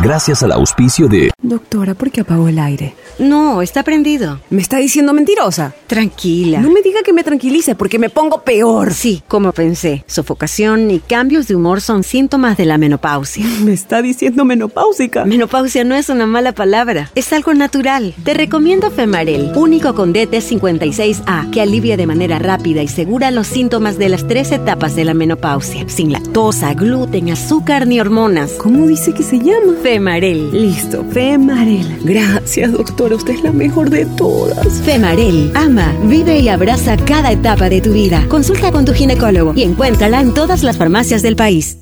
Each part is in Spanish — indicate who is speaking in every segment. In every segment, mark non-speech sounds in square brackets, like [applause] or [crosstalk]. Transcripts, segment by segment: Speaker 1: Gracias al auspicio de
Speaker 2: Doctora, ¿por qué apagó el aire?
Speaker 3: No, está prendido.
Speaker 2: Me está diciendo mentirosa.
Speaker 3: Tranquila.
Speaker 2: No me diga que me tranquilice porque me pongo peor.
Speaker 3: Sí, como pensé, sofocación y cambios de humor son síntomas de la menopausia.
Speaker 2: Me está diciendo menopáusica.
Speaker 3: Menopausia no es una mala palabra, es algo natural. Te recomiendo Femarel, único con DT56A, que alivia de manera rápida y segura los síntomas de las tres etapas de la menopausia, sin lactosa, gluten, azúcar ni hormonas.
Speaker 2: ¿Cómo dice que se llama?
Speaker 3: Femarel.
Speaker 2: Listo, Femarel. Gracias, doctora. Usted es la mejor de todas.
Speaker 3: Femarel, ama, vive y abraza cada etapa de tu vida. Consulta con tu ginecólogo y encuéntrala en todas las farmacias del país.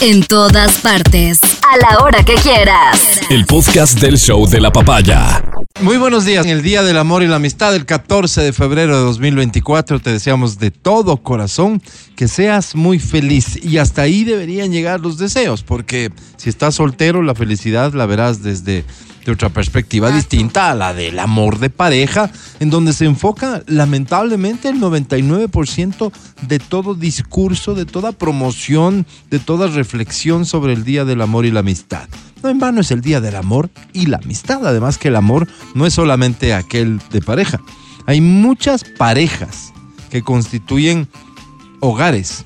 Speaker 4: En todas partes. A la hora que quieras.
Speaker 5: El podcast del show de la papaya.
Speaker 6: Muy buenos días. En el Día del Amor y la Amistad, el 14 de febrero de 2024, te deseamos de todo corazón que seas muy feliz. Y hasta ahí deberían llegar los deseos, porque si estás soltero, la felicidad la verás desde de otra perspectiva distinta a la del amor de pareja, en donde se enfoca lamentablemente el 99% de todo discurso, de toda promoción, de toda reflexión sobre el Día del Amor y la Amistad. No en vano es el Día del Amor y la Amistad, además que el amor no es solamente aquel de pareja. Hay muchas parejas que constituyen hogares,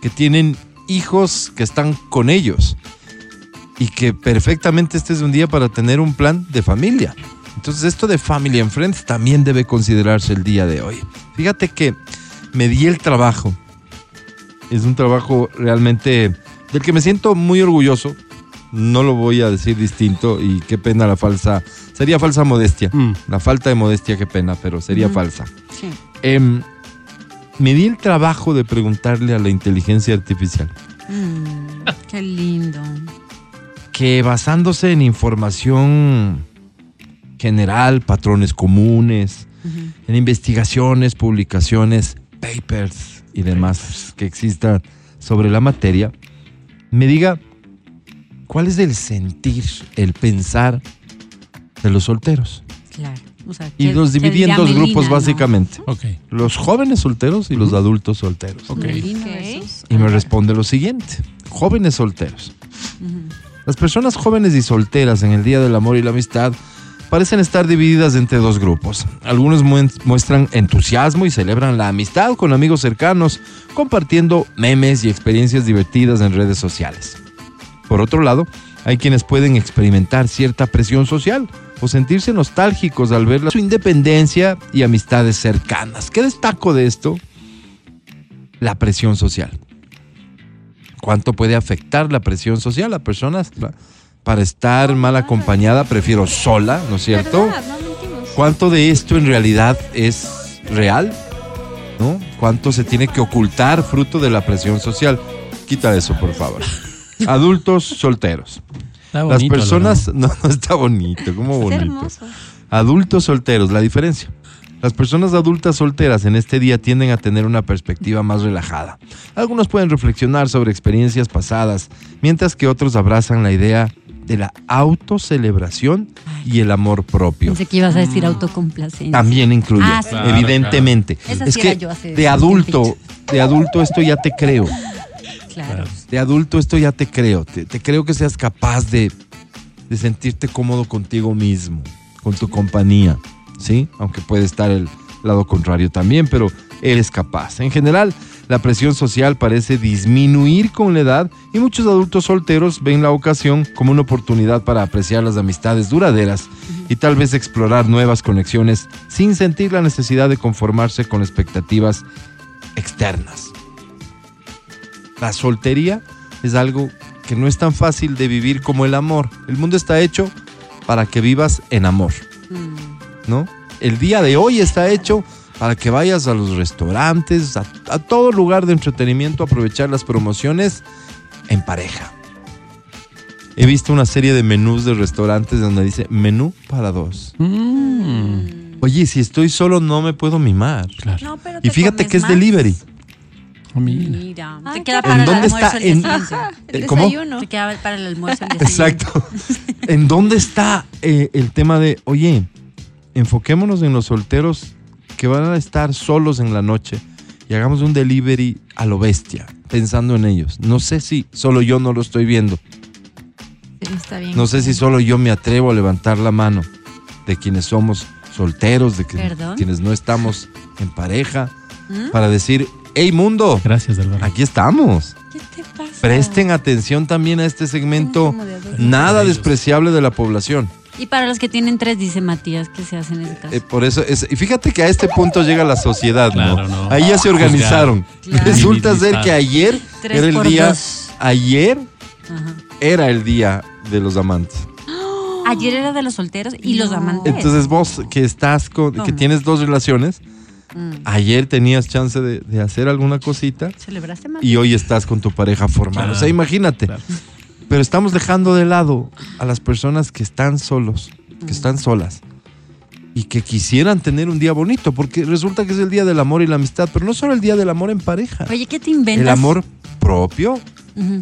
Speaker 6: que tienen hijos que están con ellos y que perfectamente este es un día para tener un plan de familia. Entonces esto de Family and Friends también debe considerarse el día de hoy. Fíjate que me di el trabajo. Es un trabajo realmente del que me siento muy orgulloso. No lo voy a decir distinto y qué pena la falsa. Sería falsa modestia. La falta de modestia, qué pena, pero sería falsa. Em, me di el trabajo de preguntarle a la inteligencia artificial.
Speaker 7: Qué lindo.
Speaker 6: que basándose en información general, patrones comunes, en investigaciones, publicaciones, papers y demás que existan sobre la materia, me diga cuál es el sentir, el pensar de los solteros.
Speaker 7: Claro. O sea,
Speaker 6: Y
Speaker 7: que-
Speaker 6: los
Speaker 7: que
Speaker 6: dividí en
Speaker 7: ya
Speaker 6: dos
Speaker 7: Melina,
Speaker 6: grupos
Speaker 7: ¿no?
Speaker 6: básicamente.
Speaker 8: Ok,
Speaker 6: Los jóvenes solteros y los adultos solteros.
Speaker 8: ok.
Speaker 4: Ok.
Speaker 7: Melina versus-
Speaker 6: Y me responde lo siguiente, jóvenes solteros. Las personas jóvenes y solteras en el Día del Amor y la Amistad parecen estar divididas entre dos grupos. Algunos muen- muestran entusiasmo y celebran la amistad con amigos cercanos, compartiendo memes y experiencias divertidas en redes sociales. Por otro lado, hay quienes pueden experimentar cierta presión social o sentirse nostálgicos al ver la- su independencia y amistades cercanas. ¿Qué destaco de esto? La presión social. ¿Cuánto puede afectar la presión social a personas? Para estar mal acompañada, prefiero sola, ¿no es cierto?
Speaker 4: ¿Verdad? No mentimos.
Speaker 6: cuánto de esto en realidad es real, ¿no? Cuánto se tiene que ocultar fruto de la presión social. Quita eso, por favor. Adultos solteros. Las
Speaker 8: Está bonito, la
Speaker 6: personas [laughs] no, no está bonito, cómo
Speaker 4: Está
Speaker 6: bonito.
Speaker 4: hermoso.
Speaker 6: Adultos solteros, la diferencia. Las personas adultas solteras en este día tienden a tener una perspectiva más relajada. Algunos pueden reflexionar sobre experiencias pasadas, mientras que otros abrazan la idea de la autocelebración y el amor propio.
Speaker 7: Pensé que ibas a decir autocomplacencia.
Speaker 6: También incluye,
Speaker 7: Ah, sí. Claro,
Speaker 6: evidentemente.
Speaker 7: claro. Esa
Speaker 6: Es
Speaker 7: sí
Speaker 6: que
Speaker 7: era yo hace
Speaker 6: de adulto, de adulto esto ya te creo.
Speaker 7: Claro.
Speaker 6: De adulto esto ya te creo. Te, te creo que seas capaz de, de sentirte cómodo contigo mismo, con tu compañía, ¿sí? Aunque puede estar el lado contrario también, pero eres capaz. En general, la presión social parece disminuir con la edad y muchos adultos solteros ven la ocasión como una oportunidad para apreciar las amistades duraderas y tal vez explorar nuevas conexiones sin sentir la necesidad de conformarse con expectativas externas. La soltería es algo que no es tan fácil de vivir como el amor. El mundo está hecho para que vivas en amor, ¿no? El día de hoy está hecho para que vayas a los restaurantes, a, a todo lugar de entretenimiento, aprovechar las promociones en pareja. He visto una serie de menús de restaurantes donde dice menú para dos.
Speaker 8: Mm,
Speaker 6: Oye, si estoy solo no me puedo mimar.
Speaker 8: claro.
Speaker 7: No, pero
Speaker 6: Y fíjate que es delivery.
Speaker 8: Oh, mira.
Speaker 7: Mira,
Speaker 9: Ay,
Speaker 7: te
Speaker 3: Ah,
Speaker 7: queda
Speaker 9: qué
Speaker 7: para
Speaker 6: ¿En
Speaker 7: el
Speaker 6: dónde
Speaker 7: almuerzo
Speaker 6: está?
Speaker 7: el
Speaker 6: En-
Speaker 7: día siguiente.
Speaker 9: El
Speaker 6: Eh, ¿Cómo?
Speaker 9: desayuno.
Speaker 7: Te queda para el almuerzo el día siguiente.
Speaker 6: Exacto. ¿En dónde está eh, el tema de, oye, enfoquémonos en los solteros que van a estar solos en la noche y hagamos un delivery a lo bestia, pensando en ellos? No sé si solo yo no lo estoy viendo.
Speaker 9: Sí, Está bien.
Speaker 6: No sé si solo yo me atrevo a levantar la mano de quienes somos solteros, de que-
Speaker 7: Perdón.
Speaker 6: quienes no estamos en pareja, para decir, hey mundo,
Speaker 8: Gracias, Álvaro.
Speaker 6: aquí estamos.
Speaker 7: ¿Qué te pasa?
Speaker 6: Presten atención también a este segmento
Speaker 9: Como de adulto.
Speaker 6: nada
Speaker 8: Ellos.
Speaker 6: despreciable de la población.
Speaker 7: Y para los que tienen tres, dice Matías, que se hacen ese caso.
Speaker 6: Eh, por eso, es- y fíjate que a este punto llega la sociedad, ¿no?
Speaker 8: Claro, no.
Speaker 6: Ahí ya se organizaron.
Speaker 7: Claro.
Speaker 6: Resulta ser
Speaker 8: Dividizar.
Speaker 6: que ayer
Speaker 7: Tres
Speaker 6: era el
Speaker 7: por
Speaker 6: día,
Speaker 7: dos.
Speaker 6: ayer
Speaker 7: Ajá.
Speaker 6: era el día de los amantes.
Speaker 7: Ayer era de los solteros y los amantes.
Speaker 6: Entonces vos que estás con, que
Speaker 7: Pues. Toma.
Speaker 6: tienes dos relaciones,
Speaker 7: Mm.
Speaker 6: ayer tenías chance de, de hacer alguna cosita
Speaker 7: ¿Celebraste mal?
Speaker 6: y hoy estás con tu pareja formal.
Speaker 8: Claro.
Speaker 6: O sea, imagínate.
Speaker 8: Claro.
Speaker 6: Pero estamos dejando de lado a las personas que están solos,
Speaker 7: Mm.
Speaker 6: que están solas y que quisieran tener un día bonito, porque resulta que es el día del amor y la amistad, pero no solo el día del amor en pareja.
Speaker 7: Oye, ¿qué te inventas?
Speaker 6: El amor propio,
Speaker 7: Ujú.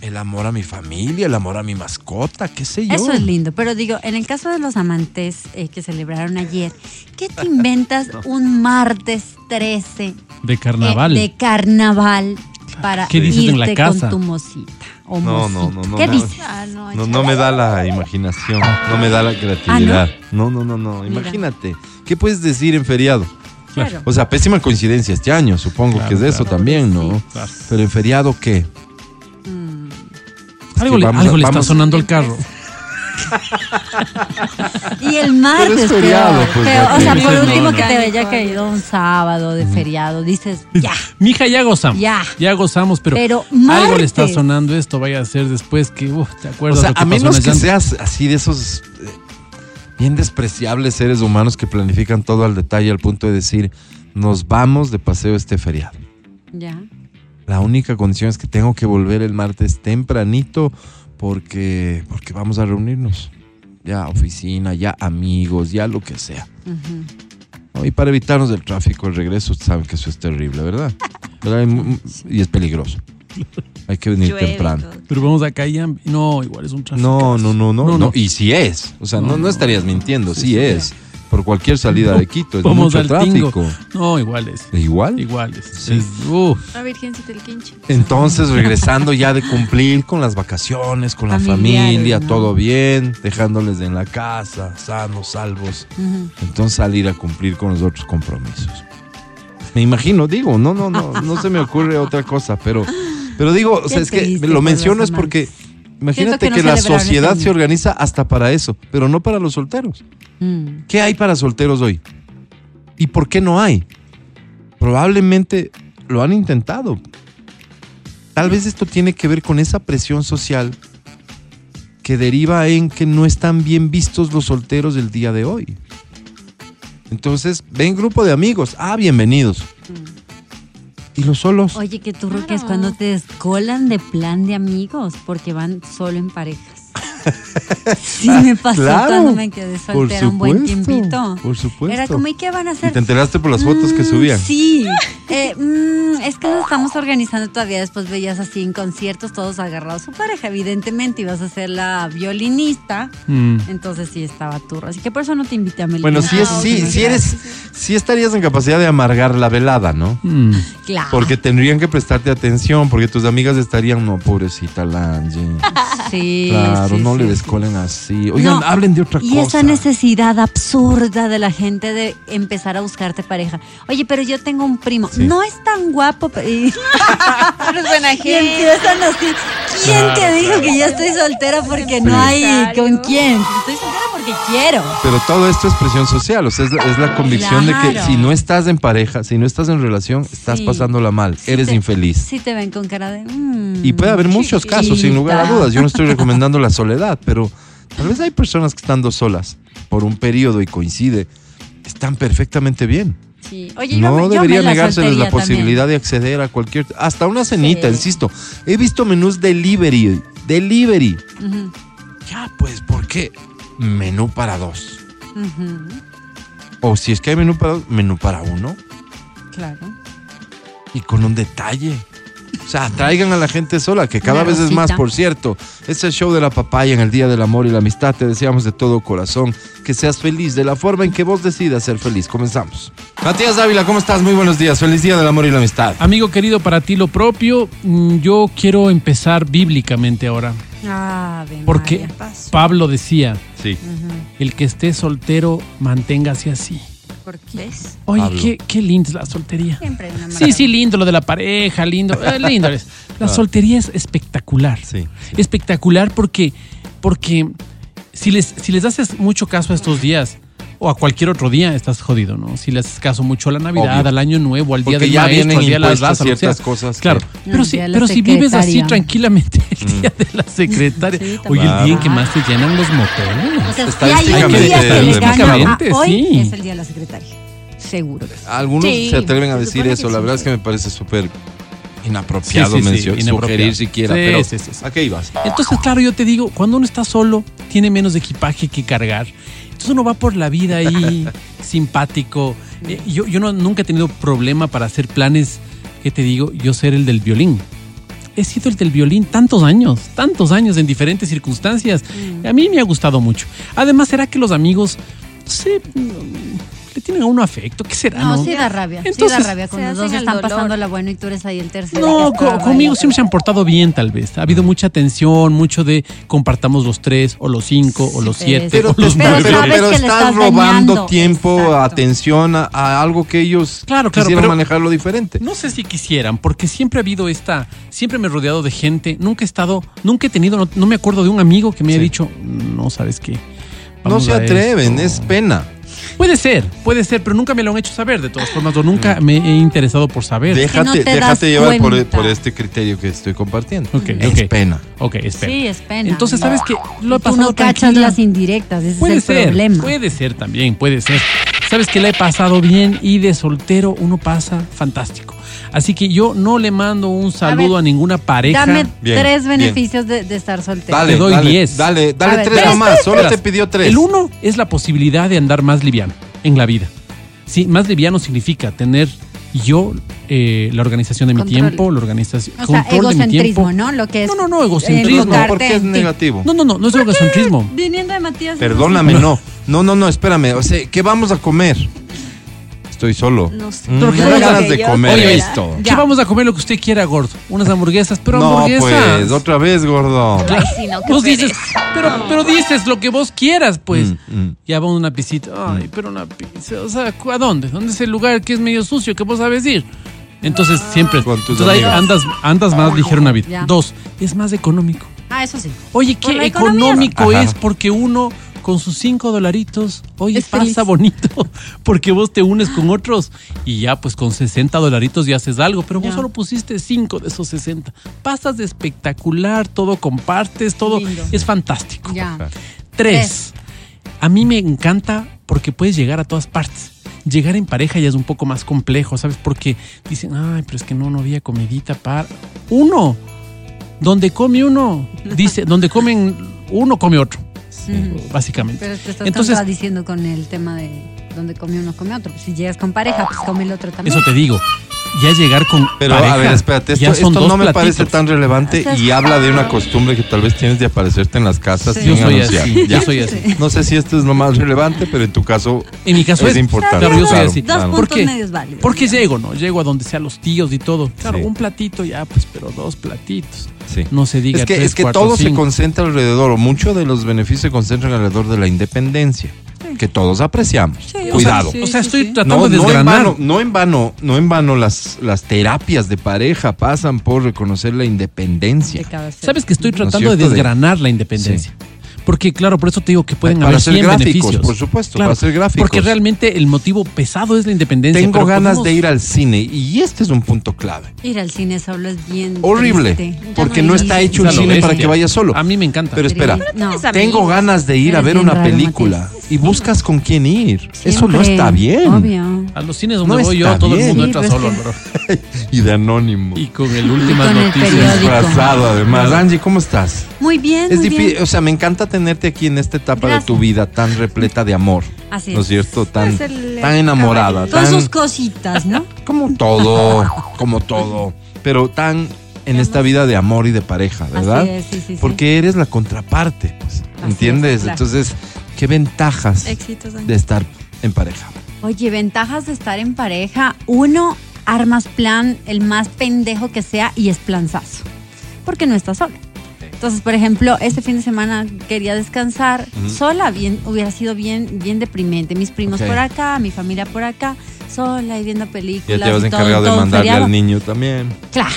Speaker 6: el amor a mi familia, el amor a mi mascota, qué sé yo.
Speaker 7: Eso es lindo, pero digo, en el caso de los amantes eh, que celebraron ayer, ¿qué te
Speaker 8: [laughs]
Speaker 7: inventas un martes 13 eh,
Speaker 8: De carnaval.
Speaker 7: de carnaval para
Speaker 8: ¿Qué dices en la
Speaker 7: irte
Speaker 8: casa?
Speaker 7: con tu mocita? O
Speaker 6: No, no,
Speaker 7: mocito?
Speaker 6: no, no,
Speaker 7: ¿Qué
Speaker 6: no.
Speaker 7: dices?
Speaker 9: Ah, no,
Speaker 6: No, no me da la imaginación, no me da la creatividad. no? no, no, no,
Speaker 7: Ah, Mira.
Speaker 6: Imagínate, ¿qué puedes decir en feriado?
Speaker 7: Claro.
Speaker 6: O sea, pésima coincidencia este año, supongo
Speaker 8: Claro,
Speaker 6: que es de eso
Speaker 8: claro.
Speaker 6: también, ¿no?
Speaker 8: Claro.
Speaker 6: Pero en feriado, ¿qué?
Speaker 7: Mm,
Speaker 8: Algo, le,
Speaker 6: vamos a-
Speaker 8: algo le está
Speaker 6: vamos-
Speaker 8: sonando el carro.
Speaker 7: Y el martes,
Speaker 6: es feriado,
Speaker 7: peor,
Speaker 6: pues,
Speaker 7: peor.
Speaker 6: ya
Speaker 7: O sea,
Speaker 8: que-
Speaker 7: por
Speaker 8: No,
Speaker 7: último
Speaker 8: no.
Speaker 7: que te haya caído un sábado de feriado, dices, ya.
Speaker 8: Mija, ya gozamos.
Speaker 7: Ya.
Speaker 8: Ya gozamos, pero,
Speaker 7: Pero
Speaker 8: algo le está
Speaker 7: martes.
Speaker 8: sonando esto. Vaya a ser después que, uf, ¿te
Speaker 6: O
Speaker 8: acuerdas?
Speaker 6: sea,
Speaker 8: lo
Speaker 6: a
Speaker 8: pasó en
Speaker 6: menos
Speaker 8: el
Speaker 6: que
Speaker 8: llanto?
Speaker 6: seas así de esos eh, bien despreciables seres humanos que planifican todo al detalle al punto de decir, nos vamos de paseo este feriado.
Speaker 7: Ya.
Speaker 6: La única condición es que tengo que volver el martes tempranito porque, porque vamos a reunirnos. Ya oficina, ya amigos, ya lo que sea.
Speaker 7: Ujú.
Speaker 6: ¿no? Y para evitarnos del tráfico, el regreso, saben que eso es
Speaker 9: [laughs]
Speaker 6: terrible, ¿verdad? ¿Verdad? Y mu- Y es peligroso. Hay que venir
Speaker 9: Llueve y
Speaker 6: temprano.
Speaker 9: todo.
Speaker 8: Pero vamos acá y ya. em-, No, igual es un tráfico.
Speaker 6: No, no, no, no,
Speaker 8: No,
Speaker 6: no,
Speaker 8: no.
Speaker 6: Y si es. O sea, no,
Speaker 8: No,
Speaker 6: no,
Speaker 8: no.
Speaker 6: estarías mintiendo.
Speaker 8: Sí,
Speaker 6: Sí,
Speaker 8: sí,
Speaker 6: es. Por cualquier salida de Quito. Es
Speaker 8: Vamos
Speaker 6: mucho
Speaker 8: al
Speaker 6: tráfico. E
Speaker 8: tingo. No, igual es.
Speaker 6: Igual.
Speaker 8: Igual es.
Speaker 6: Sí.
Speaker 8: Es- uh,
Speaker 9: La Virgencita del Quinche.
Speaker 6: Entonces, regresando ya de cumplir con las vacaciones, con la
Speaker 7: Familiares,
Speaker 6: familia,
Speaker 7: ¿no?
Speaker 6: todo bien, dejándoles en la casa, sanos, salvos.
Speaker 7: Ujú.
Speaker 6: Entonces, salir a cumplir con los otros compromisos. Me imagino, digo, no, no, no, no se me ocurre otra cosa, pero, pero digo, o sea,
Speaker 7: Qué
Speaker 6: es que
Speaker 7: triste
Speaker 6: lo
Speaker 7: por
Speaker 6: menciono
Speaker 7: los
Speaker 6: es porque imagínate
Speaker 7: que
Speaker 6: que,
Speaker 7: no
Speaker 6: la
Speaker 7: celebraron este
Speaker 6: sociedad
Speaker 7: año.
Speaker 6: se organiza hasta para eso, pero no para los solteros.
Speaker 7: Mm.
Speaker 6: ¿Qué hay para solteros hoy? ¿Y por qué no hay? Probablemente lo han intentado. Tal vez esto tiene que ver con esa presión social que deriva en que no están bien vistos los solteros del día de hoy. Entonces, ven grupo de amigos. Ah, bienvenidos. ¿Y los solos?
Speaker 7: Mm. Oye, qué turro
Speaker 9: Claro.
Speaker 7: que es cuando te descolan de plan de amigos porque van solo
Speaker 6: [laughs]
Speaker 7: en parejas. sí me pasó
Speaker 6: Claro.
Speaker 7: cuando me quedé soltera un buen tiempito.
Speaker 6: Por supuesto.
Speaker 7: Era como, ¿y qué van a
Speaker 6: ¿Y
Speaker 7: hacer?
Speaker 6: te enteraste por las fotos que
Speaker 7: Mm,
Speaker 6: subían?
Speaker 7: Sí. Eh, mm, es que nos estamos organizando todavía. Después veías así en conciertos, todos agarrados su pareja. Evidentemente ibas a ser la violinista.
Speaker 8: mm.
Speaker 7: Entonces sí estaba turro. Así que por eso no te invité a Melina.
Speaker 6: Bueno, sí, es,
Speaker 9: Ah,
Speaker 6: sí,
Speaker 9: ok.
Speaker 6: sí eres, sí estarías en capacidad de amargar la velada, ¿no?
Speaker 8: Mm.
Speaker 7: Claro.
Speaker 6: Porque tendrían que prestarte atención, porque tus amigas estarían, no, pobrecita Lange.
Speaker 7: [laughs] [laughs] Sí,
Speaker 6: Claro,
Speaker 7: sí,
Speaker 6: no le
Speaker 7: sí,
Speaker 6: descolen así. Oigan,
Speaker 7: No,
Speaker 6: hablen de otra
Speaker 7: Y
Speaker 6: cosa.
Speaker 7: esa necesidad absurda de la gente de empezar a buscarte pareja. Oye, pero yo tengo un primo.
Speaker 6: Sí.
Speaker 7: No es tan guapo. pe- [laughs] Y,
Speaker 9: Eres buena
Speaker 7: [laughs] y
Speaker 9: gente.
Speaker 7: empiezan así. ¿Quién te dijo que yo estoy soltera porque no hay con quién? Estoy soltera porque quiero.
Speaker 6: Pero todo esto es presión social, o sea, es, es la convicción de que
Speaker 7: Claro.
Speaker 6: si no estás en pareja, si no estás en relación, estás
Speaker 7: Sí.
Speaker 6: pasándola mal,
Speaker 7: Sí
Speaker 6: eres
Speaker 7: te-
Speaker 6: infeliz.
Speaker 7: Sí te ven con cara de... mm,
Speaker 6: Y puede haber muchos casos, sin lugar a
Speaker 7: chiquita.
Speaker 6: dudas. Yo no
Speaker 7: [laughs]
Speaker 6: estoy recomendando la soledad, pero tal vez hay personas que estando solas por un periodo y coincide, están perfectamente bien.
Speaker 7: Sí. Oye, yo me-
Speaker 6: No
Speaker 7: yo
Speaker 6: debería
Speaker 7: me la
Speaker 6: negárseles la
Speaker 7: soltería también.
Speaker 6: posibilidad de acceder a cualquier. Hasta una cenita,
Speaker 7: Sí.
Speaker 6: insisto. He visto menús delivery. Delivery.
Speaker 7: Ujú,
Speaker 6: Ya, pues, ¿por qué? Menú para dos.
Speaker 7: ujú,
Speaker 6: O si es que hay menú para dos, menú para uno.
Speaker 7: Claro.
Speaker 6: y con un detalle. O sea, traigan a la gente sola, que cada
Speaker 7: Una
Speaker 6: vez es más,
Speaker 7: rosita.
Speaker 6: por cierto. Es el show de la papaya en el Día del Amor y la Amistad. Te deseamos de todo corazón que seas feliz de la forma en que vos decidas ser feliz. Comenzamos. Matías Dávila, ¿cómo estás? Muy buenos días. Feliz Día del Amor y la Amistad.
Speaker 8: Amigo querido, para ti lo propio, mm, yo quiero empezar bíblicamente ahora.
Speaker 7: Ave
Speaker 8: Porque
Speaker 7: María.
Speaker 8: Pablo decía,
Speaker 6: Sí.
Speaker 8: el que esté soltero, manténgase así.
Speaker 7: ¿Por qué?
Speaker 8: Oye,
Speaker 6: Pablo.
Speaker 8: qué, qué lindo es la soltería.
Speaker 7: Siempre hay una
Speaker 8: Sí,
Speaker 7: maravilla.
Speaker 8: sí, lindo lo de la pareja, lindo.
Speaker 7: [laughs]
Speaker 8: eh, lindo es. La soltería es espectacular.
Speaker 6: Sí.
Speaker 8: Espectacular porque, porque si, les, si les haces mucho caso a estos días o a cualquier otro día, estás jodido, ¿no? Si le haces caso mucho a la Navidad,
Speaker 6: Obvio.
Speaker 8: al Año Nuevo, al Día
Speaker 6: Porque
Speaker 8: del
Speaker 6: ya
Speaker 8: Maestro,
Speaker 6: vienen
Speaker 8: al Día de la
Speaker 6: impuestas
Speaker 8: Raza, lo que
Speaker 6: ciertas
Speaker 8: sea.
Speaker 6: cosas que- Mm.
Speaker 8: Claro. Pero,
Speaker 7: El
Speaker 8: si,
Speaker 7: día de la
Speaker 8: pero si vives así
Speaker 7: secretaria.
Speaker 8: tranquilamente el Día de la
Speaker 7: [laughs]
Speaker 8: Secretaria,
Speaker 7: Sí,
Speaker 8: oye, el día en
Speaker 7: tampoco.
Speaker 8: que
Speaker 6: Ah.
Speaker 8: más te llenan los moteles.
Speaker 7: O sea, si hay un
Speaker 6: Estadísticamente,
Speaker 7: día que le gana
Speaker 8: estadísticamente,
Speaker 7: a hoy,
Speaker 8: sí.
Speaker 7: es el día de la secretaria. Seguro. que sí.
Speaker 6: Algunos
Speaker 9: Sí,
Speaker 6: se atreven a
Speaker 9: se
Speaker 6: decir
Speaker 9: supone que
Speaker 6: eso. La
Speaker 9: sí.
Speaker 6: verdad es que me parece súper inapropiado
Speaker 8: Sí, sí, sí,
Speaker 6: mencionar,
Speaker 8: inapropiado.
Speaker 6: sugerir siquiera.
Speaker 8: Sí,
Speaker 6: pero
Speaker 8: sí, sí, sí.
Speaker 6: ¿a qué ibas?
Speaker 8: Entonces, claro, yo te digo, cuando uno está solo, tiene menos equipaje que cargar. Entonces uno va por la
Speaker 7: [laughs]
Speaker 8: vida ahí, simpático. Eh, yo yo no- nunca he tenido problema para hacer planes, que te digo, yo ser el del violín. He sido el del violín tantos años, tantos años en diferentes circunstancias.
Speaker 7: Mm.
Speaker 8: A mí me ha gustado mucho. Además, ¿será que los amigos se, le tienen a uno afecto? ¿Qué será?
Speaker 7: No,
Speaker 8: Ah, no?
Speaker 7: sí da rabia. sí
Speaker 8: Entonces-
Speaker 7: da rabia. Cuando
Speaker 9: Se
Speaker 7: los dos
Speaker 9: hacen
Speaker 7: están
Speaker 9: al dolor.
Speaker 7: pasando la buena y tú eres ahí el tercero.
Speaker 8: No,
Speaker 7: que está
Speaker 8: co-
Speaker 7: rayado.
Speaker 8: conmigo siempre se han portado bien, tal vez. Ha habido mucha tensión, mucho de compartamos los tres, o los cinco, o los
Speaker 7: Sí,
Speaker 8: siete,
Speaker 7: pero-
Speaker 8: o los
Speaker 7: pero
Speaker 8: nueve.
Speaker 7: sabes que le
Speaker 6: estás
Speaker 7: estás
Speaker 6: robando
Speaker 7: dañando.
Speaker 6: tiempo,
Speaker 7: Exacto.
Speaker 6: atención a, a algo que ellos
Speaker 8: Claro, claro,
Speaker 6: quisieran
Speaker 8: pero-
Speaker 6: manejarlo diferente.
Speaker 8: No sé si quisieran, porque siempre ha habido esta. Siempre me he rodeado de gente. Nunca he estado, nunca he tenido, no, no me acuerdo de un amigo que me haya dicho, no sabes qué.
Speaker 6: no
Speaker 8: vamos
Speaker 6: se
Speaker 8: a
Speaker 6: atreven,
Speaker 8: esto".
Speaker 6: es pena.
Speaker 8: Puede ser, puede ser, pero nunca me lo han hecho saber, de todas formas, o nunca
Speaker 6: Mm.
Speaker 8: me he interesado por saber.
Speaker 6: Déjate,
Speaker 7: no te das
Speaker 6: déjate llevar por,
Speaker 7: cuenta.
Speaker 6: por este criterio que estoy compartiendo.
Speaker 8: Ok,
Speaker 6: Es
Speaker 8: ok.
Speaker 6: pena.
Speaker 8: Ok, espera.
Speaker 7: Sí, es pena.
Speaker 8: Entonces, ¿sabes qué? Lo he
Speaker 7: Tú
Speaker 8: pasado
Speaker 7: no cachas
Speaker 8: tranquila.
Speaker 7: las indirectas. Ese
Speaker 8: Puede
Speaker 7: es el
Speaker 8: ser,
Speaker 7: problema.
Speaker 8: puede ser también, puede ser. Sabes que la he pasado bien y de soltero uno pasa fantástico. Así que yo no le mando un saludo a,
Speaker 7: ver,
Speaker 8: ninguna pareja.
Speaker 7: Dame
Speaker 6: Bien,
Speaker 7: tres
Speaker 6: bien.
Speaker 7: beneficios de, de estar soltero.
Speaker 6: Dale,
Speaker 8: Te doy
Speaker 6: dale,
Speaker 8: 10.
Speaker 6: Dale, dale
Speaker 7: A ver,
Speaker 6: tres
Speaker 7: tres,
Speaker 6: nomás,
Speaker 7: tres,
Speaker 6: solo
Speaker 8: Verás,
Speaker 6: te pidió tres.
Speaker 8: El uno es la posibilidad de andar más liviano en la vida. Sí, más liviano significa tener yo eh, la organización de mi
Speaker 9: Control.
Speaker 8: tiempo, la organización,
Speaker 7: O sea,
Speaker 8: control de mi tiempo.
Speaker 7: egocentrismo, ¿no? Lo que es. eh,
Speaker 8: No, no, no, egocentrismo.
Speaker 6: No,
Speaker 7: enfocarte
Speaker 6: porque es
Speaker 7: en ti.
Speaker 6: negativo.
Speaker 8: No, no, no, no es egocentrismo.
Speaker 7: Viniendo de Matías.
Speaker 6: Perdóname, no. No, no, no, espérame. O sea, ¿qué vamos a comer? Estoy solo.
Speaker 9: No sé.
Speaker 6: Mm,
Speaker 8: Pero ¿qué
Speaker 6: me dan
Speaker 8: vamos a-
Speaker 6: ganas de comer
Speaker 8: Oye,
Speaker 6: esto.
Speaker 8: ¿Qué vamos a comer lo que usted quiera, gordo? Unas hamburguesas, pero
Speaker 6: No,
Speaker 8: hamburguesas.
Speaker 6: pues, otra vez, gordo.
Speaker 9: Ay, sí, no, qué
Speaker 8: Vos dices,
Speaker 9: pereza.
Speaker 8: pero, pero dices lo que vos quieras, pues.
Speaker 6: Mm, mm.
Speaker 8: Ya vamos a una pisita. Ay, pero una pizza. O sea, ¿cu- ¿a dónde? ¿Dónde es el lugar que es medio sucio que vos sabes ir? Entonces, siempre.
Speaker 6: Con tus
Speaker 8: entonces, ahí
Speaker 6: amigos.
Speaker 8: andas, andas más ligero en la vida.
Speaker 7: Ah. Ya.
Speaker 8: Dos, es más económico.
Speaker 7: Ah, eso sí.
Speaker 8: Oye,
Speaker 7: Por
Speaker 8: qué
Speaker 7: la economía.
Speaker 8: económico
Speaker 6: Ajá.
Speaker 8: es porque uno con sus cinco dolaritos, oye,
Speaker 9: Es
Speaker 8: pasa
Speaker 9: feliz.
Speaker 8: bonito, porque vos te unes con otros y ya pues con 60 dolaritos ya haces algo, pero vos
Speaker 7: Ya.
Speaker 8: solo pusiste cinco de esos 60. Pasas de espectacular, todo compartes, todo
Speaker 7: Lindo.
Speaker 8: es fantástico.
Speaker 7: Ya.
Speaker 8: Tres. A mí me encanta porque puedes llegar a todas partes. Llegar en pareja ya es un poco más complejo, ¿sabes? Porque dicen, ay, pero es que no, no había comidita para... Uno, donde come
Speaker 7: [laughs]
Speaker 8: uno, dice, donde comen uno, come otro,
Speaker 7: Ujú.
Speaker 8: básicamente.
Speaker 7: Pero te estás
Speaker 8: Entonces-
Speaker 7: contradiciendo con el tema de donde come uno, come otro. Si llegas con pareja, pues come el otro también.
Speaker 8: Eso te digo, ya llegar con
Speaker 6: Pero
Speaker 8: pareja,
Speaker 6: a ver, espérate, esto,
Speaker 8: ya son
Speaker 6: esto
Speaker 8: dos
Speaker 6: no me
Speaker 8: platitos.
Speaker 6: parece tan relevante
Speaker 7: Estás-
Speaker 6: y habla de una costumbre que tal vez tienes de aparecerte en las casas
Speaker 7: Sí.
Speaker 8: Yo
Speaker 6: sin
Speaker 8: soy
Speaker 6: anunciar.
Speaker 8: así,
Speaker 6: Ya.
Speaker 8: yo soy así.
Speaker 6: No sé si esto es lo más relevante, pero en tu caso
Speaker 8: En mi caso
Speaker 6: es
Speaker 8: es,
Speaker 6: importante.
Speaker 8: Claro, yo soy
Speaker 6: claro,
Speaker 8: así.
Speaker 7: Dos
Speaker 6: claro.
Speaker 7: puntos medios válidos,
Speaker 8: Porque
Speaker 7: digamos.
Speaker 8: llego, ¿no? Llego a donde sean los tíos y todo. Claro,
Speaker 6: Sí.
Speaker 8: un platito ya, pues, pero dos platitos.
Speaker 6: Sí.
Speaker 8: No se diga
Speaker 6: Es que,
Speaker 8: tres,
Speaker 6: es que
Speaker 8: cuatro,
Speaker 6: todo se
Speaker 8: cinco.
Speaker 6: concentra alrededor, o muchos de los beneficios se concentran alrededor de la independencia, que todos apreciamos.
Speaker 7: o sea,
Speaker 6: Cuidado.
Speaker 7: sí.
Speaker 8: O sea, estoy tratando
Speaker 6: No, no
Speaker 8: de
Speaker 6: en
Speaker 8: desgranar.
Speaker 6: vano, no en vano, no en vano las, las terapias de pareja pasan por reconocer la independencia.
Speaker 7: Te cabe ser.
Speaker 8: Sabes que estoy
Speaker 6: ¿No es
Speaker 8: tratando de
Speaker 6: cierto? De-
Speaker 8: desgranar la independencia. Porque, claro, por eso te digo que pueden
Speaker 6: Para
Speaker 8: haber
Speaker 6: hacer
Speaker 8: 100
Speaker 6: gráficos,
Speaker 8: beneficios.
Speaker 6: por supuesto, para hacer gráficos.
Speaker 8: Porque realmente el motivo pesado es la independencia.
Speaker 6: Tengo
Speaker 8: pero
Speaker 6: ganas
Speaker 8: podemos-
Speaker 6: de ir al cine y este es un punto clave.
Speaker 7: Ir al cine solo es bien.
Speaker 6: Horrible,
Speaker 7: triste.
Speaker 6: porque no está hecho un
Speaker 8: Claro,
Speaker 6: cine
Speaker 8: bestia.
Speaker 6: para que vayas solo.
Speaker 8: A mí me encanta.
Speaker 6: Pero espera,
Speaker 7: No.
Speaker 9: Tienes
Speaker 6: tengo
Speaker 9: amigos.
Speaker 6: ganas de ir a
Speaker 7: Eres
Speaker 6: ver
Speaker 7: bien
Speaker 6: una
Speaker 7: raro,
Speaker 6: película
Speaker 7: Matías.
Speaker 6: y buscas con quién ir. Eso no
Speaker 7: Siempre.
Speaker 6: está bien.
Speaker 7: Obvio.
Speaker 8: A los cines donde
Speaker 6: No
Speaker 8: voy yo,
Speaker 6: está
Speaker 8: todo el
Speaker 6: bien.
Speaker 8: mundo
Speaker 7: Sí,
Speaker 8: entra
Speaker 7: pues
Speaker 8: solo,
Speaker 7: que-
Speaker 8: bro.
Speaker 6: Y de anónimo.
Speaker 8: Y con el últimas
Speaker 7: con el
Speaker 8: noticias.
Speaker 7: periódico.
Speaker 6: Disfrazado, además. Angie, ¿cómo estás?
Speaker 7: Muy bien,
Speaker 6: Es
Speaker 7: muy
Speaker 6: difícil,
Speaker 7: bien.
Speaker 6: o sea, me encanta tenerte aquí en esta etapa de tu
Speaker 7: Gracias.
Speaker 6: vida tan repleta de amor.
Speaker 7: Así
Speaker 6: ¿No es
Speaker 7: es.
Speaker 6: cierto? Tan,
Speaker 9: Es el-
Speaker 6: tan enamorada,
Speaker 7: Con
Speaker 6: tan
Speaker 7: sus cositas, ¿no?
Speaker 6: como todo, como todo, pero tan en esta vida de amor y de pareja, ¿verdad?
Speaker 7: Así es, sí, sí, sí.
Speaker 6: Porque eres la contraparte, pues,
Speaker 7: Así
Speaker 6: ¿entiendes?
Speaker 7: es, claro.
Speaker 6: Entonces, ¿qué ventajas
Speaker 9: Éxitos.
Speaker 6: de estar en pareja?
Speaker 7: Oye, ventajas de estar en pareja. Uno, armas plan, el más pendejo que sea, y es planzazo. Porque no estás sola. Entonces, por ejemplo, este fin de semana quería descansar sola, bien, hubiera sido bien, bien deprimente. Mis primos
Speaker 6: Ok.
Speaker 7: por acá, mi familia por acá, sola y viendo películas.
Speaker 6: Ya te vas
Speaker 7: y todo,
Speaker 6: encargado de
Speaker 7: todo
Speaker 6: mandarle
Speaker 7: feriado.
Speaker 6: al niño también.
Speaker 7: Claro.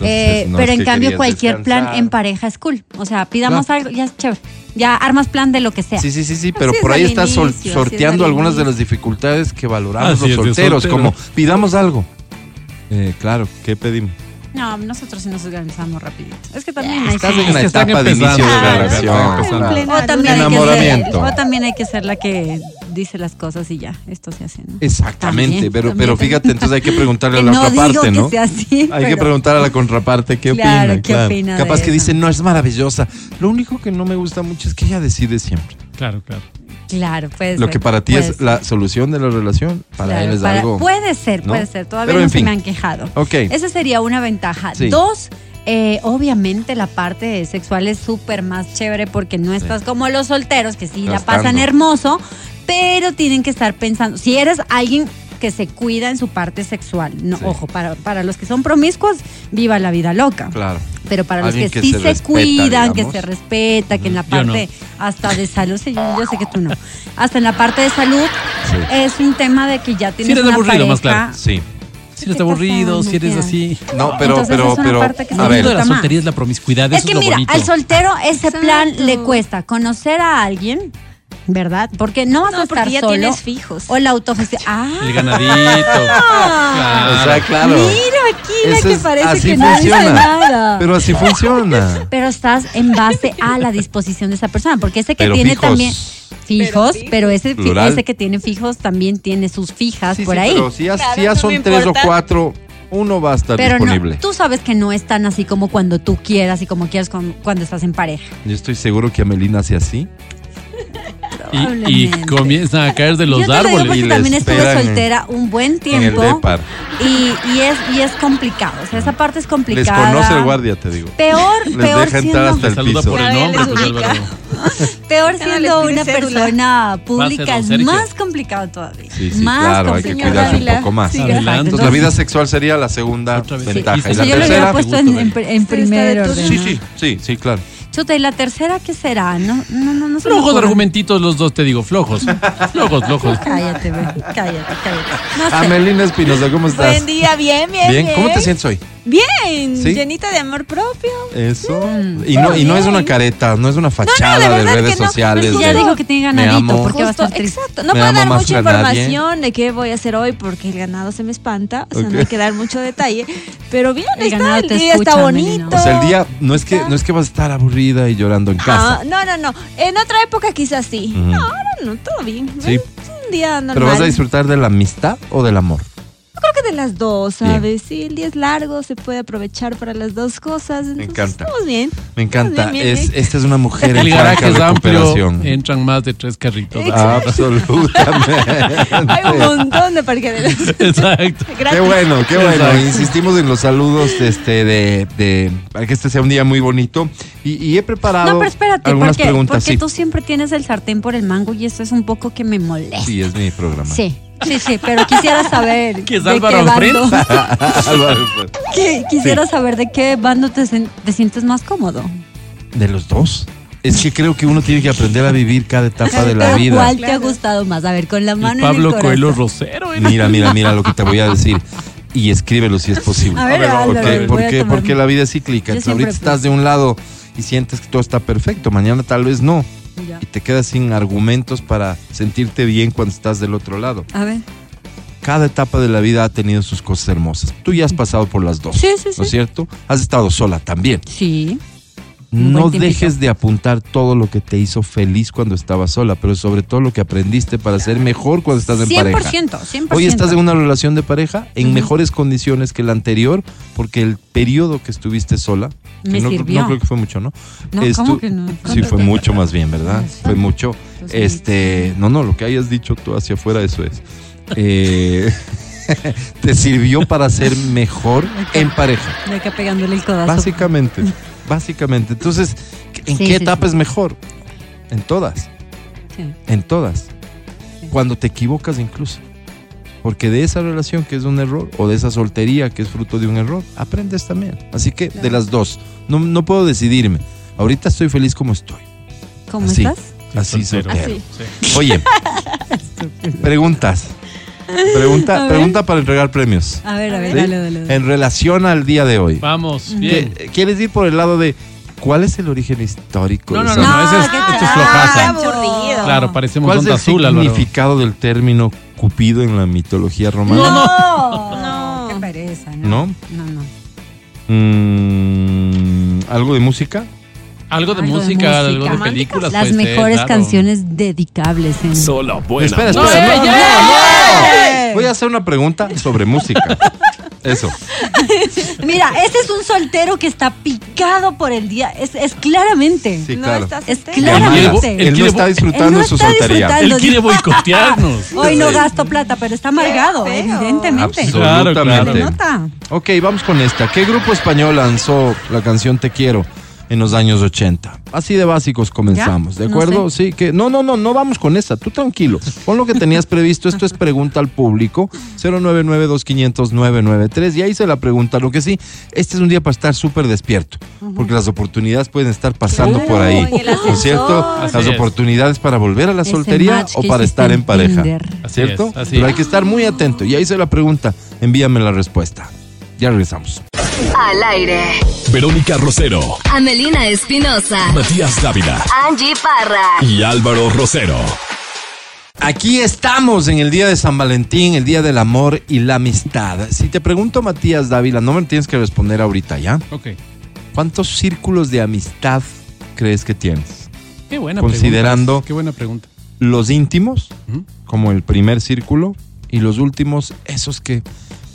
Speaker 6: Entonces,
Speaker 7: Eh,
Speaker 6: no
Speaker 7: pero
Speaker 6: es
Speaker 7: en
Speaker 6: que
Speaker 7: cambio,
Speaker 6: querías
Speaker 7: cualquier plan
Speaker 6: descansar.
Speaker 7: en pareja es cool. O sea, pidamos algo, ya es chévere. Ya armas plan de lo que sea.
Speaker 6: Sí, sí, sí, sí, pero
Speaker 9: Así es
Speaker 6: por ahí
Speaker 9: al
Speaker 6: estás sol-
Speaker 9: inicio, así es
Speaker 6: sorteando
Speaker 9: al
Speaker 6: algunas de
Speaker 9: inicio.
Speaker 6: las dificultades que valoramos
Speaker 8: Así
Speaker 6: los
Speaker 8: es, de
Speaker 6: solteros,
Speaker 8: solteros.
Speaker 6: como pidamos algo. Eh, claro, ¿qué pedimos?
Speaker 7: No, nosotros sí nos organizamos rapidito. Es que también hay
Speaker 6: Estás
Speaker 7: gente-
Speaker 6: en la
Speaker 8: que están
Speaker 6: etapa de inicio de
Speaker 8: empezando,
Speaker 6: relación.
Speaker 8: están empezando.
Speaker 7: O también, hay que ser,
Speaker 6: Enamoramiento.
Speaker 7: o también hay que ser la que dice las cosas y ya, esto se hace, ¿no?
Speaker 6: Exactamente,
Speaker 7: También,
Speaker 6: pero,
Speaker 7: también.
Speaker 6: pero fíjate, entonces hay que preguntarle
Speaker 7: [laughs] Que
Speaker 6: a la
Speaker 7: no
Speaker 6: otra
Speaker 7: digo
Speaker 6: parte,
Speaker 7: que
Speaker 6: ¿no?
Speaker 7: sea así,
Speaker 6: hay que
Speaker 7: pero-
Speaker 6: preguntar
Speaker 7: [laughs]
Speaker 6: a la contraparte qué
Speaker 7: Claro,
Speaker 6: opina.
Speaker 7: ¿qué opina de
Speaker 6: Capaz que
Speaker 7: eso?
Speaker 6: dice, no, es maravillosa. Lo único que no me gusta mucho es que ella decide siempre.
Speaker 8: [laughs] Claro, claro.
Speaker 7: Claro, pues, puede ser.
Speaker 6: Lo que para ti
Speaker 7: puede
Speaker 6: es
Speaker 7: ser.
Speaker 6: la solución de la relación, para
Speaker 7: Claro,
Speaker 6: él es
Speaker 7: para-
Speaker 6: algo.
Speaker 7: Puede ser,
Speaker 6: ¿no?
Speaker 7: puede ser. Todavía
Speaker 6: Pero,
Speaker 7: no
Speaker 6: en
Speaker 7: se
Speaker 6: fin.
Speaker 7: me han quejado.
Speaker 6: Ok.
Speaker 7: Esa sería una ventaja.
Speaker 6: Sí.
Speaker 7: Dos, eh, obviamente la parte sexual es súper más chévere porque no estás como los solteros, que sí la
Speaker 6: Gastando.
Speaker 7: pasan hermoso, pero tienen que estar pensando. Si eres alguien que se cuida en su parte sexual, no,
Speaker 6: Sí.
Speaker 7: ojo, para, para los que son promiscuos, viva la vida loca.
Speaker 6: Claro.
Speaker 7: Pero para los
Speaker 6: Alguien
Speaker 7: que,
Speaker 6: que
Speaker 7: sí
Speaker 6: se
Speaker 7: se,
Speaker 6: respeta,
Speaker 7: cuidan,
Speaker 6: digamos.
Speaker 7: que se respeta, que en la
Speaker 8: Yo no.
Speaker 7: parte hasta de salud, sí, yo, yo sé que tú no, hasta en la parte de salud
Speaker 6: Sí.
Speaker 7: es un tema de que ya tienes
Speaker 8: eres
Speaker 7: una
Speaker 8: aburrido,
Speaker 7: pareja.
Speaker 8: más claro.
Speaker 6: Sí.
Speaker 8: Si
Speaker 7: ¿Qué
Speaker 8: eres
Speaker 7: te
Speaker 8: aburrido,
Speaker 7: pasa,
Speaker 8: si eres
Speaker 7: Matías?
Speaker 8: así.
Speaker 6: No, pero,
Speaker 7: Entonces,
Speaker 6: pero,
Speaker 7: es una
Speaker 6: pero.
Speaker 7: parte que se
Speaker 6: a
Speaker 8: Lo lindo de
Speaker 6: ver,
Speaker 7: disfruta.
Speaker 8: la
Speaker 7: más.
Speaker 8: soltería es la promiscuidad,
Speaker 7: Es
Speaker 8: eso
Speaker 7: que
Speaker 8: es lo
Speaker 7: mira,
Speaker 8: bonito.
Speaker 7: al soltero ese
Speaker 9: Exacto.
Speaker 7: plan le cuesta conocer a alguien, ¿verdad? Porque no vas a
Speaker 9: No,
Speaker 7: estar
Speaker 9: porque ya
Speaker 7: solo.
Speaker 9: tienes fijos.
Speaker 7: o la autogestión. Ah,
Speaker 8: El ganadito.
Speaker 6: o
Speaker 8: Claro.
Speaker 6: sea, claro.
Speaker 7: mira aquí la
Speaker 6: Eso
Speaker 7: que
Speaker 6: es-
Speaker 7: parece
Speaker 6: así
Speaker 7: que no dice
Speaker 6: funciona.
Speaker 7: nada. Pero,
Speaker 6: Pero
Speaker 7: [laughs]
Speaker 6: así funciona.
Speaker 7: estás en base a la disposición de esa persona, porque ese que
Speaker 6: Pero
Speaker 7: tiene
Speaker 6: fijos.
Speaker 7: también fijos, pero, ese, fi-
Speaker 6: Plural.
Speaker 7: ese que tiene fijos también tiene sus fijas
Speaker 6: Sí,
Speaker 7: por
Speaker 6: sí,
Speaker 7: ahí.
Speaker 6: Pero si ya,
Speaker 9: Claro,
Speaker 6: si ya
Speaker 9: no me
Speaker 6: son tres o
Speaker 9: importa.
Speaker 6: cuatro, uno va a estar
Speaker 7: Pero
Speaker 6: disponible.
Speaker 7: no, tú sabes que no es tan así como cuando tú quieras y como quieras con- cuando estás en pareja.
Speaker 6: Yo estoy seguro que Amelina hace así.
Speaker 8: Y, y
Speaker 7: probablemente.
Speaker 8: comienzan a caer de los
Speaker 7: Yo te lo digo
Speaker 8: árboles.
Speaker 7: porque
Speaker 6: Y
Speaker 7: también
Speaker 6: les
Speaker 7: estuve
Speaker 6: pegan en-
Speaker 7: soltera un buen tiempo.
Speaker 6: En el depar.
Speaker 7: Y, y es, y es complicado. O sea, esa parte es
Speaker 6: Les
Speaker 7: complicada.
Speaker 6: conoce el guardia, te digo.
Speaker 7: Peor,
Speaker 6: Les
Speaker 7: peor
Speaker 6: deja entrar
Speaker 7: siendo,
Speaker 6: hasta
Speaker 8: Te
Speaker 6: el
Speaker 8: saluda
Speaker 6: piso.
Speaker 8: por el
Speaker 9: Todavía
Speaker 8: nombre,
Speaker 9: les
Speaker 8: Julio
Speaker 9: ubica.
Speaker 8: Álvarez.
Speaker 9: Ya
Speaker 7: peor
Speaker 9: no
Speaker 7: siendo
Speaker 9: les pide
Speaker 7: una
Speaker 9: cédula.
Speaker 7: persona pública
Speaker 8: don
Speaker 7: es
Speaker 8: Sergio.
Speaker 7: más complicado todavía.
Speaker 6: Sí, sí,
Speaker 7: más
Speaker 6: claro, hay que
Speaker 7: complicado.
Speaker 6: cuidarse un
Speaker 9: Ávila,
Speaker 6: poco más.
Speaker 9: sí,
Speaker 7: Exacto,
Speaker 8: Adelante.
Speaker 6: Entonces, la vida
Speaker 7: entonces-
Speaker 6: sexual sería la segunda
Speaker 8: Otra vez.
Speaker 6: ventaja.
Speaker 8: Sí,
Speaker 6: y
Speaker 8: sí,
Speaker 6: la
Speaker 7: Eso yo lo
Speaker 6: tercera.
Speaker 7: hubiera puesto
Speaker 8: Gusto
Speaker 7: en,
Speaker 8: ver.
Speaker 7: en pr- en
Speaker 9: Está de
Speaker 7: primer
Speaker 9: tus-
Speaker 7: orden.
Speaker 6: Sí, sí, sí, sí, claro.
Speaker 7: Chuta, ¿y la tercera qué será? No, no, no, no se me
Speaker 8: Flojos
Speaker 7: ocurre.
Speaker 8: argumentitos los dos, te digo, flojos. Flojos, flojos.
Speaker 7: Cállate, ve, cállate, cállate. No sé.
Speaker 6: Amelina Espinosa, ¿cómo estás?
Speaker 9: Buen día, bien, bien.
Speaker 6: Bien, ¿cómo te sientes hoy?
Speaker 9: Bien,
Speaker 6: ¿Sí?
Speaker 9: llenita de amor propio.
Speaker 6: Eso. Y no, y no es una careta, no es una fachada de,
Speaker 9: verdad
Speaker 6: redes
Speaker 9: que no.
Speaker 6: sociales.
Speaker 9: Sí,
Speaker 7: Ya
Speaker 6: de-
Speaker 7: dijo que tiene
Speaker 6: me
Speaker 7: ganadito,
Speaker 6: amo.
Speaker 7: porque va a estar
Speaker 9: Justo,
Speaker 7: triste.
Speaker 9: exacto. No
Speaker 6: Me
Speaker 9: puedo
Speaker 6: amo
Speaker 9: dar
Speaker 6: más
Speaker 9: mucha
Speaker 6: que a nadie.
Speaker 9: información de qué voy a hacer hoy porque el ganado se me espanta. O sea,
Speaker 6: Ok.
Speaker 9: no hay que dar mucho detalle. Pero bien,
Speaker 7: El ganado
Speaker 9: está, el
Speaker 7: te
Speaker 9: día está
Speaker 7: escucha,
Speaker 9: bonito.
Speaker 7: Melina.
Speaker 6: O sea, Pues el día no es que no es que vas a estar aburrida y llorando en casa.
Speaker 9: Ah, no, no, no. En otra época quizás sí.
Speaker 6: Ujú.
Speaker 9: No, ahora no, todo bien.
Speaker 6: Sí.
Speaker 9: Es un día normal.
Speaker 6: Pero vas a disfrutar de la amistad o del amor.
Speaker 9: Creo que de las dos,
Speaker 6: Bien.
Speaker 9: ¿sabes? Sí, el día es largo, se puede aprovechar para las dos cosas.
Speaker 6: Me
Speaker 9: entonces,
Speaker 6: encanta.
Speaker 9: Estamos
Speaker 6: [laughs]
Speaker 9: bien.
Speaker 6: Me encanta.
Speaker 9: Bien, bien,
Speaker 6: Es,
Speaker 9: bien.
Speaker 6: esta es una mujer en
Speaker 8: El
Speaker 6: franca
Speaker 8: garaje es amplio,
Speaker 6: recuperación.
Speaker 8: entran más de tres carritos.
Speaker 6: [laughs]
Speaker 9: Hay un
Speaker 6: Absolutamente.
Speaker 9: montón de parqueaderos.
Speaker 8: Exacto.
Speaker 6: Qué
Speaker 9: Gratis.
Speaker 6: bueno, qué bueno.
Speaker 8: Exacto.
Speaker 6: Insistimos en los saludos de este, de, de- para que este sea un día muy bonito. Y, y he preparado
Speaker 7: No, pero espérate,
Speaker 6: algunas
Speaker 7: porque,
Speaker 6: preguntas.
Speaker 7: porque
Speaker 6: Sí.
Speaker 7: tú siempre tienes el sartén por el mango y eso es un poco que me molesta.
Speaker 6: Sí, es mi programa.
Speaker 7: Sí, sí, sí, pero quisiera saber.
Speaker 8: ¿Qué es
Speaker 7: de
Speaker 8: Álvaro
Speaker 7: bando-
Speaker 6: [laughs] Álvaro, pues.
Speaker 7: [laughs] que- Quisiera saber de qué bando te, sen- te sientes más cómodo.
Speaker 6: de los dos. Es que creo que uno tiene que aprender a vivir cada etapa de la
Speaker 7: Pero
Speaker 6: vida.
Speaker 7: ¿Cuál te ha gustado más? A ver, con la mano
Speaker 8: El
Speaker 7: en el
Speaker 8: Pablo
Speaker 7: corazón.
Speaker 8: Coelho Rosero. ¿eh?
Speaker 6: Mira, mira, mira lo que te voy a decir. Y escríbelo si es posible.
Speaker 7: A ver, Álvaro,
Speaker 6: porque,
Speaker 7: voy a
Speaker 6: porque,
Speaker 7: tomar-
Speaker 6: porque la vida es cíclica.
Speaker 7: Yo
Speaker 6: Entonces, ahorita
Speaker 7: siempre
Speaker 6: estás de un lado y sientes que todo está perfecto. Mañana tal vez no.
Speaker 7: Ya.
Speaker 6: Y te quedas sin argumentos para sentirte bien cuando estás del otro lado.
Speaker 7: A ver.
Speaker 6: Cada etapa de la vida ha tenido sus cosas hermosas. Tú ya has pasado por las dos.
Speaker 7: Sí, sí,
Speaker 6: ¿No es
Speaker 7: sí.
Speaker 6: cierto? Has estado sola también.
Speaker 7: Sí. Un
Speaker 6: No
Speaker 7: buen tiempito.
Speaker 6: dejes de apuntar todo lo que te hizo feliz cuando estabas sola, pero sobre todo lo que aprendiste para ser mejor cuando estás en pareja.
Speaker 7: 100%, 100%.
Speaker 6: Hoy estás en una relación de pareja en mejores condiciones que la anterior, porque el periodo que estuviste sola, que
Speaker 7: Me
Speaker 6: no, cre-
Speaker 7: sirvió.
Speaker 6: no creo que fue mucho, ¿no?
Speaker 7: No, ¿cómo que no?
Speaker 6: Sí, fue mucho más bien, ¿verdad?
Speaker 7: Sí.
Speaker 6: Fue mucho.
Speaker 7: Entonces,
Speaker 6: Este, no, no, lo que hayas dicho tú hacia afuera, eso es. Eh, [laughs] te sirvió para ser mejor en pareja,
Speaker 7: De acá pegándole el codazo. [laughs]
Speaker 6: básicamente, básicamente. Entonces, ¿en
Speaker 7: Sí,
Speaker 6: qué
Speaker 7: sí,
Speaker 6: etapa es mejor? En todas.
Speaker 7: Sí.
Speaker 6: En todas. Cuando te equivocas incluso. Porque de esa relación que es un error o de esa soltería que es fruto de un error, aprendes también. Así que de las dos, no, no puedo decidirme. Ahorita estoy feliz como estoy.
Speaker 7: ¿Cómo
Speaker 6: Así.
Speaker 7: estás?
Speaker 6: Así soltero.
Speaker 9: Así.
Speaker 7: [laughs]
Speaker 6: Oye, preguntas. Pregunta,
Speaker 7: ver.
Speaker 6: pregunta para entregar premios.
Speaker 7: A ver, a ver,
Speaker 6: ¿Sí?
Speaker 7: dale, dale. dale.
Speaker 6: En relación al día de hoy.
Speaker 8: Vamos, bien.
Speaker 6: ¿Qué- Eh, ¿Quieres ir por el lado de cuál es el origen histórico?
Speaker 8: No,
Speaker 6: de
Speaker 8: no,
Speaker 6: esa
Speaker 8: no,
Speaker 6: frase?
Speaker 8: ese es,
Speaker 7: ¿qué
Speaker 8: esto es
Speaker 7: tal?
Speaker 8: flojaza.
Speaker 7: aburrido.
Speaker 8: Claro, parecemos
Speaker 6: ¿Cuál es
Speaker 8: onda
Speaker 6: el
Speaker 8: azul, Álvaro.
Speaker 6: significado del término Cupido en la mitología romana?
Speaker 7: No. Qué pereza, ¿no?
Speaker 6: ¿No?
Speaker 7: No, no.
Speaker 6: Mm, ¿Algo de música?
Speaker 8: Algo de
Speaker 7: Algo de
Speaker 8: música,
Speaker 7: música.
Speaker 8: algo de películas.
Speaker 7: Las
Speaker 8: puede ser,
Speaker 7: mejores
Speaker 8: claro.
Speaker 7: canciones dedicables en.
Speaker 5: Solo buena.
Speaker 6: espera,
Speaker 5: música.
Speaker 6: espera. no,
Speaker 8: ¡Ey,
Speaker 6: no,
Speaker 7: Pues,
Speaker 6: no. Voy a hacer una pregunta sobre música. Eso.
Speaker 7: Mira, este es un soltero que está picado por el día. Es, es claramente.
Speaker 6: Sí,
Speaker 9: no
Speaker 6: claro.
Speaker 9: estás
Speaker 7: Es
Speaker 9: soltero.
Speaker 6: Él,
Speaker 7: claramente.
Speaker 8: Él
Speaker 6: no
Speaker 8: quiere-
Speaker 6: está disfrutando
Speaker 7: Él no
Speaker 6: su
Speaker 7: está
Speaker 6: soltería.
Speaker 7: disfrutando.
Speaker 8: Él quiere boicotearnos.
Speaker 7: [laughs] Hoy no gasto plata, pero está amargado, ¿eh?
Speaker 9: feo.
Speaker 7: evidentemente.
Speaker 6: Absolutamente.
Speaker 8: Claro, claro.
Speaker 7: Se nota.
Speaker 6: Ok, vamos con esta. ¿Qué grupo español lanzó la canción Te Quiero en los años 80? Así de básicos comenzamos,
Speaker 7: ¿Ya?
Speaker 6: ¿de
Speaker 7: No
Speaker 6: acuerdo? Sí, que no, no, no, no vamos con esa. Tú tranquilo. Pon lo que tenías previsto. Esto es pregunta al público. 099-2500-993. Y ahí se la pregunta. Lo que sí, este es un día para estar súper despierto. Porque las oportunidades pueden estar pasando
Speaker 9: Claro,
Speaker 6: por ahí.
Speaker 9: en el
Speaker 6: ¿No es cierto?
Speaker 9: ascensor.
Speaker 6: Las
Speaker 8: Así es.
Speaker 6: oportunidades para volver a la
Speaker 7: Ese
Speaker 6: soltería
Speaker 7: match
Speaker 6: o
Speaker 7: que
Speaker 6: para
Speaker 7: hiciste
Speaker 6: estar
Speaker 7: en
Speaker 6: en pareja.
Speaker 7: Tinder.
Speaker 8: Así es,
Speaker 6: ¿Cierto?
Speaker 8: así
Speaker 6: Pero
Speaker 8: es.
Speaker 6: hay que estar muy atento. Y ahí se la pregunta. Envíame la respuesta. Ya regresamos.
Speaker 4: Al aire.
Speaker 5: Verónica Rosero,
Speaker 4: Amelina Espinosa.
Speaker 5: Matías Dávila
Speaker 4: Angie Parra.
Speaker 5: y Álvaro Rosero.
Speaker 6: Aquí estamos en el día de San Valentín, el día del amor y la amistad. Si te pregunto, Matías Dávila, no me tienes que responder ahorita, ¿ya?
Speaker 8: Ok.
Speaker 6: ¿Cuántos círculos de amistad crees que tienes?
Speaker 8: Qué buena
Speaker 6: Considerando-
Speaker 8: pregunta. Qué buena pregunta.
Speaker 6: Los íntimos,
Speaker 8: Ujú.
Speaker 6: como el primer círculo, y los últimos, esos que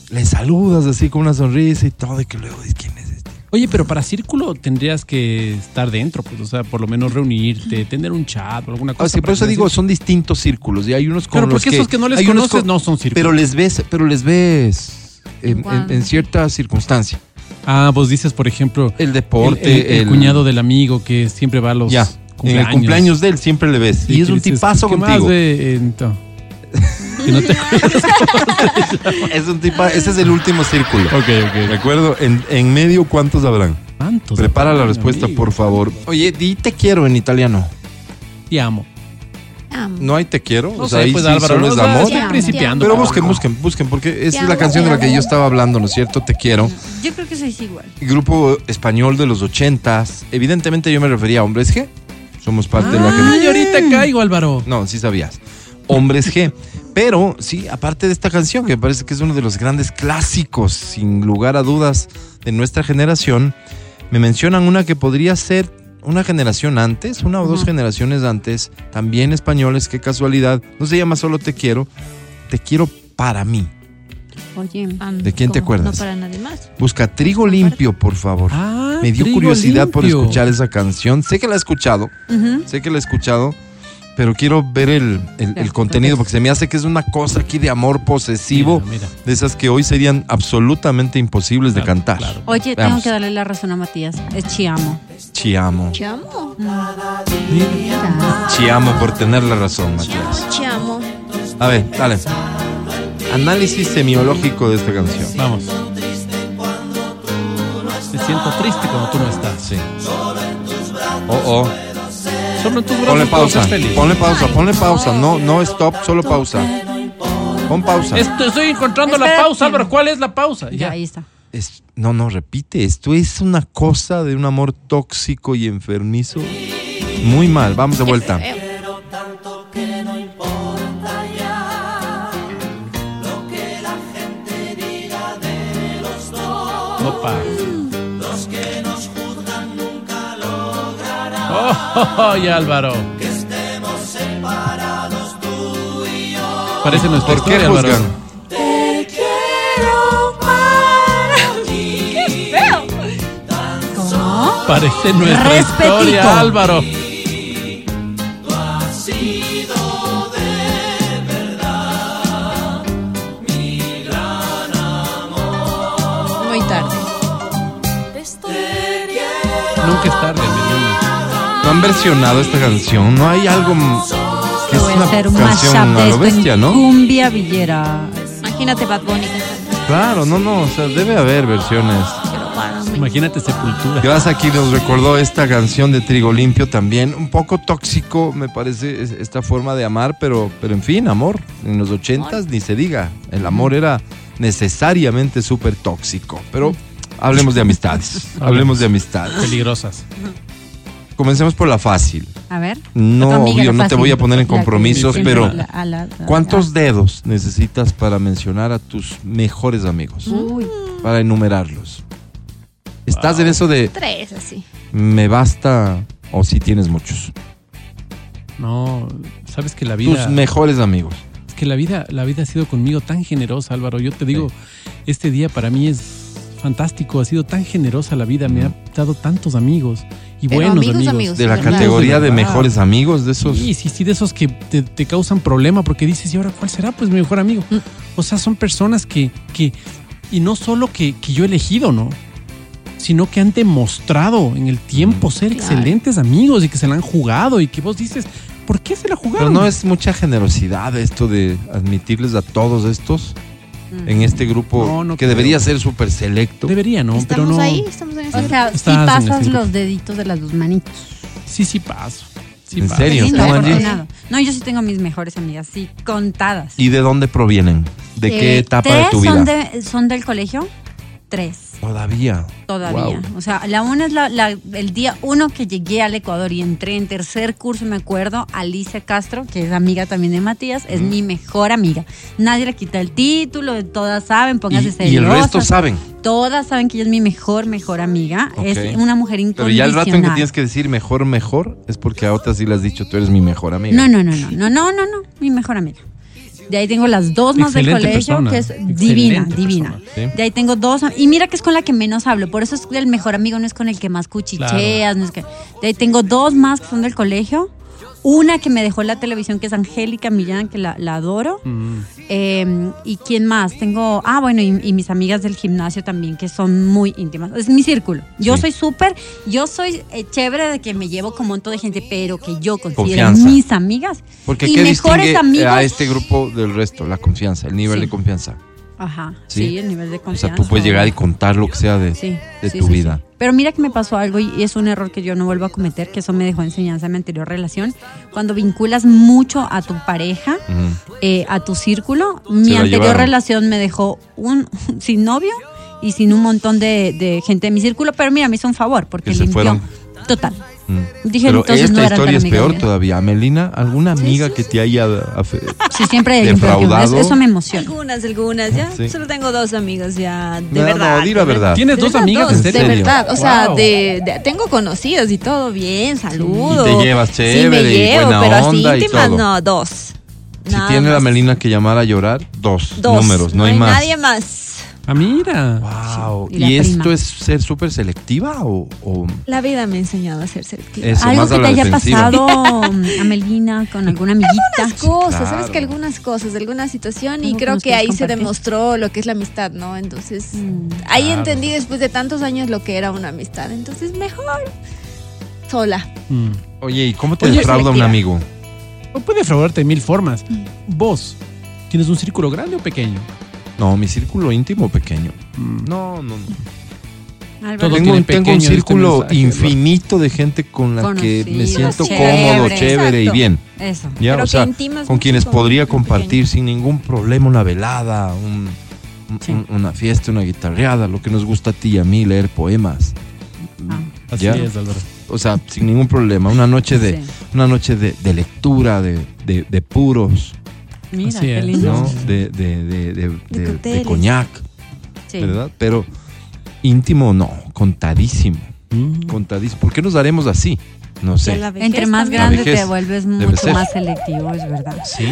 Speaker 6: le saludas así con una sonrisa y todo, y que luego dices, ¿quién es este?
Speaker 8: Oye, pero para círculo tendrías que estar dentro, pues, o sea, por lo menos reunirte, tener un chat o alguna cosa.
Speaker 6: O sea, Ah, por
Speaker 8: para
Speaker 6: eso
Speaker 8: que-
Speaker 6: digo, son distintos círculos, y hay unos con
Speaker 8: Claro,
Speaker 6: los
Speaker 8: porque esos que no les
Speaker 6: hay unos
Speaker 8: conoces
Speaker 6: con-
Speaker 8: no son círculos.
Speaker 6: Pero les ves, pero les ves en- en-
Speaker 7: Cuando-
Speaker 6: en cierta circunstancia.
Speaker 8: Ah, vos dices, por ejemplo,
Speaker 6: El
Speaker 8: el,
Speaker 6: deporte,
Speaker 8: el- el cuñado del amigo que siempre va a los
Speaker 6: Ya. En el cumpleaños de él siempre le ves.
Speaker 8: Sí,
Speaker 6: y es
Speaker 8: que
Speaker 6: un
Speaker 8: dices,
Speaker 6: tipazo
Speaker 8: ¿qué más,
Speaker 6: contigo.
Speaker 8: eh, ento? Que no te acuerdas.
Speaker 6: [laughs] Es un tipa, ese es el último círculo.
Speaker 8: Ok, ok.
Speaker 6: Recuerdo, en, en medio, ¿cuántos habrán?
Speaker 8: ¿Cuántos?
Speaker 6: Prepara la
Speaker 8: Amigo.
Speaker 6: respuesta, por favor. Oye, di te quiero en italiano.
Speaker 8: Te amo.
Speaker 6: No hay te quiero.
Speaker 8: No
Speaker 6: o sea,
Speaker 8: sé,
Speaker 6: ahí
Speaker 8: pues
Speaker 6: sí
Speaker 8: Álvaro,
Speaker 6: solo
Speaker 8: no,
Speaker 6: es
Speaker 8: o sea,
Speaker 6: amor.
Speaker 8: estoy
Speaker 9: Ya,
Speaker 8: principiando.
Speaker 6: Pero
Speaker 8: por
Speaker 6: busquen,
Speaker 8: favor.
Speaker 6: busquen, busquen, porque esa
Speaker 9: Te
Speaker 6: es la
Speaker 9: amo,
Speaker 6: canción de la
Speaker 9: te
Speaker 6: que yo
Speaker 9: amo.
Speaker 6: estaba hablando, ¿no es cierto? Te quiero.
Speaker 9: Yo creo que sois igual.
Speaker 6: Grupo español de los ochentas. Evidentemente yo me refería a hombres G. Somos parte de la generación.
Speaker 8: Ay, ahorita caigo, Álvaro.
Speaker 6: No, sí sabías. Hombres G. Pero sí, aparte de esta canción, que parece que es uno de los grandes clásicos, sin lugar a dudas, de nuestra generación, me mencionan una que podría ser una generación antes, una o dos generaciones antes, también españoles, qué casualidad. No se llama solo Te Quiero, Te Quiero para mí.
Speaker 7: Oye,
Speaker 10: Ah,
Speaker 6: ¿De quién te
Speaker 9: ¿Cómo?
Speaker 6: acuerdas?
Speaker 9: No para nadie más.
Speaker 6: Busca Trigo Limpio, por favor.
Speaker 8: Ah,
Speaker 6: me dio
Speaker 8: trigo
Speaker 6: curiosidad por
Speaker 8: limpio.
Speaker 6: escuchar esa canción. Sé que la he escuchado,
Speaker 7: ujú.
Speaker 6: Sé que la he escuchado, pero quiero ver el, el- el
Speaker 7: Ya,
Speaker 6: contenido
Speaker 7: ok.
Speaker 6: porque se me hace que es una cosa aquí de amor posesivo,
Speaker 8: Mira, mira.
Speaker 6: de esas que hoy serían absolutamente imposibles de
Speaker 8: Claro,
Speaker 6: cantar.
Speaker 8: claro.
Speaker 7: Oye, tengo
Speaker 6: Veamos.
Speaker 7: que darle la razón a Matías. Es Chiamo.
Speaker 6: Chiamo.
Speaker 9: Chamo.
Speaker 6: Chiamo por tener la razón, Matías.
Speaker 9: Chamo.
Speaker 6: A ver, dale. Análisis semiológico de esta canción.
Speaker 8: Vamos. Me siento triste cuando tú no estás.
Speaker 6: Sí. Oh, oh.
Speaker 8: Solo en tus brazos
Speaker 6: Ponle
Speaker 8: puedo
Speaker 6: pausa.
Speaker 8: ser feliz.
Speaker 6: Ponle pausa, ponle pausa. No, no stop, solo pausa. Pon pausa.
Speaker 8: Esto- estoy encontrando la
Speaker 7: Espérate.
Speaker 8: pausa, Álvaro. ¿Cuál es la pausa?
Speaker 7: Ya, ahí está.
Speaker 6: Es- no, no, repite, esto es una cosa de un amor tóxico y enfermizo. Muy mal, vamos de vuelta.
Speaker 8: Opa. [laughs] ¡Ay, Oh, Álvaro! Que estemos separados tú y yo. Parece nuestra
Speaker 6: ¿Por qué
Speaker 8: historia, Álvaro.
Speaker 6: juzgan?
Speaker 7: ¿Cómo?
Speaker 8: Parece nuestra
Speaker 7: Respetito.
Speaker 8: historia, Álvaro.
Speaker 7: Muy tarde.
Speaker 8: Nunca es tarde, mi niño.
Speaker 6: No han versionado esta canción. No hay algo m- que es
Speaker 7: Voy a
Speaker 6: una
Speaker 7: hacer un
Speaker 6: canción
Speaker 7: mashup
Speaker 6: a lo
Speaker 7: de esto en
Speaker 6: bestia, ¿no?
Speaker 7: Cumbia Villera. Imagínate Bad Bunny.
Speaker 6: Claro, no, no. O sea, debe haber versiones.
Speaker 8: Imagínate sepultura.
Speaker 6: Gracias aquí nos recordó esta canción de Trigo Limpio también. Un poco tóxico, me parece, es- esta forma de amar, pero, pero en fin, amor. En los ochentas ni se diga. El amor era necesariamente súper tóxico. Pero hablemos de amistades. hablemos de amistades.
Speaker 8: Peligrosas.
Speaker 6: Comencemos por la fácil.
Speaker 7: A ver.
Speaker 6: No,
Speaker 7: A tu amiga
Speaker 6: obvio,
Speaker 7: le
Speaker 6: no te
Speaker 7: pasa
Speaker 6: voy a
Speaker 7: el-
Speaker 6: poner en
Speaker 7: la que
Speaker 6: compromisos,
Speaker 7: siempre
Speaker 6: pero
Speaker 7: la- a la- a-
Speaker 6: ¿cuántos dedos necesitas para mencionar a tus mejores amigos?
Speaker 7: Uy,
Speaker 6: Para enumerarlos. ¿Estás en eso de
Speaker 9: Tres, así.
Speaker 6: me basta o si tienes muchos?
Speaker 8: No, sabes que la vida.
Speaker 6: Tus mejores amigos.
Speaker 8: Es que la vida, la vida ha sido conmigo tan generosa, Álvaro. Yo te digo, este día para mí es fantástico. Ha sido tan generosa la vida. Me ha dado tantos amigos y
Speaker 10: Pero
Speaker 8: buenos
Speaker 10: amigos,
Speaker 8: amigos.
Speaker 10: amigos.
Speaker 6: De la
Speaker 10: ¿verdad?
Speaker 6: categoría de
Speaker 8: Ah.
Speaker 6: mejores amigos, de esos.
Speaker 8: Sí, sí, sí, de esos que te, te causan problema porque dices, ¿y ahora cuál será? Pues mi mejor amigo.
Speaker 10: Mm.
Speaker 8: O sea, son personas que, que y no solo que, que yo he elegido, ¿no? Sino que han demostrado en el tiempo
Speaker 6: Mm.
Speaker 8: ser excelentes amigos y que se la han jugado y que vos dices, ¿por qué se la
Speaker 6: Pero
Speaker 8: jugaron?
Speaker 6: no es mucha generosidad esto de admitirles a todos estos en este grupo
Speaker 8: No, no
Speaker 6: que
Speaker 8: creo.
Speaker 6: debería ser súper selecto.
Speaker 8: Debería, ¿no? Pero
Speaker 10: Estamos
Speaker 8: no.
Speaker 10: ahí, estamos en
Speaker 7: O
Speaker 10: ese
Speaker 7: sea, si
Speaker 8: Estás en
Speaker 7: pasas
Speaker 8: ese grupo.
Speaker 7: los deditos de las dos manitos.
Speaker 8: Sí, sí paso. Sí
Speaker 6: ¿En
Speaker 8: paso.
Speaker 6: serio?
Speaker 7: Qué lindo,
Speaker 6: ¿Están
Speaker 10: allí?
Speaker 7: afortunado. No, yo sí tengo mis mejores amigas, sí, contadas.
Speaker 6: ¿Y de dónde provienen? ¿De qué
Speaker 7: Eh,
Speaker 6: etapa
Speaker 7: tres
Speaker 6: de tu vida?
Speaker 7: Son, de- son del colegio? Tres,
Speaker 6: Todavía.
Speaker 7: todavía. O sea, la una es la- la- el día uno que llegué al Ecuador y entré en tercer curso, me acuerdo, Alicia Castro, que es amiga también de Matías, es mi mejor amiga. Nadie le quita el título, todas saben, pónganse
Speaker 6: Y, y el
Speaker 7: celosas.
Speaker 6: resto saben.
Speaker 7: Todas saben que ella es mi mejor, mejor amiga. Es
Speaker 6: Ok.
Speaker 7: una mujer
Speaker 6: Pero
Speaker 7: incondicional.
Speaker 6: ya el rato en que tienes que decir mejor, mejor, es porque a otras sí le has dicho tú eres mi mejor amiga.
Speaker 7: No, no, no, no, no, no, no, no, mi mejor amiga. De ahí tengo las dos más del
Speaker 8: Excelente
Speaker 7: colegio,
Speaker 8: persona,
Speaker 7: que es
Speaker 8: excelente
Speaker 7: divina,
Speaker 8: persona,
Speaker 7: divina.
Speaker 6: sí.
Speaker 7: De ahí tengo dos, am- y mira que es con la que menos hablo, por eso es el mejor amigo, no es con el que más cuchicheas, no es que... De ahí tengo dos más que son del colegio, una que me dejó la televisión, que es Angélica Millán, que la, la adoro.
Speaker 8: Mm.
Speaker 7: Eh, ¿Y quién más? Tengo, ah, bueno, y, y mis amigas del gimnasio también, que son muy íntimas. Es mi círculo. Yo soy súper, yo soy eh, chévere de que me llevo con un montón de gente, pero que yo considero
Speaker 6: Confianza.
Speaker 7: mis amigas.
Speaker 6: Porque
Speaker 7: y
Speaker 6: ¿qué
Speaker 7: mejores
Speaker 6: distingue
Speaker 7: amigos.
Speaker 6: a este grupo del resto? La confianza, el nivel
Speaker 7: Sí.
Speaker 6: de confianza.
Speaker 7: Ajá, sí.
Speaker 6: Sí.
Speaker 7: el nivel de
Speaker 6: O sea,
Speaker 7: confianza.
Speaker 6: tú puedes llegar y contar lo que sea de,
Speaker 7: Sí,
Speaker 6: de
Speaker 7: sí,
Speaker 6: tu
Speaker 7: sí,
Speaker 6: vida.
Speaker 7: sí. Pero mira que me pasó algo y es un error que yo no vuelvo a cometer, que eso me dejó enseñanza en mi anterior relación. Cuando vinculas mucho a tu pareja,
Speaker 6: Ujú.
Speaker 7: eh, a tu círculo.
Speaker 6: Se
Speaker 7: Mi
Speaker 6: la
Speaker 7: anterior
Speaker 6: llevaron.
Speaker 7: relación me dejó un [laughs] sin novio y sin un montón de, de gente de mi círculo, pero mira, me hizo un favor porque
Speaker 6: Que se
Speaker 7: limpió.
Speaker 6: fueron.
Speaker 7: Total.
Speaker 6: Mm.
Speaker 7: Dije,
Speaker 6: Pero
Speaker 7: entonces
Speaker 6: esta
Speaker 7: no eran
Speaker 6: historia
Speaker 7: tan
Speaker 6: es
Speaker 7: amigas
Speaker 6: peor
Speaker 7: mías.
Speaker 6: todavía. Melina, ¿alguna amiga que te haya afe-
Speaker 7: Sí, siempre hay un peor que uno.
Speaker 6: Defraudado.
Speaker 7: Eso, eso me emociona.
Speaker 9: Algunas, algunas, ya.
Speaker 6: Sí.
Speaker 9: Solo tengo dos amigos, ya. De
Speaker 6: No,
Speaker 9: verdad.
Speaker 6: no, di la verdad.
Speaker 8: Tienes dos amigas,
Speaker 9: dos,
Speaker 8: en serio.
Speaker 10: De verdad, o sea,
Speaker 8: Wow.
Speaker 10: de, de- tengo conocidas y todo bien, saludo.
Speaker 6: Y te llevas
Speaker 10: Sí, me
Speaker 6: chévere y
Speaker 10: llevo,
Speaker 6: buena
Speaker 10: pero así
Speaker 6: onda y
Speaker 10: íntimas
Speaker 6: todo.
Speaker 10: no, dos.
Speaker 6: Si
Speaker 10: Nada
Speaker 6: tiene la
Speaker 10: más.
Speaker 6: Melina que llamar a llorar, dos,
Speaker 10: Dos.
Speaker 6: números, no, hay, más.
Speaker 10: nadie más.
Speaker 8: Ah, mira.
Speaker 6: Wow.
Speaker 7: Sí, y
Speaker 6: ¿Y,
Speaker 7: la
Speaker 6: esto
Speaker 7: prima.
Speaker 6: es ser súper selectiva o, o
Speaker 10: La vida me ha enseñado a ser selectiva.
Speaker 6: eso,
Speaker 7: Algo
Speaker 6: más
Speaker 7: que
Speaker 6: a
Speaker 7: te
Speaker 6: la
Speaker 7: haya
Speaker 6: defensiva?
Speaker 7: pasado,
Speaker 6: [laughs]
Speaker 7: Amelina, con alguna amiguita.
Speaker 10: algunas cosas,
Speaker 6: claro.
Speaker 10: sabes que algunas cosas, de alguna situación y
Speaker 7: Algo que
Speaker 10: creo
Speaker 7: nos
Speaker 10: que
Speaker 7: puedes
Speaker 10: ahí se
Speaker 7: compartir.
Speaker 10: demostró lo que es la amistad, ¿no? Entonces, ahí entendí después de tantos años lo que era una amistad, entonces mejor sola.
Speaker 8: Mm.
Speaker 6: Oye, ¿y cómo te
Speaker 8: Oye,
Speaker 6: defrauda un
Speaker 10: selectiva.
Speaker 6: amigo?
Speaker 8: No puede defraudarte de mil formas. Vos, ¿tienes un círculo grande o pequeño?
Speaker 6: No, mi círculo íntimo pequeño. No, no, no.
Speaker 7: Álvaro,
Speaker 8: Todo
Speaker 6: tengo,
Speaker 8: tiene
Speaker 6: un- tengo
Speaker 8: pequeño
Speaker 6: un
Speaker 8: este
Speaker 6: círculo
Speaker 8: mensaje,
Speaker 6: infinito de gente con la que me
Speaker 7: Conocidos,
Speaker 6: siento
Speaker 7: chévere,
Speaker 6: cómodo, chévere y
Speaker 10: exacto.
Speaker 6: bien.
Speaker 7: Eso.
Speaker 6: ¿ya?
Speaker 10: Pero
Speaker 6: O sea,
Speaker 10: que intimas
Speaker 6: con
Speaker 10: mucho
Speaker 6: quienes
Speaker 10: con-
Speaker 6: podría
Speaker 10: con
Speaker 6: compartir sin ningún problema una velada, un- un-
Speaker 7: Sí.
Speaker 6: un- una fiesta, una guitarreada, lo que nos gusta a ti y a mí, leer poemas.
Speaker 7: Ah.
Speaker 8: Así
Speaker 6: Ya.
Speaker 8: es, Álvaro.
Speaker 6: O sea, sin ningún problema. Una noche de,
Speaker 7: Sí.
Speaker 6: una noche de, de lectura, de, de- de puros,
Speaker 7: Mira,
Speaker 8: Así
Speaker 7: qué
Speaker 8: es.
Speaker 7: lindo.
Speaker 6: ¿no? De, de- de- de- de- de
Speaker 10: cócteles.
Speaker 6: coñac,
Speaker 7: Sí.
Speaker 6: ¿verdad? Pero íntimo no, contadísimo.
Speaker 8: Mm.
Speaker 6: Contadísimo. ¿Por qué nos daremos así? No sé.
Speaker 7: Entre más
Speaker 6: también. La
Speaker 7: grande te
Speaker 6: vejez
Speaker 7: vuelves
Speaker 6: debe
Speaker 7: mucho
Speaker 6: ser.
Speaker 7: más selectivo, es verdad.
Speaker 6: Sí.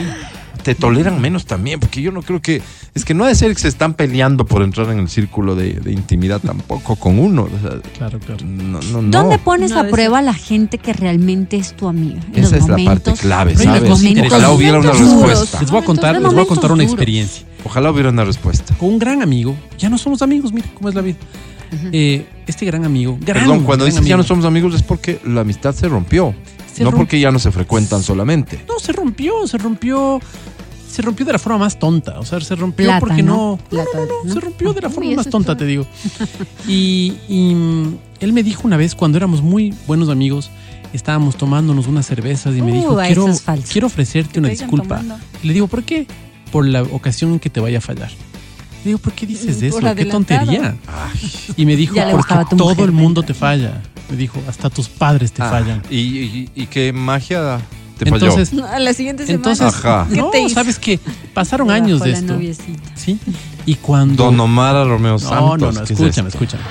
Speaker 6: Te toleran menos también, porque yo no creo que. Es que no ha de ser que se están peleando por entrar en el círculo de, de intimidad tampoco con uno. o sea,
Speaker 8: Claro, claro.
Speaker 6: no, no, no.
Speaker 7: ¿Dónde pones
Speaker 9: No,
Speaker 7: a
Speaker 9: de
Speaker 7: prueba a la gente que realmente es tu amiga? En
Speaker 6: Esa
Speaker 7: los
Speaker 6: es la parte
Speaker 7: momentos-
Speaker 6: clave,
Speaker 7: en los
Speaker 6: ¿sabes?
Speaker 7: momentos
Speaker 6: Ojalá hubiera una
Speaker 7: duros.
Speaker 6: respuesta.
Speaker 8: Les voy a contar, les
Speaker 7: Momentos
Speaker 8: voy a contar una
Speaker 7: duros.
Speaker 8: experiencia.
Speaker 6: Ojalá hubiera una respuesta.
Speaker 8: Con un gran amigo, ya no somos amigos, mira cómo es la vida. Eh, este gran amigo, gran,
Speaker 6: Perdón, cuando
Speaker 8: gran
Speaker 6: dices ya
Speaker 8: amigo,
Speaker 6: no somos amigos es porque la amistad se rompió.
Speaker 8: se
Speaker 6: no
Speaker 8: romp-
Speaker 6: porque ya no se frecuentan solamente.
Speaker 8: No, se rompió, se rompió. Se rompió de la forma más tonta. O sea, se rompió
Speaker 7: Plata,
Speaker 8: porque
Speaker 7: ¿no?
Speaker 8: no.
Speaker 7: Plata,
Speaker 8: no, no, no,
Speaker 7: ¿no?
Speaker 8: Se rompió de la
Speaker 10: Uy,
Speaker 8: forma
Speaker 10: eso
Speaker 8: más tonta,
Speaker 10: estuvo-
Speaker 8: te digo.
Speaker 7: [laughs]
Speaker 8: Y, y, mm, él me dijo una vez, cuando éramos muy buenos amigos, estábamos tomándonos unas cervezas y me
Speaker 7: Uh,
Speaker 8: dijo:
Speaker 7: eso
Speaker 8: quiero,
Speaker 7: es falso.
Speaker 8: quiero ofrecerte una disculpa. Y le digo: ¿por qué? Por la ocasión en que te vaya a fallar. Le digo: ¿por qué dices
Speaker 7: Por
Speaker 8: eso? ¿Qué
Speaker 7: adelantado.
Speaker 8: tontería? Y me dijo:
Speaker 7: Ya le
Speaker 8: porque
Speaker 7: gustaba tu
Speaker 8: todo
Speaker 7: mujer,
Speaker 8: el mundo
Speaker 7: ¿no?
Speaker 8: te falla. Me dijo: hasta tus padres te
Speaker 6: Ah,
Speaker 8: fallan.
Speaker 6: Y, y- y qué magia te
Speaker 8: Entonces,
Speaker 6: falló.
Speaker 10: A la siguiente semana.
Speaker 8: entonces,
Speaker 6: Ajá.
Speaker 10: ¿Qué
Speaker 8: no,
Speaker 10: te hizo?
Speaker 8: sabes que pasaron
Speaker 7: Te
Speaker 8: años
Speaker 7: bajó
Speaker 8: de
Speaker 7: la
Speaker 8: esto.
Speaker 7: noviecita.
Speaker 8: ¿Sí? Y cuando.
Speaker 6: Don Omar a Romeo
Speaker 8: no,
Speaker 6: Santos.
Speaker 8: no, no,
Speaker 6: ¿qué es
Speaker 8: escúchame,
Speaker 6: esto?
Speaker 8: escúchame.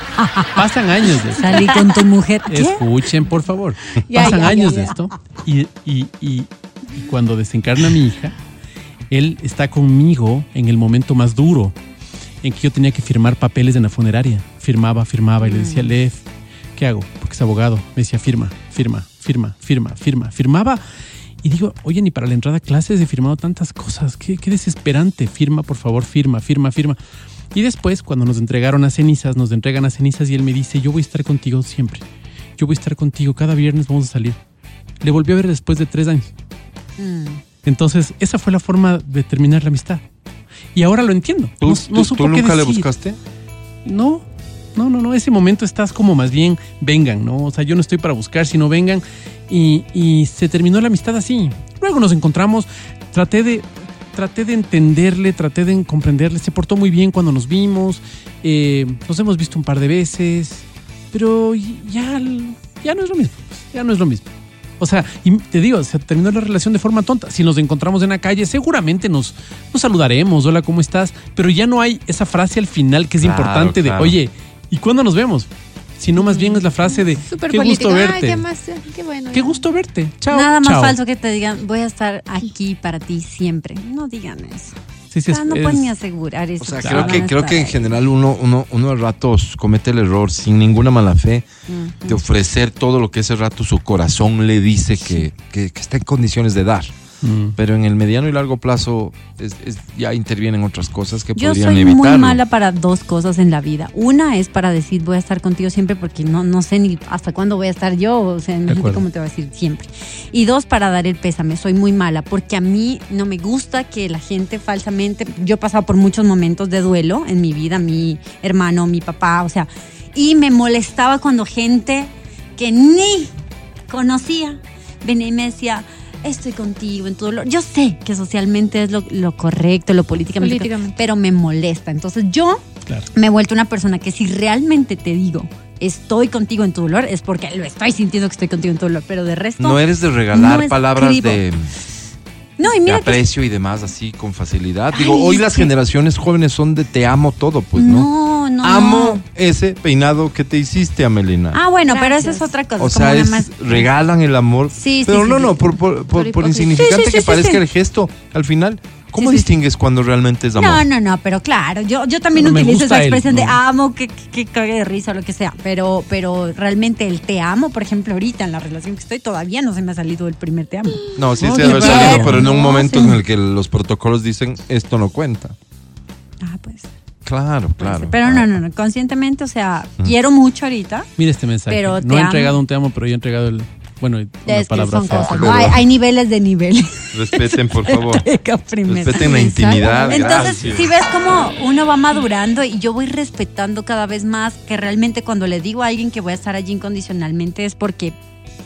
Speaker 8: Pasan años de esto.
Speaker 7: Salí con tu mujer. ¿Qué?
Speaker 8: Escuchen, por favor.
Speaker 10: Ya,
Speaker 8: Pasan
Speaker 10: ya, ya,
Speaker 8: años
Speaker 10: ya.
Speaker 8: de esto. Y, y- y- y cuando desencarna mi hija, él está conmigo en el momento más duro en que yo tenía que firmar papeles en la funeraria. Firmaba, firmaba y le decía, Lev, ¿qué hago? Porque es abogado. Me decía, firma, firma, firma, firma, firma. Firmaba. Y digo, oye, ni para la entrada a clases he firmado tantas cosas. Qué, qué desesperante. Firma, por favor, firma, firma, firma. Y después, cuando nos entregaron las cenizas, nos entregan las cenizas y él me dice, yo voy a estar contigo siempre. Yo voy a estar contigo. Cada viernes vamos a salir. Le volví a ver después de tres años.
Speaker 7: Mm.
Speaker 8: Entonces, esa fue la forma de terminar la amistad. Y ahora lo entiendo.
Speaker 6: ¿Tú,
Speaker 8: no,
Speaker 6: tú-
Speaker 8: no supo
Speaker 6: tú
Speaker 8: qué
Speaker 6: nunca le
Speaker 8: decir.
Speaker 6: buscaste?
Speaker 8: No, no, no, no. Ese momento estás como más bien, vengan, ¿no? O sea, yo no estoy para buscar, sino vengan. Y, y se terminó la amistad así. Luego nos encontramos, traté de, traté de entenderle, traté de comprenderle. Se portó muy bien cuando nos vimos. eh, nos hemos visto un par de veces. Pero ya, ya no es lo mismo. pues, Ya no es lo mismo. O sea, y te digo, se terminó la relación de forma tonta. Si nos encontramos en la calle, seguramente nos, nos saludaremos, hola, ¿cómo estás? Pero ya no hay esa frase al final que es
Speaker 6: Claro,
Speaker 8: importante de,
Speaker 6: claro. Mm.
Speaker 8: oye, ¿y cuándo nos vemos? Sino más bien es la frase de,
Speaker 10: Súper
Speaker 8: qué
Speaker 10: política.
Speaker 8: gusto
Speaker 10: Ay,
Speaker 8: verte.
Speaker 10: qué, más, eh, qué bueno.
Speaker 8: Qué
Speaker 10: ya.
Speaker 8: gusto verte. Chao.
Speaker 7: Nada más
Speaker 8: chao.
Speaker 7: falso que te digan, voy a estar aquí para ti siempre. No digan eso.
Speaker 8: Sí,
Speaker 7: O
Speaker 8: sí, es-
Speaker 7: sea, Ah, no
Speaker 8: es-
Speaker 7: pueden ni asegurar eso.
Speaker 6: O sea,
Speaker 7: que
Speaker 8: Claro.
Speaker 7: van
Speaker 6: creo
Speaker 7: a
Speaker 6: que creo que en
Speaker 7: estar ahí.
Speaker 6: general uno, uno, uno a ratos comete el error sin ninguna mala fe de ofrecer todo lo que ese rato su corazón le dice que, que- que está en condiciones de dar.
Speaker 8: Mm.
Speaker 6: Pero en el mediano y largo plazo es- es- ya intervienen otras cosas que
Speaker 7: Yo
Speaker 6: podrían
Speaker 7: soy
Speaker 6: evitarlo.
Speaker 7: muy mala para dos cosas en la vida. Una es para decir voy a estar contigo siempre porque no, no sé ni hasta cuándo voy a estar yo, o sea, imagínate
Speaker 8: acuerdo.
Speaker 7: cómo te voy a decir siempre. Y dos, para dar el pésame, soy muy mala porque a mí no me gusta que la gente falsamente, yo he pasado por muchos momentos de duelo en mi vida, mi hermano, mi papá, o sea, y me molestaba cuando gente que ni conocía venía y me decía... Estoy contigo en tu dolor. Yo sé que socialmente es lo, lo correcto, lo políticamente, correcto,
Speaker 10: Políticamente.
Speaker 7: pero me molesta. Entonces yo
Speaker 8: Claro.
Speaker 7: me he vuelto una persona que si realmente te digo estoy contigo en tu dolor es porque lo estoy sintiendo que estoy contigo en tu dolor, pero de resto
Speaker 6: No
Speaker 7: no,
Speaker 6: eres de regalar
Speaker 7: No
Speaker 6: palabras
Speaker 7: escribo.
Speaker 6: de,
Speaker 7: y
Speaker 6: de
Speaker 7: mira que
Speaker 6: aprecio y demás así con facilidad.
Speaker 7: Ay,
Speaker 6: Digo, hoy
Speaker 7: es
Speaker 6: las
Speaker 7: que-
Speaker 6: generaciones jóvenes son de te amo todo, pues no.
Speaker 7: no, no,
Speaker 6: amo
Speaker 7: no.
Speaker 6: ese peinado que te hiciste, Amelina.
Speaker 7: Ah, bueno, pero esa
Speaker 10: Gracias.
Speaker 7: es otra cosa,
Speaker 6: O
Speaker 7: es
Speaker 6: sea,
Speaker 7: como
Speaker 6: es,
Speaker 7: nada más-
Speaker 6: regalan el amor.
Speaker 7: Sí, sí,
Speaker 6: pero
Speaker 7: sí,
Speaker 6: no,
Speaker 7: sí.
Speaker 6: no, por, por, por, por
Speaker 10: hipócrita.
Speaker 6: insignificante
Speaker 7: Sí, sí,
Speaker 6: que
Speaker 7: sí, sí,
Speaker 6: parezca
Speaker 7: sí.
Speaker 6: el gesto, al final, ¿cómo
Speaker 7: Sí, sí, sí.
Speaker 6: distingues cuando realmente es amor?
Speaker 7: No, no, no, pero claro, yo, yo también
Speaker 8: Pero me
Speaker 7: utilizo
Speaker 8: gusta
Speaker 7: esa
Speaker 8: él,
Speaker 7: expresión de
Speaker 8: ¿no?
Speaker 7: amo, que, que, que cague de risa o lo que sea, pero, pero realmente el te amo, por ejemplo, ahorita en la relación que estoy, todavía no se me ha salido el primer te amo.
Speaker 6: No, sí,
Speaker 8: No,
Speaker 6: se
Speaker 8: ni
Speaker 6: debe
Speaker 8: ver,
Speaker 6: salido, pero en un
Speaker 7: no,
Speaker 6: momento
Speaker 7: sí.
Speaker 6: en el que los protocolos dicen esto no cuenta.
Speaker 7: Ah, pues. puede
Speaker 6: Claro, claro.
Speaker 7: ser. Pero no, no, no, conscientemente, o sea,
Speaker 8: Mm.
Speaker 7: quiero mucho ahorita,
Speaker 8: Mira este mensaje.
Speaker 7: Pero te
Speaker 8: no he
Speaker 7: amo.
Speaker 8: entregado un te amo, pero yo he entregado el. Bueno, una
Speaker 7: es que
Speaker 8: palabra
Speaker 7: son
Speaker 8: fea.
Speaker 7: cosas, ¿no? hay, hay niveles de niveles.
Speaker 6: Respeten,
Speaker 7: [laughs]
Speaker 6: por favor.
Speaker 7: Venga, primero.
Speaker 6: Respeten la intimidad.
Speaker 7: Entonces,
Speaker 6: gracias.
Speaker 7: si ves cómo uno va madurando y yo voy respetando cada vez más que realmente cuando le digo a alguien que voy a estar allí incondicionalmente es porque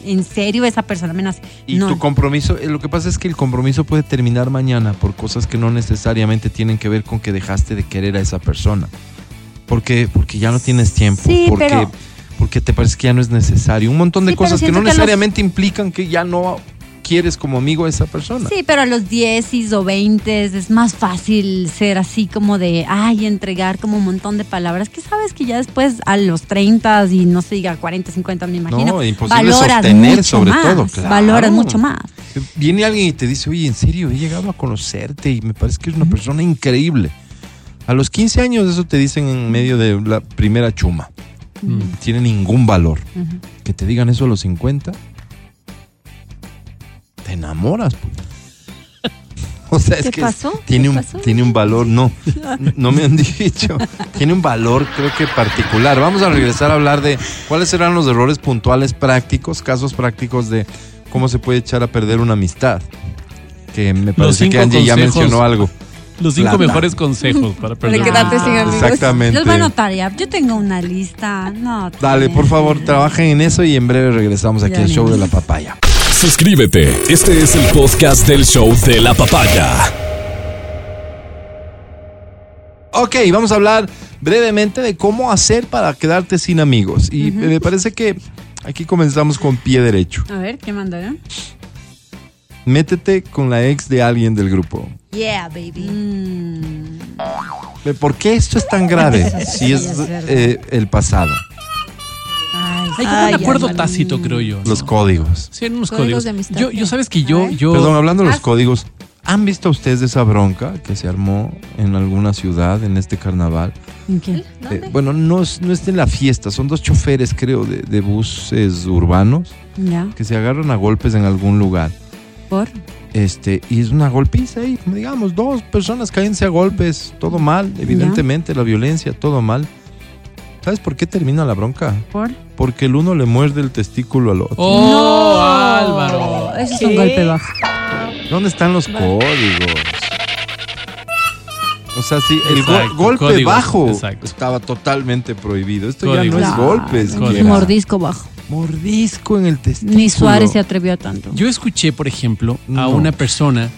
Speaker 7: en serio esa persona me nace.
Speaker 6: Y
Speaker 7: no,
Speaker 6: tu compromiso, eh, lo que pasa es que el compromiso puede terminar mañana por cosas que no necesariamente tienen que ver con que dejaste de querer a esa persona. Porque, porque ya no tienes tiempo,
Speaker 7: Sí,
Speaker 6: porque,
Speaker 7: pero-
Speaker 6: porque te parece que ya no es necesario. Un montón de
Speaker 7: Sí, pero
Speaker 6: cosas que
Speaker 7: siento
Speaker 6: no
Speaker 7: que los-
Speaker 6: necesariamente implican que ya no quieres como amigo a esa persona.
Speaker 7: Sí, pero a los 10 o 20 es más fácil ser así como de, ay, entregar como un montón de palabras que sabes que ya después a los 30 y no se diga 40, 50, me imagino.
Speaker 6: No, imposible sostener sobre todo, claro.
Speaker 7: Valoras mucho más.
Speaker 6: Viene alguien y te dice, oye, en serio, he llegado a conocerte y me parece que eres una persona increíble. A los 15 años eso te dicen en medio de la primera chuma.
Speaker 7: Mm.
Speaker 6: No Tiene ningún valor.
Speaker 7: Ujú.
Speaker 6: Que te digan eso a los 50, te enamoras. pues. [laughs] O sea, es
Speaker 7: ¿Qué
Speaker 6: que
Speaker 7: pasó?
Speaker 6: Tiene,
Speaker 7: ¿Qué
Speaker 6: un,
Speaker 7: pasó?
Speaker 6: tiene un valor,
Speaker 7: [laughs]
Speaker 6: no, no me han dicho. Tiene un valor creo que particular. Vamos a regresar a hablar de cuáles serán los errores puntuales prácticos, casos prácticos de cómo se puede echar a perder una amistad. Que me parece que
Speaker 8: cinco
Speaker 6: Angie ya
Speaker 8: consejos.
Speaker 6: mencionó algo.
Speaker 8: Los cinco
Speaker 6: Plata.
Speaker 8: mejores consejos para perder.
Speaker 10: Para
Speaker 11: Ah,
Speaker 10: quedarte sin amigos.
Speaker 6: Exactamente.
Speaker 7: Los voy a anotar ya. Yo tengo una lista. No,
Speaker 6: Dale,
Speaker 7: tremendo.
Speaker 6: por favor, trabajen en eso y en breve regresamos aquí
Speaker 7: Ya
Speaker 6: al show de la
Speaker 7: venimos.
Speaker 6: papaya.
Speaker 5: Suscríbete. Este es el podcast del show de la papaya.
Speaker 6: Ok, vamos a hablar brevemente de cómo hacer para quedarte sin amigos. Y me parece que aquí comenzamos con pie derecho.
Speaker 7: A ver, ¿qué eh? mandaron?
Speaker 6: Métete con la ex de alguien del grupo.
Speaker 10: Yeah, baby.
Speaker 7: Mm,
Speaker 6: Ve, ¿Por qué esto es tan grave si es eh, el pasado?
Speaker 7: ay,
Speaker 8: Hay
Speaker 7: sí.
Speaker 8: como un
Speaker 10: Ay,
Speaker 8: acuerdo
Speaker 10: Álvaro.
Speaker 8: tácito, creo yo. ¿no?
Speaker 6: Los códigos.
Speaker 8: Sí, en unos
Speaker 10: Códigos
Speaker 8: códigos.
Speaker 10: de amistad.
Speaker 8: yo, yo sabes que
Speaker 7: A
Speaker 8: yo,
Speaker 7: ver.
Speaker 8: yo.
Speaker 6: Perdón, hablando de los
Speaker 7: Ah.
Speaker 6: códigos, ¿han visto ustedes esa bronca que se armó en alguna ciudad en este carnaval?
Speaker 7: ¿En qué?
Speaker 6: Eh, bueno, no es, no es de la fiesta, son dos choferes, creo, de, de buses urbanos
Speaker 7: Ya,
Speaker 6: que se agarran a golpes en algún lugar.
Speaker 7: por.
Speaker 6: Este, y es una golpiza ahí, digamos, dos personas cayéndose a golpes, todo mal, evidentemente, la violencia, todo mal. ¿Sabes por qué termina la bronca?
Speaker 7: ¿Por?
Speaker 6: Porque el uno le muerde el testículo al otro.
Speaker 8: ¡Oh, Álvaro!
Speaker 7: Eso es un golpe bajo.
Speaker 6: ¿Dónde están los códigos? O sea, sí, el go-
Speaker 8: Exacto,
Speaker 6: golpe
Speaker 8: códigos,
Speaker 6: bajo
Speaker 8: exacto.
Speaker 6: estaba totalmente prohibido. Esto
Speaker 8: Códigos.
Speaker 6: ya no es golpes.
Speaker 8: Claro,
Speaker 6: siquiera.
Speaker 8: Era.
Speaker 7: Mordisco bajo.
Speaker 6: Mordisco en el testículo.
Speaker 7: Ni Suárez se atrevió a tanto.
Speaker 8: Yo escuché, por ejemplo, a
Speaker 6: No.
Speaker 8: una persona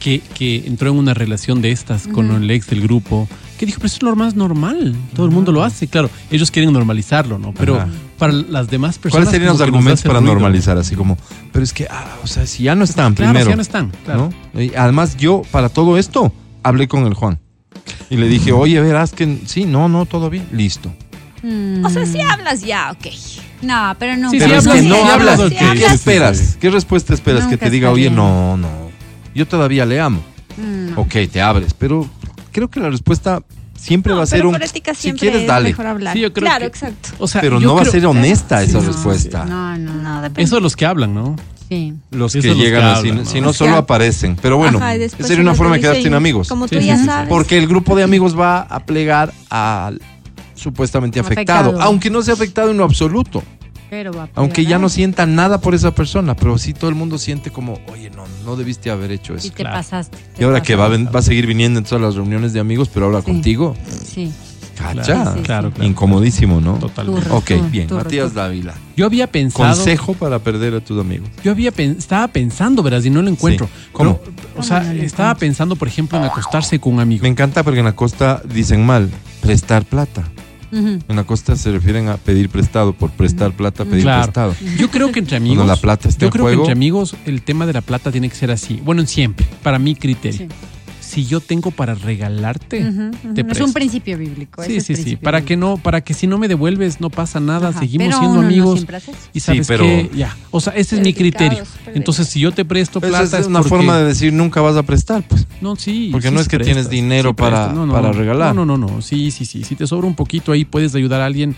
Speaker 8: que, que entró en una relación de estas con el ex del grupo, que dijo, pero eso es lo más normal, todo el mundo lo hace. Claro, ellos quieren normalizarlo, ¿no? Pero
Speaker 6: Ajá.
Speaker 8: para las demás personas...
Speaker 6: ¿Cuáles serían
Speaker 8: como
Speaker 6: los
Speaker 8: que nos
Speaker 6: argumentos
Speaker 8: hace
Speaker 6: para
Speaker 8: ruido.
Speaker 6: normalizar? Así como, pero es que, ah, o sea, si ya no están
Speaker 8: Claro,
Speaker 6: primero.
Speaker 8: si ya no están. Claro.
Speaker 6: ¿no? Y además, yo, para todo esto, hablé con el Juan. Y le dije, oye, verás que sí, no, no, todo bien. Listo.
Speaker 7: Mm.
Speaker 10: O sea, si hablas, ya, ok.
Speaker 7: No, pero no.
Speaker 8: Sí,
Speaker 6: Pero
Speaker 8: sí,
Speaker 6: es
Speaker 8: hablas,
Speaker 6: que
Speaker 8: sí,
Speaker 6: no
Speaker 8: hablas,
Speaker 6: hablas.
Speaker 8: ok.
Speaker 10: sí
Speaker 6: ¿Qué
Speaker 10: hablas.
Speaker 6: esperas? ¿Qué respuesta esperas que
Speaker 7: Nunca
Speaker 6: te diga,
Speaker 7: está
Speaker 6: oye,
Speaker 7: bien.
Speaker 6: no, no, yo todavía le amo?
Speaker 7: Mm.
Speaker 6: Ok, te abres, pero creo que la respuesta siempre
Speaker 10: No,
Speaker 6: va a ser
Speaker 10: pero
Speaker 6: un.
Speaker 10: por ética
Speaker 6: Si
Speaker 10: siempre
Speaker 6: quieres,
Speaker 10: es
Speaker 6: dale.
Speaker 10: mejor hablar.
Speaker 8: Sí, yo creo
Speaker 10: claro,
Speaker 8: que-
Speaker 10: exacto.
Speaker 8: O sea,
Speaker 6: Pero
Speaker 8: yo
Speaker 6: no va a
Speaker 8: creo-
Speaker 6: ser honesta esa
Speaker 7: No,
Speaker 8: Oh,
Speaker 6: respuesta.
Speaker 7: No, no, no. depende.
Speaker 8: Eso de los que hablan, ¿no?
Speaker 7: Sí.
Speaker 6: Los
Speaker 8: Eso
Speaker 6: que
Speaker 8: los que
Speaker 6: llegan así,
Speaker 8: hablan,
Speaker 6: si
Speaker 8: ¿no?
Speaker 6: no solo
Speaker 10: Ya.
Speaker 6: aparecen. Pero bueno,
Speaker 10: Ajá, y
Speaker 6: esa
Speaker 10: después
Speaker 6: sería una
Speaker 10: uno te
Speaker 6: forma de quedarte
Speaker 10: dice,
Speaker 6: sin amigos.
Speaker 10: Como
Speaker 8: Sí,
Speaker 10: tú
Speaker 8: sí,
Speaker 10: ya
Speaker 8: sí, sí.
Speaker 10: sabes.
Speaker 6: Porque el grupo de amigos va a plegar al supuestamente afectado,
Speaker 7: Afectado.
Speaker 6: aunque no sea afectado en lo absoluto,
Speaker 7: Pero va a
Speaker 6: aunque
Speaker 7: pegar,
Speaker 6: ya no
Speaker 7: ¿eh?
Speaker 6: sienta nada por esa persona, pero sí todo el mundo siente como, oye, no, no debiste haber hecho
Speaker 7: Y
Speaker 6: eso.
Speaker 7: te
Speaker 8: Claro.
Speaker 7: pasaste. te
Speaker 6: Y ahora que va a,
Speaker 7: pasaste.
Speaker 6: ven- va a seguir viniendo en todas las reuniones de amigos, pero ahora
Speaker 7: Sí.
Speaker 6: contigo,
Speaker 7: Sí.
Speaker 6: cacha,
Speaker 8: Claro,
Speaker 7: sí,
Speaker 8: claro,
Speaker 7: sí.
Speaker 8: claro.
Speaker 6: incomodísimo, ¿no?
Speaker 8: Totalmente.
Speaker 7: Turro,
Speaker 6: Ok,
Speaker 7: turro,
Speaker 6: bien,
Speaker 7: turro,
Speaker 6: Matías
Speaker 7: turro.
Speaker 6: Dávila.
Speaker 8: Yo había pensado...
Speaker 6: Consejo para perder a tus amigos.
Speaker 8: Yo había pen- estaba pensando, verás, y no lo encuentro.
Speaker 6: Sí. ¿Cómo?
Speaker 8: Pero, o sea, estaba pensando, por ejemplo, en acostarse con un amigo.
Speaker 6: Me encanta porque en la costa dicen mal, prestar plata.
Speaker 7: Ujú.
Speaker 6: En la costa se refieren a pedir prestado, por prestar plata, pedir
Speaker 8: Claro.
Speaker 6: prestado.
Speaker 8: Yo creo que entre
Speaker 6: Cuando
Speaker 8: amigos.
Speaker 6: la plata está
Speaker 8: yo
Speaker 6: en
Speaker 8: creo que
Speaker 6: juego.
Speaker 8: entre amigos el tema de la plata tiene que ser así. Bueno, siempre, para mi criterio. Si yo tengo para
Speaker 7: Ujú,
Speaker 8: regalarte,
Speaker 7: ujú.
Speaker 8: te
Speaker 7: Es
Speaker 8: presto.
Speaker 7: un principio bíblico.
Speaker 8: Sí, sí, sí. Para que no, para que si no me devuelves no pasa nada, seguimos
Speaker 7: pero
Speaker 8: siendo
Speaker 7: uno no
Speaker 8: amigos.
Speaker 7: siempre hace eso.
Speaker 8: y sabes
Speaker 6: pero-
Speaker 8: que ya. O sea, ese es mi
Speaker 10: Perjudicados,
Speaker 8: criterio. Entonces, si yo te presto
Speaker 6: Esa
Speaker 8: plata
Speaker 6: es una
Speaker 8: porque-
Speaker 6: forma de decir nunca vas a prestar, pues.
Speaker 8: No, sí.
Speaker 6: Porque
Speaker 8: sí
Speaker 6: no es que tienes dinero para-
Speaker 8: prestas.
Speaker 6: para regalar.
Speaker 8: No, no, no, no. Sí, sí, sí. Si te sobra un poquito ahí, puedes ayudar a alguien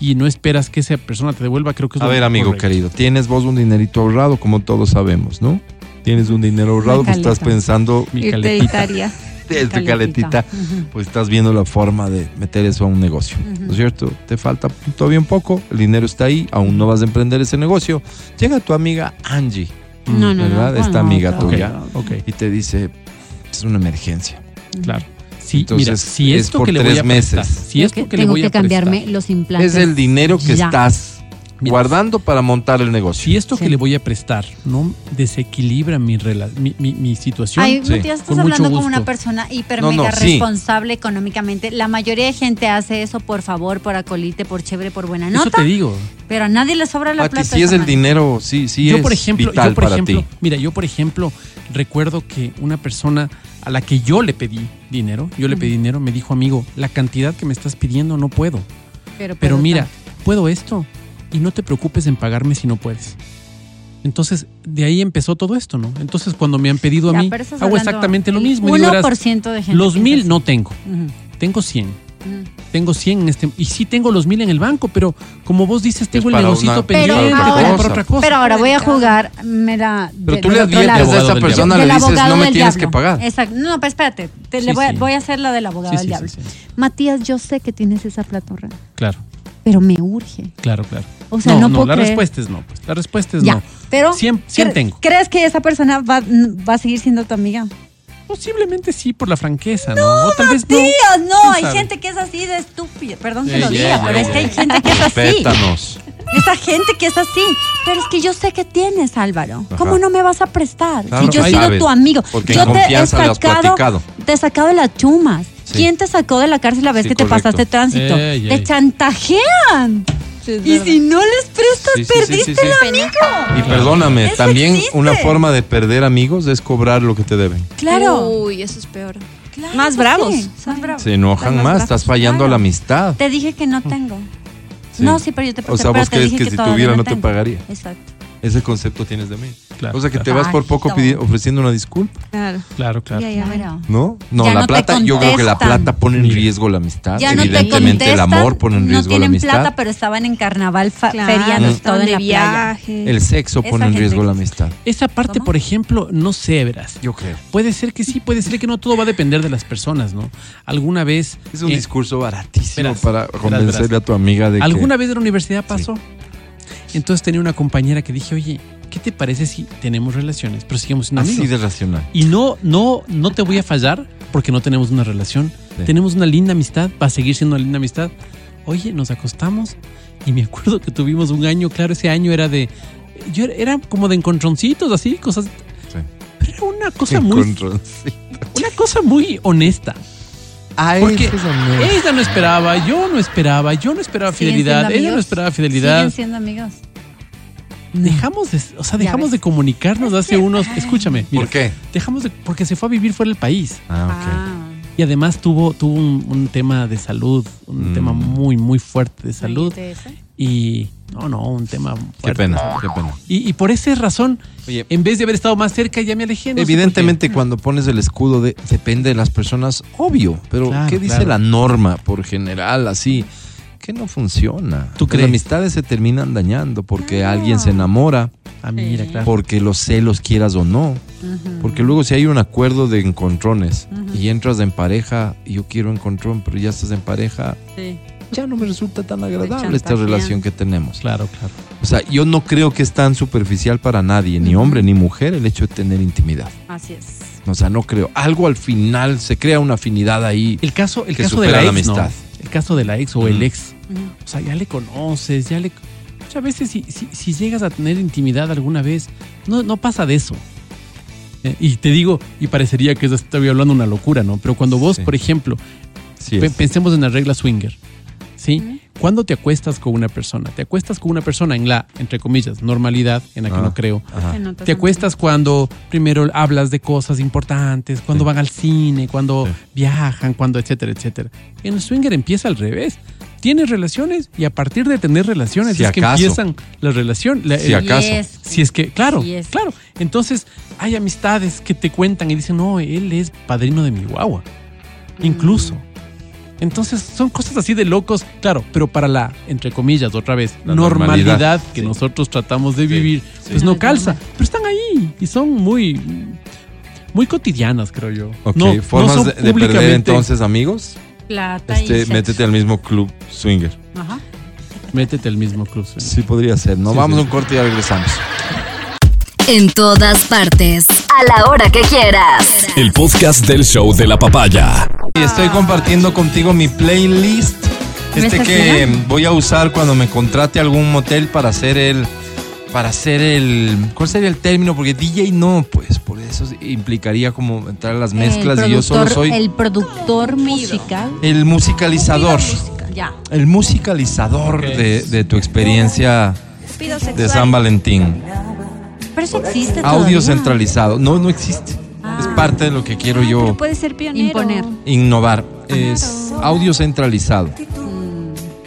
Speaker 8: y no esperas que esa persona te devuelva. Creo que es
Speaker 6: A
Speaker 8: lo
Speaker 6: ver, amigo
Speaker 8: correcto.
Speaker 6: querido, tienes vos un dinerito ahorrado, como todos sabemos, ¿no? Tienes un dinero ahorrado, pues estás
Speaker 7: caleta.
Speaker 6: pensando
Speaker 8: Mi
Speaker 10: Irte a
Speaker 8: caletita.
Speaker 10: Italia.
Speaker 6: desde
Speaker 7: Caletita.
Speaker 6: caletita, pues estás viendo la forma de meter eso a un negocio, ¿no es cierto? Te falta todavía un poco, el dinero está ahí, aún no vas a emprender ese negocio. Llega tu amiga Angie,
Speaker 8: Mm,
Speaker 7: No, no,
Speaker 6: ¿verdad?
Speaker 7: no.
Speaker 6: Esta
Speaker 7: Bueno,
Speaker 6: amiga
Speaker 7: otra.
Speaker 6: tuya.
Speaker 8: Ok,
Speaker 6: y te dice, es una emergencia.
Speaker 8: claro. Sí,
Speaker 6: Entonces,
Speaker 8: mira, si
Speaker 6: es
Speaker 8: esto
Speaker 6: por
Speaker 8: que le voy
Speaker 6: tres
Speaker 8: a prestar,
Speaker 6: meses.
Speaker 8: si esto que,
Speaker 7: Creo que
Speaker 8: le
Speaker 7: tengo
Speaker 8: voy a
Speaker 7: que cambiarme
Speaker 8: prestar-
Speaker 7: los implantes.
Speaker 6: Es el dinero que
Speaker 7: ya.
Speaker 6: estás
Speaker 8: Mira,
Speaker 6: guardando para montar el negocio.
Speaker 8: Si esto que le voy a prestar no desequilibra mi, rela- mi, mi- mi situación,
Speaker 7: Ay, Mati, ya estás
Speaker 8: con mucho
Speaker 7: hablando como
Speaker 8: gusto.
Speaker 7: una persona hiper
Speaker 6: No, no,
Speaker 7: mega
Speaker 6: sí.
Speaker 7: responsable económicamente. La mayoría de gente hace eso por favor, por acolite, por chévere, por buena
Speaker 8: Eso
Speaker 7: nota.
Speaker 8: te digo.
Speaker 7: Pero a nadie le sobra la
Speaker 6: Pati,
Speaker 7: plata.
Speaker 6: si es
Speaker 7: esa
Speaker 6: el
Speaker 7: man-
Speaker 6: dinero, sí, sí
Speaker 8: yo
Speaker 6: es
Speaker 8: por ejemplo,
Speaker 6: vital
Speaker 8: yo por
Speaker 6: para
Speaker 8: ejemplo,
Speaker 6: ti.
Speaker 8: mira, yo por ejemplo recuerdo que una persona a la que yo le pedí dinero, yo le pedí dinero, me dijo, "Amigo, la cantidad que me estás pidiendo no puedo, pero
Speaker 7: puedo
Speaker 8: mira,
Speaker 7: tanto.
Speaker 8: puedo esto y no te preocupes en pagarme si no puedes." Entonces, de ahí empezó todo esto, ¿no? Entonces, cuando me han pedido
Speaker 7: Ya,
Speaker 8: a mí,
Speaker 7: pero estás
Speaker 8: hago
Speaker 7: hablando
Speaker 8: exactamente lo
Speaker 7: del
Speaker 8: mismo. y digo, verás,
Speaker 7: 1% de gente
Speaker 8: los
Speaker 7: que
Speaker 8: mil
Speaker 7: es
Speaker 8: no tengo,
Speaker 7: Ujú.
Speaker 8: tengo 100.
Speaker 7: Mm.
Speaker 8: Tengo 100 en este... Y sí tengo los mil en el banco, pero como vos dices, tengo el
Speaker 6: para
Speaker 8: negocito
Speaker 6: una-
Speaker 8: pendiente
Speaker 7: Pero ahora-
Speaker 8: para otra cosa.
Speaker 7: Pero ahora voy a jugar, mira.
Speaker 6: Pero
Speaker 7: de-
Speaker 6: tú
Speaker 7: del
Speaker 6: le
Speaker 7: otro
Speaker 6: adviertes
Speaker 7: lado.
Speaker 6: a esa
Speaker 8: del
Speaker 6: persona,
Speaker 7: Del
Speaker 6: le dices,
Speaker 7: abogado
Speaker 6: no me
Speaker 7: del
Speaker 6: tienes que
Speaker 7: diablo".
Speaker 6: pagar.
Speaker 7: Exacto. No, pero espérate, te le
Speaker 8: Sí,
Speaker 7: voy, a-
Speaker 8: sí.
Speaker 7: voy a hacer la del abogado
Speaker 8: Sí,
Speaker 7: del
Speaker 8: sí, sí,
Speaker 7: diablo.
Speaker 8: sí, sí.
Speaker 7: Matías, yo sé que tienes esa platorra,
Speaker 8: Claro.
Speaker 7: pero me urge.
Speaker 8: Claro, claro.
Speaker 7: O sea, no puedo
Speaker 8: la
Speaker 7: creer.
Speaker 8: respuesta es no. pues. La respuesta es
Speaker 7: ya,
Speaker 8: no.
Speaker 7: pero
Speaker 8: 100, 100
Speaker 7: cre-
Speaker 8: tengo.
Speaker 7: ¿Crees que esa persona va, va a seguir siendo tu amiga?
Speaker 8: Posiblemente sí por la franqueza, ¿no? O tal vez no.
Speaker 7: Dios, no,
Speaker 8: ¿Quién
Speaker 7: hay
Speaker 8: sabe?
Speaker 7: gente que es así de estúpida. Perdón que
Speaker 6: Ey,
Speaker 7: lo
Speaker 6: ey,
Speaker 7: diga,
Speaker 6: ey,
Speaker 7: pero es
Speaker 6: ey.
Speaker 7: que hay gente que es así.
Speaker 6: Respétanos.
Speaker 7: Esa gente que es así. Pero es que yo sé que tienes, Álvaro.
Speaker 6: Ajá.
Speaker 7: ¿Cómo no me vas a prestar?
Speaker 6: Claro,
Speaker 7: si yo he
Speaker 6: ahí
Speaker 7: sido
Speaker 6: sabes,
Speaker 7: tu amigo.
Speaker 6: porque
Speaker 7: yo
Speaker 6: en confianza le has platicado.
Speaker 7: te he sacado de las chumas.
Speaker 6: Sí.
Speaker 7: ¿Quién te sacó de la cárcel la vez
Speaker 6: Sí,
Speaker 7: que te
Speaker 6: correcto.
Speaker 7: pasaste tránsito?
Speaker 8: Ey,
Speaker 7: te
Speaker 8: ey.
Speaker 7: chantajean. y si no les prestas,
Speaker 6: Sí, sí, sí,
Speaker 7: perdiste
Speaker 6: sí, sí.
Speaker 7: el amigo.
Speaker 6: Y perdóname,
Speaker 7: Eso
Speaker 6: también
Speaker 7: existe.
Speaker 6: una forma de perder amigos es cobrar lo que te deben.
Speaker 8: Oh.
Speaker 7: Claro.
Speaker 10: Uy, eso es peor.
Speaker 7: claro
Speaker 9: Más
Speaker 7: que
Speaker 9: bravos.
Speaker 7: sí, más bravos.
Speaker 6: Se enojan más,
Speaker 7: Más bravos,
Speaker 6: estás fallando
Speaker 7: claro.
Speaker 6: a la amistad.
Speaker 7: Te dije que no tengo.
Speaker 6: Sí.
Speaker 7: No, sí, pero yo te presté,
Speaker 6: O sea,
Speaker 7: pero
Speaker 6: vos
Speaker 7: te
Speaker 6: crees
Speaker 7: dije
Speaker 6: que, si
Speaker 7: todavía
Speaker 6: tuviera no te
Speaker 7: tengo.
Speaker 6: pagaría.
Speaker 7: Exacto.
Speaker 6: Ese concepto tienes de mí.
Speaker 8: Claro,
Speaker 6: o sea, que te
Speaker 8: claro.
Speaker 6: vas por poco
Speaker 7: Bajito.
Speaker 6: pidi- ofreciendo una disculpa,
Speaker 9: Claro.
Speaker 8: Claro, claro.
Speaker 9: Ya, ya, verá.
Speaker 7: Claro.
Speaker 6: ¿no? No,
Speaker 7: Ya
Speaker 6: la
Speaker 7: no te
Speaker 6: plata, yo creo que la
Speaker 7: contestan.
Speaker 6: plata pone en
Speaker 8: Mira.
Speaker 6: riesgo la amistad.
Speaker 7: Ya no te
Speaker 6: Ah, Evidentemente,
Speaker 7: contestan,
Speaker 6: el amor pone en
Speaker 7: no
Speaker 6: riesgo la
Speaker 7: tienen
Speaker 6: amistad.
Speaker 7: plata, pero estaban en carnaval fa-
Speaker 9: Claro.
Speaker 7: feriando
Speaker 6: Mm.
Speaker 7: todo en la
Speaker 9: de
Speaker 7: playa.
Speaker 9: viaje.
Speaker 6: El sexo
Speaker 7: Esa
Speaker 6: pone en
Speaker 7: gente
Speaker 6: riesgo
Speaker 7: que-
Speaker 6: la amistad.
Speaker 8: Esa parte,
Speaker 7: ¿Cómo?
Speaker 8: por ejemplo, no sé, verás.
Speaker 6: Yo creo.
Speaker 8: Puede ser que sí, puede ser que no. Todo va a depender de las personas, ¿no? Alguna vez.
Speaker 6: Es un
Speaker 8: eh,
Speaker 6: discurso baratísimo
Speaker 8: verás,
Speaker 6: para
Speaker 8: verás,
Speaker 6: convencerle
Speaker 8: verás.
Speaker 6: a tu amiga de que-
Speaker 8: Alguna vez de la universidad pasó. Entonces tenía una compañera que dije, oye, ¿qué te parece si tenemos relaciones, pero sigamos siendo
Speaker 6: así
Speaker 8: amigos?
Speaker 6: de racional.
Speaker 8: Y no, no, no te voy a fallar porque no tenemos una relación.
Speaker 6: Sí.
Speaker 8: Tenemos una linda amistad, va a seguir siendo una linda amistad. Oye, nos acostamos y me acuerdo que tuvimos un año, claro, ese año era de. Yo era, era como de encontroncitos, así, cosas.
Speaker 6: Sí.
Speaker 8: Pero era una cosa muy.
Speaker 6: Encontró-
Speaker 8: Una cosa muy honesta.
Speaker 6: Ah,
Speaker 8: Porque
Speaker 6: ese es amor.
Speaker 8: Ella no esperaba, yo no esperaba, yo no esperaba
Speaker 7: ¿Siguen
Speaker 8: fidelidad,
Speaker 7: siendo
Speaker 8: ella no
Speaker 7: amigos?
Speaker 8: esperaba fidelidad.
Speaker 7: Siguen siendo amigos.
Speaker 8: Dejamos de, o sea,
Speaker 7: Ya
Speaker 8: dejamos
Speaker 7: ves.
Speaker 8: de comunicarnos hace unos. Escúchame, mira,
Speaker 6: ¿Por qué?
Speaker 8: dejamos de. Porque se fue a vivir fuera del país.
Speaker 6: Ah,
Speaker 8: Y además tuvo, tuvo un, un tema de salud, un
Speaker 6: Mm.
Speaker 8: tema muy, muy fuerte de salud.
Speaker 7: ¿viste eso?
Speaker 8: Y no, no, un tema
Speaker 6: ok. Qué
Speaker 8: fuerte.
Speaker 6: pena, qué pena.
Speaker 8: Y, y por esa razón,
Speaker 6: Oye,
Speaker 8: en vez de haber estado más cerca, ya me alejé. no sé por qué.
Speaker 6: Evidentemente, cuando pones el escudo de depende de las personas, obvio, pero
Speaker 8: Claro,
Speaker 6: ¿qué dice
Speaker 8: claro.
Speaker 6: la norma por general así? Que no funciona.
Speaker 8: ¿Tú
Speaker 6: Las
Speaker 8: crees?
Speaker 6: amistades se terminan dañando porque alguien se enamora,
Speaker 8: Ah, mira, claro.
Speaker 6: porque los celos quieras o no. Porque luego si hay un acuerdo de encontrones y entras en pareja, yo quiero encontrón, pero ya estás en pareja,
Speaker 7: Sí.
Speaker 6: ya no me resulta tan agradable esta
Speaker 7: chantajean.
Speaker 6: relación que tenemos.
Speaker 8: Claro, claro.
Speaker 6: O sea, yo no creo que es tan superficial para nadie, ni hombre ni mujer, el hecho de tener intimidad.
Speaker 7: Así es.
Speaker 6: O sea, no creo. Algo al final se crea una afinidad ahí.
Speaker 8: El caso, el
Speaker 6: Que
Speaker 8: caso de la,
Speaker 6: supera la
Speaker 8: ex, ¿no?
Speaker 6: amistad.
Speaker 8: El caso de la ex o el
Speaker 6: Ujú.
Speaker 8: ex. O sea, ya le conoces, ya le... Muchas veces si, si, si llegas a tener intimidad alguna vez, no, no pasa de eso. Eh, y te digo, y parecería que estoy hablando una locura, ¿no? Pero cuando vos,
Speaker 6: Sí.
Speaker 8: por ejemplo,
Speaker 6: Sí,
Speaker 8: Pe-
Speaker 6: es.
Speaker 8: Pensemos en la regla swinger. ¿Sí? ¿Cuándo te acuestas con una persona? Te acuestas con una persona en la, entre comillas, normalidad, en la que
Speaker 6: Ah.
Speaker 8: no creo.
Speaker 6: Ajá.
Speaker 8: Te acuestas cuando primero hablas de cosas importantes, cuando
Speaker 6: Sí.
Speaker 8: van al cine, cuando
Speaker 6: Sí.
Speaker 8: viajan, cuando etcétera, etcétera. En el swinger empieza al revés. Tienes relaciones y a partir de tener relaciones
Speaker 6: Si
Speaker 8: es que
Speaker 6: acaso.
Speaker 8: empiezan la relación. la-
Speaker 6: Si
Speaker 8: el-
Speaker 6: acaso.
Speaker 8: si es que, claro,
Speaker 7: Sí es.
Speaker 8: claro. Entonces, hay amistades que te cuentan y dicen, no, él es padrino de mi guagua.
Speaker 12: Mm.
Speaker 8: Incluso. Entonces, son cosas así de locos, claro, pero para la, entre comillas, otra vez,
Speaker 6: La
Speaker 8: normalidad,
Speaker 6: normalidad.
Speaker 8: que
Speaker 6: Sí.
Speaker 8: nosotros tratamos de vivir,
Speaker 6: sí.
Speaker 8: pues
Speaker 7: No
Speaker 8: no
Speaker 7: es
Speaker 8: calza.
Speaker 7: normal.
Speaker 8: Pero están ahí y son muy, muy cotidianas, creo yo.
Speaker 6: Ok,
Speaker 8: No- no
Speaker 6: formas
Speaker 8: son
Speaker 6: de, de perder
Speaker 8: públicamente-
Speaker 6: entonces amigos.
Speaker 7: Plata y
Speaker 6: Este,
Speaker 7: sexo.
Speaker 6: métete al mismo club swinger.
Speaker 7: Ajá.
Speaker 8: Métete al mismo club. Sven.
Speaker 6: Sí, podría ser. No,
Speaker 8: Sí,
Speaker 6: vamos
Speaker 8: sí.
Speaker 6: a un corte y ya regresamos.
Speaker 4: En todas partes. A la hora que quieras.
Speaker 5: El podcast del show de la papaya.
Speaker 7: Ah.
Speaker 6: Y estoy compartiendo contigo mi playlist Este que
Speaker 7: estacionan?
Speaker 6: voy a usar cuando me contrate algún motel para hacer el. Para hacer el. ¿Cuál sería el término? Porque DJ no, pues, por eso implicaría como entrar a las mezclas
Speaker 7: El
Speaker 6: y yo solo
Speaker 7: productor-
Speaker 6: soy el,
Speaker 7: El productor musical.
Speaker 6: musicalizador.
Speaker 7: Ya.
Speaker 6: El musicalizador de, de tu experiencia
Speaker 7: Pido
Speaker 6: de San Valentín.
Speaker 7: Pero eso existe
Speaker 6: Audio
Speaker 7: todavía.
Speaker 6: centralizado. No, no existe.
Speaker 7: Ah.
Speaker 6: Es parte de lo que quiero yo
Speaker 9: Puede ser pionero. Imponer.
Speaker 6: innovar. Es audio centralizado.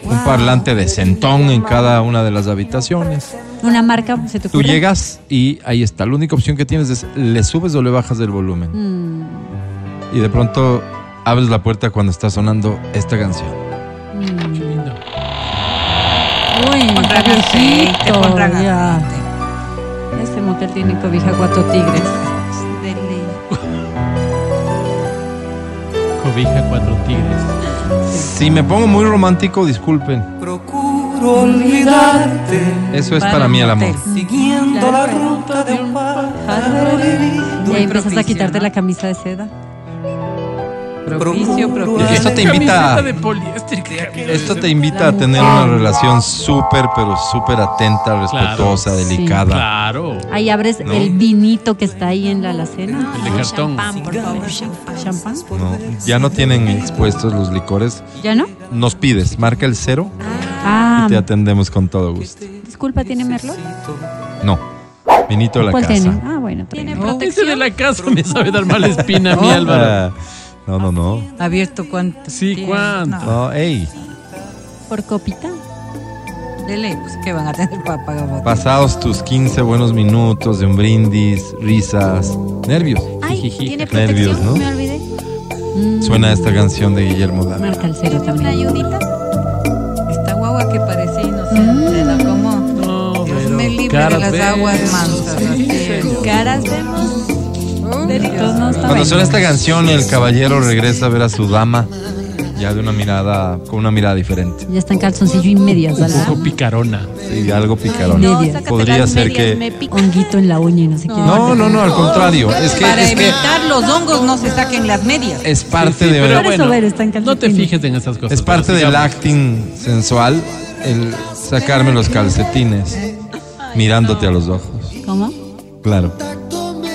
Speaker 6: Un parlante de centón en cada una de las habitaciones.
Speaker 7: Una marca se te
Speaker 6: Tú
Speaker 7: ocurre?
Speaker 6: llegas y ahí está. La única opción que tienes es le subes o le bajas el volumen.
Speaker 7: Mm,
Speaker 6: Y de pronto abres la puerta cuando está sonando esta canción.
Speaker 7: Uy, está viejito,
Speaker 12: ponragante.
Speaker 7: ya. Este motel tiene cobija cuatro tigres.
Speaker 8: Cobija cuatro tigres.
Speaker 6: Si me pongo muy romántico, disculpen.
Speaker 12: Procuro olvidarte.
Speaker 6: Eso es para mí el amor.
Speaker 12: Siguiendo la ruta de un pájaro
Speaker 7: Y ahí empiezas a quitarte la camisa de seda.
Speaker 12: Propicio,
Speaker 6: Y esto te invita a-
Speaker 8: Camiseta de poliéster.
Speaker 6: Esto te invita a tener una relación súper, pero súper atenta, respetuosa,
Speaker 8: Claro.
Speaker 6: delicada.
Speaker 8: Claro.
Speaker 7: Ahí abres
Speaker 6: No.
Speaker 7: el vinito que está ahí en la alacena.
Speaker 8: El de cartón.
Speaker 10: por favor, champán.
Speaker 7: ¿Champán?
Speaker 6: No, ya no tienen expuestos los licores.
Speaker 7: ¿Ya no?
Speaker 6: Nos pides, marca el cero
Speaker 7: Ah,
Speaker 6: y te atendemos con todo gusto.
Speaker 7: disculpa, ¿tiene merlot?
Speaker 6: No, vinito de la
Speaker 7: ¿Cuál tiene?
Speaker 6: casa.
Speaker 7: Ah, bueno. Tiene
Speaker 8: Ese de la casa me sabe dar mala espina a mi Álvaro.
Speaker 6: Ah, no, no, no.
Speaker 12: Abierto cuánto.
Speaker 8: Sí,
Speaker 10: Ah.
Speaker 8: ¿cuánto?
Speaker 6: No, ey,
Speaker 7: ¿Por copita?
Speaker 12: Dele, pues que van a tener para pagar bote?
Speaker 6: pasados tus 15 buenos minutos de un brindis, risas, nervios.
Speaker 10: Ay,
Speaker 8: Jijiji,
Speaker 10: tiene protección,
Speaker 6: nervios, ¿no?
Speaker 10: me olvidé.
Speaker 7: Mm,
Speaker 6: Suena esta canción de Guillermo Dávila.
Speaker 7: Marca el cero
Speaker 10: Una
Speaker 7: también.
Speaker 10: ayudita.
Speaker 12: Esta guagua que parecía inocente, ¿no? Como
Speaker 8: Mm. No,
Speaker 12: Dios
Speaker 8: pero
Speaker 12: me libre de
Speaker 8: caras
Speaker 12: las
Speaker 8: ves.
Speaker 12: aguas mansas.
Speaker 8: Sí,
Speaker 12: así es.
Speaker 8: señor.
Speaker 7: Caras vemos. Delitos no está
Speaker 6: Cuando
Speaker 7: bueno.
Speaker 6: suena esta canción, el caballero regresa a ver a su dama, ya de una mirada, con una mirada diferente.
Speaker 7: Ya está en calzoncillo y medias,
Speaker 8: Un
Speaker 7: ¿verdad?
Speaker 8: poco picarona.
Speaker 6: Sí, algo picarón.
Speaker 7: No,
Speaker 10: sácate
Speaker 6: Podría
Speaker 10: las
Speaker 6: ser
Speaker 10: medias,
Speaker 6: que-
Speaker 10: Me pica.
Speaker 7: Honguito en la uña y no sé qué.
Speaker 6: No, no, no, al contrario. Es que
Speaker 12: Para
Speaker 6: es, que
Speaker 12: evitar los hongos no se saquen las medias.
Speaker 6: es parte
Speaker 8: Sí,
Speaker 6: de
Speaker 8: pero
Speaker 7: Por eso,
Speaker 8: bueno,
Speaker 7: Vero, está en
Speaker 8: No te
Speaker 7: calcetines.
Speaker 8: fijes en esas cosas.
Speaker 6: es parte
Speaker 8: pero
Speaker 6: del
Speaker 8: sigamos.
Speaker 6: acting sensual el sacarme los calcetines mirándote a los ojos.
Speaker 7: ¿Cómo?
Speaker 6: Claro.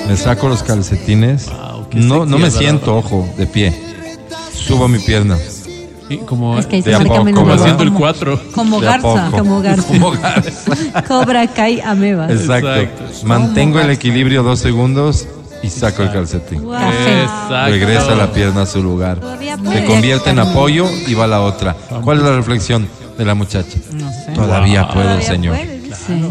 Speaker 6: Me saco los calcetines.
Speaker 8: Wow, qué
Speaker 6: No, no me
Speaker 8: sexy,
Speaker 6: siento, ojo, de pie. Subo mi pierna.
Speaker 8: Sí, como,
Speaker 7: Es que ahí
Speaker 6: De
Speaker 7: se
Speaker 6: a
Speaker 7: marca
Speaker 6: poco,
Speaker 7: menos
Speaker 8: como
Speaker 7: la
Speaker 6: ¿verdad?
Speaker 8: haciendo
Speaker 7: boca.
Speaker 8: el 4.
Speaker 12: Como
Speaker 6: De a
Speaker 12: garza.
Speaker 6: poco.
Speaker 7: como
Speaker 6: [laughs]
Speaker 7: garza.
Speaker 6: Como garza.
Speaker 7: Cobra Kai Ameba.
Speaker 6: Exacto.
Speaker 8: Exacto.
Speaker 6: Mantengo el equilibrio dos segundos y saco el calcetín.
Speaker 8: Exacto.
Speaker 6: Regresa la pierna a su lugar. Se convierte en apoyo y va la otra. ¿Cuál es la reflexión de la muchacha?
Speaker 12: No sé.
Speaker 6: Todavía puedo, señor.
Speaker 7: Sí.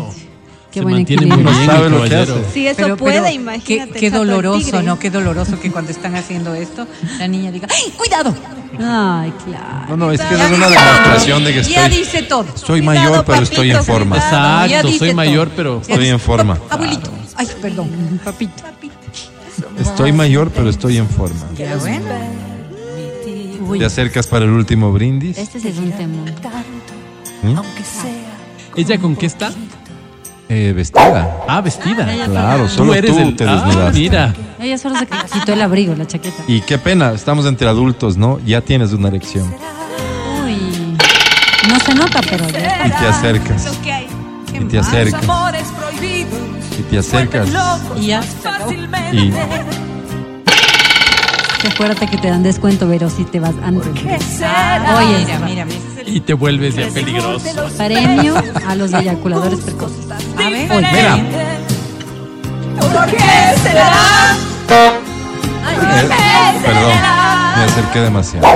Speaker 7: Qué
Speaker 8: Se
Speaker 7: buen
Speaker 8: mantiene
Speaker 7: equilibrio.
Speaker 8: muy bien
Speaker 6: ¿Sabe
Speaker 8: el
Speaker 6: lo que
Speaker 8: caballero.
Speaker 6: hace?
Speaker 9: Si eso
Speaker 12: Pero-
Speaker 9: puede,
Speaker 12: pero
Speaker 9: imagínate.
Speaker 12: Qué, qué
Speaker 9: Chato el
Speaker 12: doloroso,
Speaker 9: Tigre.
Speaker 12: ¿no? Qué doloroso que cuando están haciendo esto, la niña diga, ¡ay, cuidado!
Speaker 7: Ay, claro.
Speaker 6: No, no, es que esa es una demostración de que
Speaker 12: Ya
Speaker 6: estoy,
Speaker 12: dice todo.
Speaker 6: soy mayor, pero estoy en forma.
Speaker 12: Ya
Speaker 8: Exacto,
Speaker 12: dice
Speaker 8: soy
Speaker 12: todo.
Speaker 8: mayor, pero
Speaker 6: Estoy en forma.
Speaker 12: Abuelito. Ay, perdón, papito.
Speaker 6: Estoy mayor, pero estoy en forma.
Speaker 12: Pero bueno,
Speaker 7: Uy,
Speaker 6: Te acercas para el último brindis.
Speaker 7: este es un temón.
Speaker 6: ¿Mm?
Speaker 8: ¿Ella con qué está?
Speaker 6: Eh, vestida.
Speaker 8: Ah, vestida.
Speaker 6: Claro,
Speaker 8: Tú
Speaker 6: solo
Speaker 8: eres
Speaker 6: tú
Speaker 8: el...
Speaker 6: te
Speaker 8: Ah,
Speaker 6: desnudaste.
Speaker 8: mira.
Speaker 7: Ella solo se quitó el abrigo, la chaqueta.
Speaker 6: Y qué pena, estamos entre adultos, ¿no? Ya tienes una erección.
Speaker 7: Uy. No se nota, pero ya.
Speaker 6: Y te acercas. Y te acercas. Y te acercas.
Speaker 7: Y ya.
Speaker 6: Y
Speaker 7: Que Acuérdate que te dan descuento, pero si te vas antes. Oye,
Speaker 12: mira, mira, mira.
Speaker 8: Y te vuelves ya peligroso.
Speaker 7: premio a los eyaculadores precoces.
Speaker 12: A ver,
Speaker 7: Oye,
Speaker 6: mira, eh, perdón, me acerqué demasiado.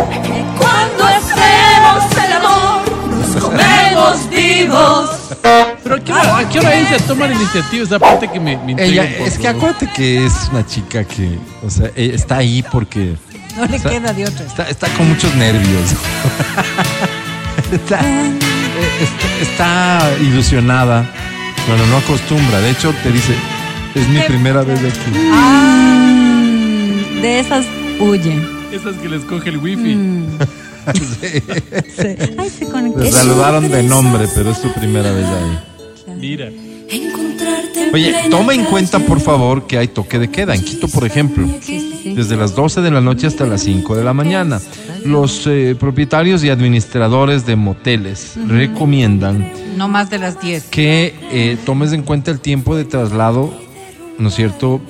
Speaker 8: Pero ¿a qué hora, a qué hora ella toma la iniciativa? Esa parte que me, me
Speaker 6: Ella,
Speaker 8: intriga un
Speaker 6: es
Speaker 8: poco,
Speaker 6: que
Speaker 8: ¿no?
Speaker 6: acuérdate que es una chica que, o sea, eh, está ahí porque
Speaker 12: no le
Speaker 6: o sea,
Speaker 12: queda de otra.
Speaker 6: está, está con muchos nervios. [laughs] está, eh, está, está ilusionada, pero no acostumbra. De hecho, te dice, es mi primera vez
Speaker 12: Ah,
Speaker 6: aquí.
Speaker 7: Mm, de esas huye.
Speaker 8: Esas que les coge el wifi.
Speaker 7: Sí. Ay, se conectó.
Speaker 6: Le saludaron de nombre, pero es su primera vez ahí.
Speaker 8: Mira.
Speaker 6: Oye, toma en cuenta, por favor, que hay toque de queda. En Quito, por ejemplo,
Speaker 7: Sí, sí, sí.
Speaker 6: desde las 12 de la noche hasta las 5 de la mañana. Los eh, propietarios y administradores de moteles recomiendan
Speaker 12: No más de las 10.
Speaker 6: que eh, tomes en cuenta el tiempo de traslado, ¿no es cierto?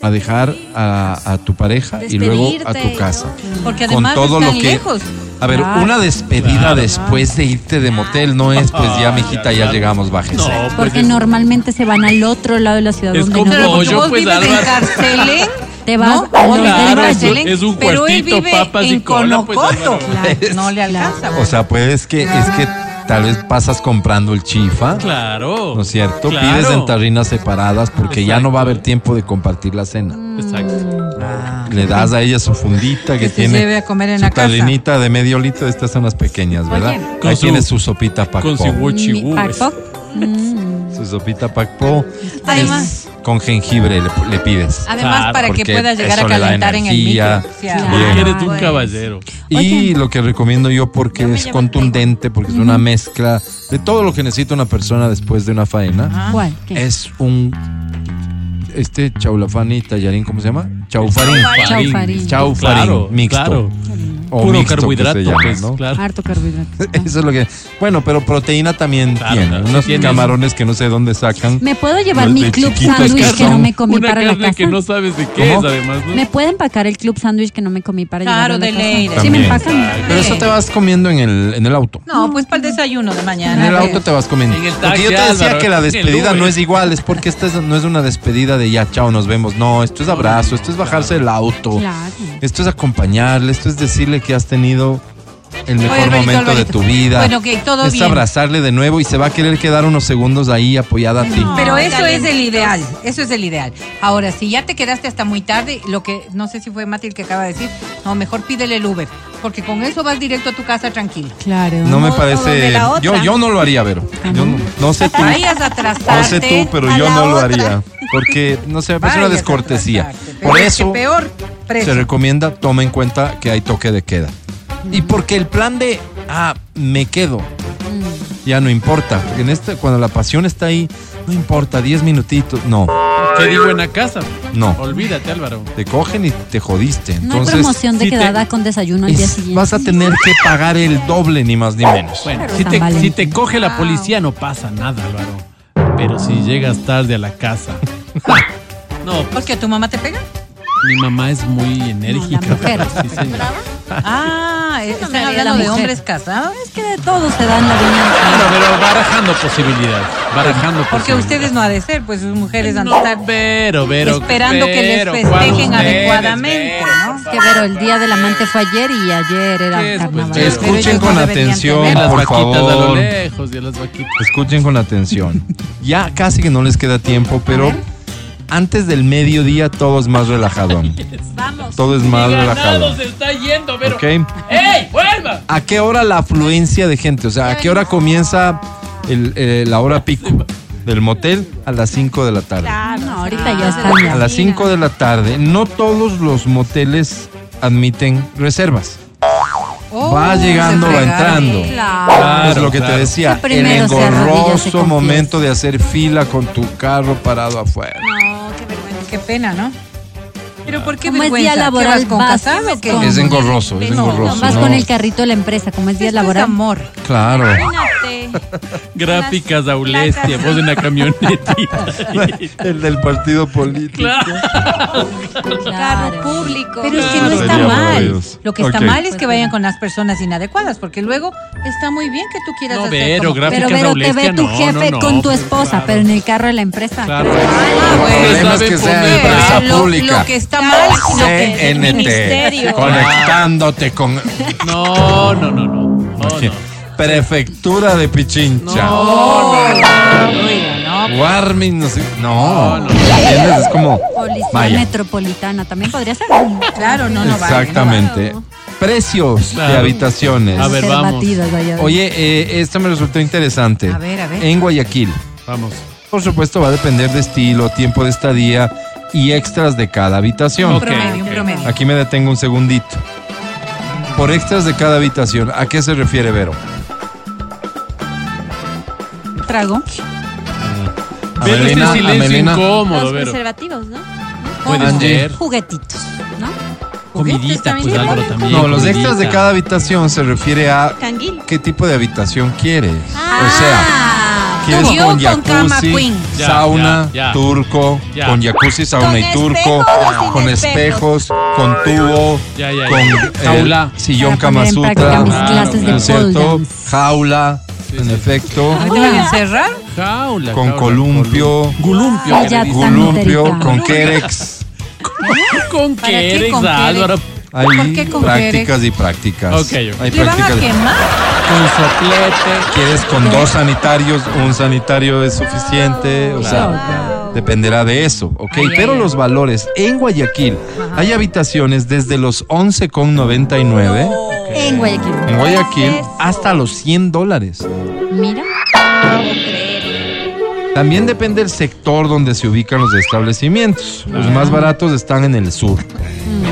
Speaker 6: A dejar a, a tu pareja y luego a tu
Speaker 12: Despedirte.
Speaker 6: casa.
Speaker 12: Porque además están lejos.
Speaker 6: A ver,
Speaker 12: Claro.
Speaker 6: una despedida
Speaker 12: Claro.
Speaker 6: después de irte de motel no es, pues ya, mijita, ya llegamos, bájese.
Speaker 8: pues
Speaker 7: Porque normalmente se van al otro lado de la ciudad
Speaker 6: Pues Es
Speaker 7: donde
Speaker 6: como
Speaker 7: no
Speaker 6: pollo,
Speaker 7: vos
Speaker 6: pues,
Speaker 7: vives en
Speaker 6: Álvaro.
Speaker 12: [laughs]
Speaker 7: Carcelén, te vas
Speaker 12: ¿no?
Speaker 7: a los del
Speaker 12: Claro,
Speaker 7: Valle.
Speaker 12: es un- es un
Speaker 7: pero él
Speaker 12: cuartito,
Speaker 7: vive
Speaker 12: papas y
Speaker 7: en
Speaker 12: cola, pues,
Speaker 6: [laughs]
Speaker 7: Conocoto.
Speaker 12: Álvaro.
Speaker 7: Claro, No le alcanza.
Speaker 6: O sea, pues es que, es que tal vez pasas comprando el chifa.
Speaker 8: Claro.
Speaker 6: ¿No es cierto?
Speaker 8: Claro.
Speaker 6: Pides en tarrinas separadas porque ya no va a haber tiempo de compartir la cena.
Speaker 8: Mm.
Speaker 6: Mm.
Speaker 8: Exacto.
Speaker 6: Le das a ella su fundita que,
Speaker 12: Ah, Que se
Speaker 6: tiene.
Speaker 12: lleve a comer en
Speaker 6: su
Speaker 12: la casa.
Speaker 6: tarrinita de medio litro, estas son las pequeñas, ¿verdad?
Speaker 12: Oye.
Speaker 6: Ahí
Speaker 8: Con su-
Speaker 6: tiene su sopita pacpo.
Speaker 8: con pues. su wochi
Speaker 12: Mi paco.
Speaker 6: Su sopita pacpo
Speaker 12: Además,
Speaker 6: con jengibre le, le pides.
Speaker 12: Además, para que
Speaker 6: Porque
Speaker 12: pueda llegar a
Speaker 6: eso le da
Speaker 12: calentar en el
Speaker 6: energía.
Speaker 12: micro. Claro.
Speaker 7: Ah,
Speaker 6: Bien.
Speaker 8: Eres un caballero.
Speaker 6: Y lo que recomiendo yo porque es contundente, porque es una mezcla de todo lo que necesita una persona después de una faena.
Speaker 12: ¿Ah?
Speaker 7: ¿Cuál? Ah, ¿Qué?
Speaker 6: es un este chaulafán y tallarín, ¿cómo se llama? Chaufarín.
Speaker 7: Chaufarín. Chaufarín.
Speaker 6: Chaufarín,
Speaker 8: Claro,
Speaker 6: mixto.
Speaker 8: claro.
Speaker 6: O
Speaker 8: Puro
Speaker 6: mixto, que se
Speaker 8: carbohidrato,
Speaker 6: llama,
Speaker 8: pues,
Speaker 6: ¿no?
Speaker 8: claro.
Speaker 7: Harto carbohidrato.
Speaker 6: [laughs]
Speaker 7: Ah.
Speaker 6: Eso es lo que. Bueno, pero proteína también
Speaker 8: Claro,
Speaker 6: tiene.
Speaker 8: claro.
Speaker 6: Unos
Speaker 8: Tienes-
Speaker 6: camarones que no sé dónde sacan.
Speaker 7: ¿Me puedo llevar
Speaker 6: Los
Speaker 7: mi
Speaker 6: de
Speaker 7: club
Speaker 6: chiquitos que
Speaker 7: sándwich que no
Speaker 6: son
Speaker 7: me comí
Speaker 8: Una
Speaker 7: para la
Speaker 8: carne
Speaker 7: casa?
Speaker 8: que no sabes de qué
Speaker 6: ¿Cómo?
Speaker 8: es, además. ¿no?
Speaker 7: ¿Me puede empacar el club sándwich que no me comí para llevarlo
Speaker 12: Claro,
Speaker 7: a la
Speaker 12: de
Speaker 7: casa?
Speaker 12: ley, de
Speaker 7: Sí, me
Speaker 6: ley.
Speaker 7: empacan.
Speaker 6: Pero eso te vas comiendo en el, en el auto.
Speaker 12: No, pues para el desayuno de
Speaker 6: En
Speaker 12: mañana.
Speaker 6: el auto te vas comiendo.
Speaker 8: En el
Speaker 6: Porque yo te
Speaker 8: taxi,
Speaker 6: decía
Speaker 8: Álvaro,
Speaker 6: que la
Speaker 8: en el
Speaker 6: despedida
Speaker 8: Uber.
Speaker 6: no es igual, es porque esta es- no es una despedida de ya, chao, nos vemos. No, esto es abrazo, esto es bajarse del auto.
Speaker 7: Claro.
Speaker 6: Esto es acompañarle, esto es decirle que has tenido el mejor
Speaker 12: Alvarito,
Speaker 6: momento de
Speaker 12: Alvarito.
Speaker 6: tu vida.
Speaker 12: Bueno, ok, todo
Speaker 6: es
Speaker 12: bien.
Speaker 6: abrazarle de nuevo y se va a querer quedar unos segundos ahí apoyada a ti.
Speaker 12: Pero eso es el ideal, eso es el ideal. Ahora, si ya te quedaste hasta muy tarde, lo que no sé si fue Mati el que acaba de decir, no, mejor pídele el Uber, porque con eso vas directo a tu casa tranquilo.
Speaker 7: Claro.
Speaker 6: no me
Speaker 10: modo de
Speaker 6: parece.
Speaker 10: la otra.
Speaker 6: Yo, yo no lo haría, Vero. Yo no, no sé tú.
Speaker 12: Vayas a atrasarte.
Speaker 6: No sé tú, pero
Speaker 12: a
Speaker 6: yo
Speaker 12: la
Speaker 6: no lo
Speaker 12: otra.
Speaker 6: haría. Porque, no sé, me parece
Speaker 12: Vayas
Speaker 6: una
Speaker 12: a
Speaker 6: descortesía.
Speaker 12: atrasarte, pero
Speaker 6: Por
Speaker 12: es que
Speaker 6: eso
Speaker 12: peor,
Speaker 6: se
Speaker 12: preso.
Speaker 6: recomienda, toma en cuenta que hay toque de queda. Y porque el plan de, ah, me quedo,
Speaker 7: Mm.
Speaker 6: ya no importa. Porque En este, cuando la pasión está ahí, no importa, 10 minutitos. No,
Speaker 8: ¿Qué digo en la casa?
Speaker 6: no.
Speaker 8: Olvídate, Álvaro.
Speaker 6: te cogen y te jodiste.
Speaker 7: No hay
Speaker 6: Entonces,
Speaker 7: promoción de
Speaker 8: si te-
Speaker 7: quedada con desayuno al
Speaker 6: es-
Speaker 7: día siguiente.
Speaker 6: vas a tener que pagar el doble, ni más ni menos.
Speaker 8: Bueno,
Speaker 7: Pero
Speaker 8: si
Speaker 7: San
Speaker 8: te,
Speaker 7: Valentín.
Speaker 8: si te coge la policía no pasa nada, Álvaro. Pero si llegas tarde a la casa. no,
Speaker 12: Porque tu mamá te [laughs] pega.
Speaker 8: mi mamá es muy enérgica.
Speaker 7: mujer.
Speaker 8: pero sí, señor.
Speaker 12: Ah, están
Speaker 7: haría
Speaker 12: hablando
Speaker 7: la
Speaker 12: de
Speaker 7: mujer.
Speaker 12: hombres casados.
Speaker 7: Es que de todo se da en la viña.
Speaker 8: Claro, pero barajando posibilidades. Barajando
Speaker 12: Porque
Speaker 8: posibilidades.
Speaker 12: ustedes no ha de ser, pues sus mujeres han de
Speaker 8: No,
Speaker 12: estar
Speaker 8: pero, pero,
Speaker 12: esperando que les
Speaker 8: pero, Juan,
Speaker 12: festejen
Speaker 8: ustedes,
Speaker 12: adecuadamente,
Speaker 8: pero,
Speaker 12: ¿no?
Speaker 7: Es que, pero el día del amante fue ayer y ayer
Speaker 8: ¿Qué
Speaker 7: era
Speaker 8: es,
Speaker 7: carnaval.
Speaker 8: pues,
Speaker 7: Pero
Speaker 6: Escuchen
Speaker 12: ellos
Speaker 6: con
Speaker 12: no deberían
Speaker 6: atención,
Speaker 8: Y
Speaker 12: tener.
Speaker 8: las
Speaker 6: por
Speaker 8: vaquitas a lo
Speaker 6: favor.
Speaker 8: lejos, y las vaquitas.
Speaker 6: Escuchen con
Speaker 7: [laughs]
Speaker 6: atención. Ya casi que no les queda tiempo, pero antes del mediodía todo es más
Speaker 7: [laughs]
Speaker 6: relajadón. Todo es más relajado.
Speaker 8: está yendo, pero.
Speaker 6: ¿ok?
Speaker 8: ¡Ey, vuelva!
Speaker 6: ¿A qué hora la afluencia de gente? O sea, ¿a qué hora comienza el, eh, la hora pico del motel? A las 5 de la tarde.
Speaker 7: No, ahorita ya están
Speaker 6: A
Speaker 7: ya.
Speaker 6: las 5 de la tarde. No todos los moteles admiten reservas.
Speaker 12: Oh,
Speaker 6: va llegando,
Speaker 12: se
Speaker 6: va
Speaker 12: fregaron.
Speaker 6: entrando.
Speaker 7: Claro.
Speaker 6: es lo que te
Speaker 8: claro.
Speaker 6: decía,
Speaker 7: Que
Speaker 6: el
Speaker 7: primero se arrodilla, se
Speaker 6: engorroso
Speaker 7: confiesa.
Speaker 6: momento de hacer fila con tu carro parado afuera.
Speaker 12: No, qué vergüenza, qué pena, ¿no? Pero ¿por qué
Speaker 7: Como es
Speaker 12: vergüenza?
Speaker 7: día laboral,
Speaker 12: ¿Qué vas con
Speaker 7: vas
Speaker 12: casado o qué?
Speaker 7: con-
Speaker 6: Es engorroso, es
Speaker 12: No,
Speaker 6: engorroso.
Speaker 7: Vas
Speaker 6: no.
Speaker 7: con el carrito de la empresa, como es
Speaker 12: Esto
Speaker 7: día
Speaker 12: es
Speaker 7: laboral.
Speaker 12: amor.
Speaker 6: Claro.
Speaker 8: Gráficas Aulestia, vos en la [laughs] camionetita.
Speaker 6: El del partido político.
Speaker 7: Claro.
Speaker 12: público. Pero es que
Speaker 8: Claro.
Speaker 12: no está
Speaker 6: Sería
Speaker 12: mal.
Speaker 6: maravilloso.
Speaker 12: Lo que está
Speaker 6: Ok.
Speaker 12: mal es que vayan con las personas inadecuadas, porque luego está muy bien que tú quieras
Speaker 8: No,
Speaker 12: hacer
Speaker 8: Vero,
Speaker 12: como-
Speaker 8: gráficas
Speaker 7: Pero Vero, te
Speaker 8: Aulestia,
Speaker 7: ve tu
Speaker 8: no,
Speaker 7: jefe
Speaker 8: no, no,
Speaker 7: con tu
Speaker 8: pues,
Speaker 7: esposa,
Speaker 8: claro.
Speaker 7: pero en el carro de la empresa.
Speaker 8: Claro.
Speaker 12: Ah, bueno.
Speaker 6: El problema es
Speaker 8: sabe
Speaker 6: que sea de
Speaker 8: poner.
Speaker 6: empresa
Speaker 12: Lo-
Speaker 6: pública.
Speaker 12: Lo que está mal es lo que es el
Speaker 6: CNT.
Speaker 12: ministerio.
Speaker 6: Conectándote con
Speaker 8: No, no, no, no. No, no.
Speaker 6: Prefectura de Pichincha.
Speaker 12: Bueno, no,
Speaker 6: Warming, no sé. No,
Speaker 8: No, no.
Speaker 6: ¿Entiendes? Es como.
Speaker 12: Oh,
Speaker 7: Policía
Speaker 6: Vaya.
Speaker 7: metropolitana, también podría ser.
Speaker 12: Claro, no, no vale.
Speaker 6: Exactamente. Precios
Speaker 8: Claro.
Speaker 6: de habitaciones.
Speaker 8: A ver,
Speaker 7: Ser
Speaker 8: vamos.
Speaker 7: batidas allá.
Speaker 6: Oye, eh, esto me resultó interesante.
Speaker 12: A ver, a ver.
Speaker 6: En Guayaquil.
Speaker 8: Vamos.
Speaker 6: Por supuesto, va a depender de estilo, tiempo de estadía y extras de cada habitación.
Speaker 12: Un
Speaker 8: Ok,
Speaker 12: promedio, un
Speaker 8: ok.
Speaker 12: promedio.
Speaker 6: Aquí me detengo un segundito. Por extras de cada habitación, ¿a qué se refiere Vero?
Speaker 12: Trago.
Speaker 8: Vero, este
Speaker 6: Amelina,
Speaker 8: silencio
Speaker 6: Amelina.
Speaker 8: incómodo,
Speaker 10: Los
Speaker 8: Vero.
Speaker 10: preservativos, ¿no?
Speaker 8: Puede
Speaker 6: Angie.
Speaker 8: ser.
Speaker 7: Juguetitos.
Speaker 8: Comidita, pues Álvaro también.
Speaker 6: No, los extras de
Speaker 8: comidita.
Speaker 6: cada habitación se refiere a
Speaker 9: Canguil.
Speaker 6: qué tipo de habitación quieres. o
Speaker 7: Ah,
Speaker 6: sea, quieres
Speaker 12: Yo
Speaker 6: con
Speaker 12: con cama
Speaker 6: jacuzzi,
Speaker 12: queen.
Speaker 8: Ya,
Speaker 6: sauna,
Speaker 8: ya, ya.
Speaker 6: turco,
Speaker 8: Ya.
Speaker 6: con jacuzzi, sauna y turco,
Speaker 9: espejos o
Speaker 6: con
Speaker 9: sin
Speaker 6: espejos, con tubo,
Speaker 8: Ya, ya, ya.
Speaker 6: con eh,
Speaker 8: Jaula.
Speaker 6: sillón
Speaker 7: Para
Speaker 6: Kama
Speaker 7: poner en
Speaker 6: Sutra,
Speaker 7: práctica mis
Speaker 6: ¿no
Speaker 7: clases de
Speaker 6: es cierto?
Speaker 7: pole dance.
Speaker 6: jaula, en efecto,
Speaker 12: ¿Me te van a encerrar?
Speaker 8: Jaula,
Speaker 6: con
Speaker 8: jaula,
Speaker 6: columpio,
Speaker 8: Gulumpio.
Speaker 7: Ay,
Speaker 8: que
Speaker 7: ya
Speaker 8: le dicen.
Speaker 6: columpio,
Speaker 7: Santerita.
Speaker 6: con kerex.
Speaker 8: ¿Con
Speaker 12: ¿Para qué
Speaker 8: qué eres,
Speaker 12: con qué
Speaker 8: Álvaro?
Speaker 6: Hay
Speaker 12: ¿Por qué con
Speaker 6: prácticas y prácticas.
Speaker 8: Ok, ok.
Speaker 6: Hay
Speaker 12: ¿Le van a
Speaker 6: prácticas.
Speaker 12: quemar?
Speaker 8: Con soplete.
Speaker 6: ¿Quieres con dos sanitarios? Un sanitario es suficiente. O sea, dependerá de eso, ¿ok?
Speaker 12: Ay,
Speaker 6: Pero
Speaker 12: ay,
Speaker 6: los valores en Guayaquil hay habitaciones desde los 11,99
Speaker 7: En Guayaquil.
Speaker 6: en Guayaquil hasta los 100 dólares.
Speaker 7: Mira.
Speaker 6: También depende del sector donde se ubican los establecimientos. Los más baratos están en el sur.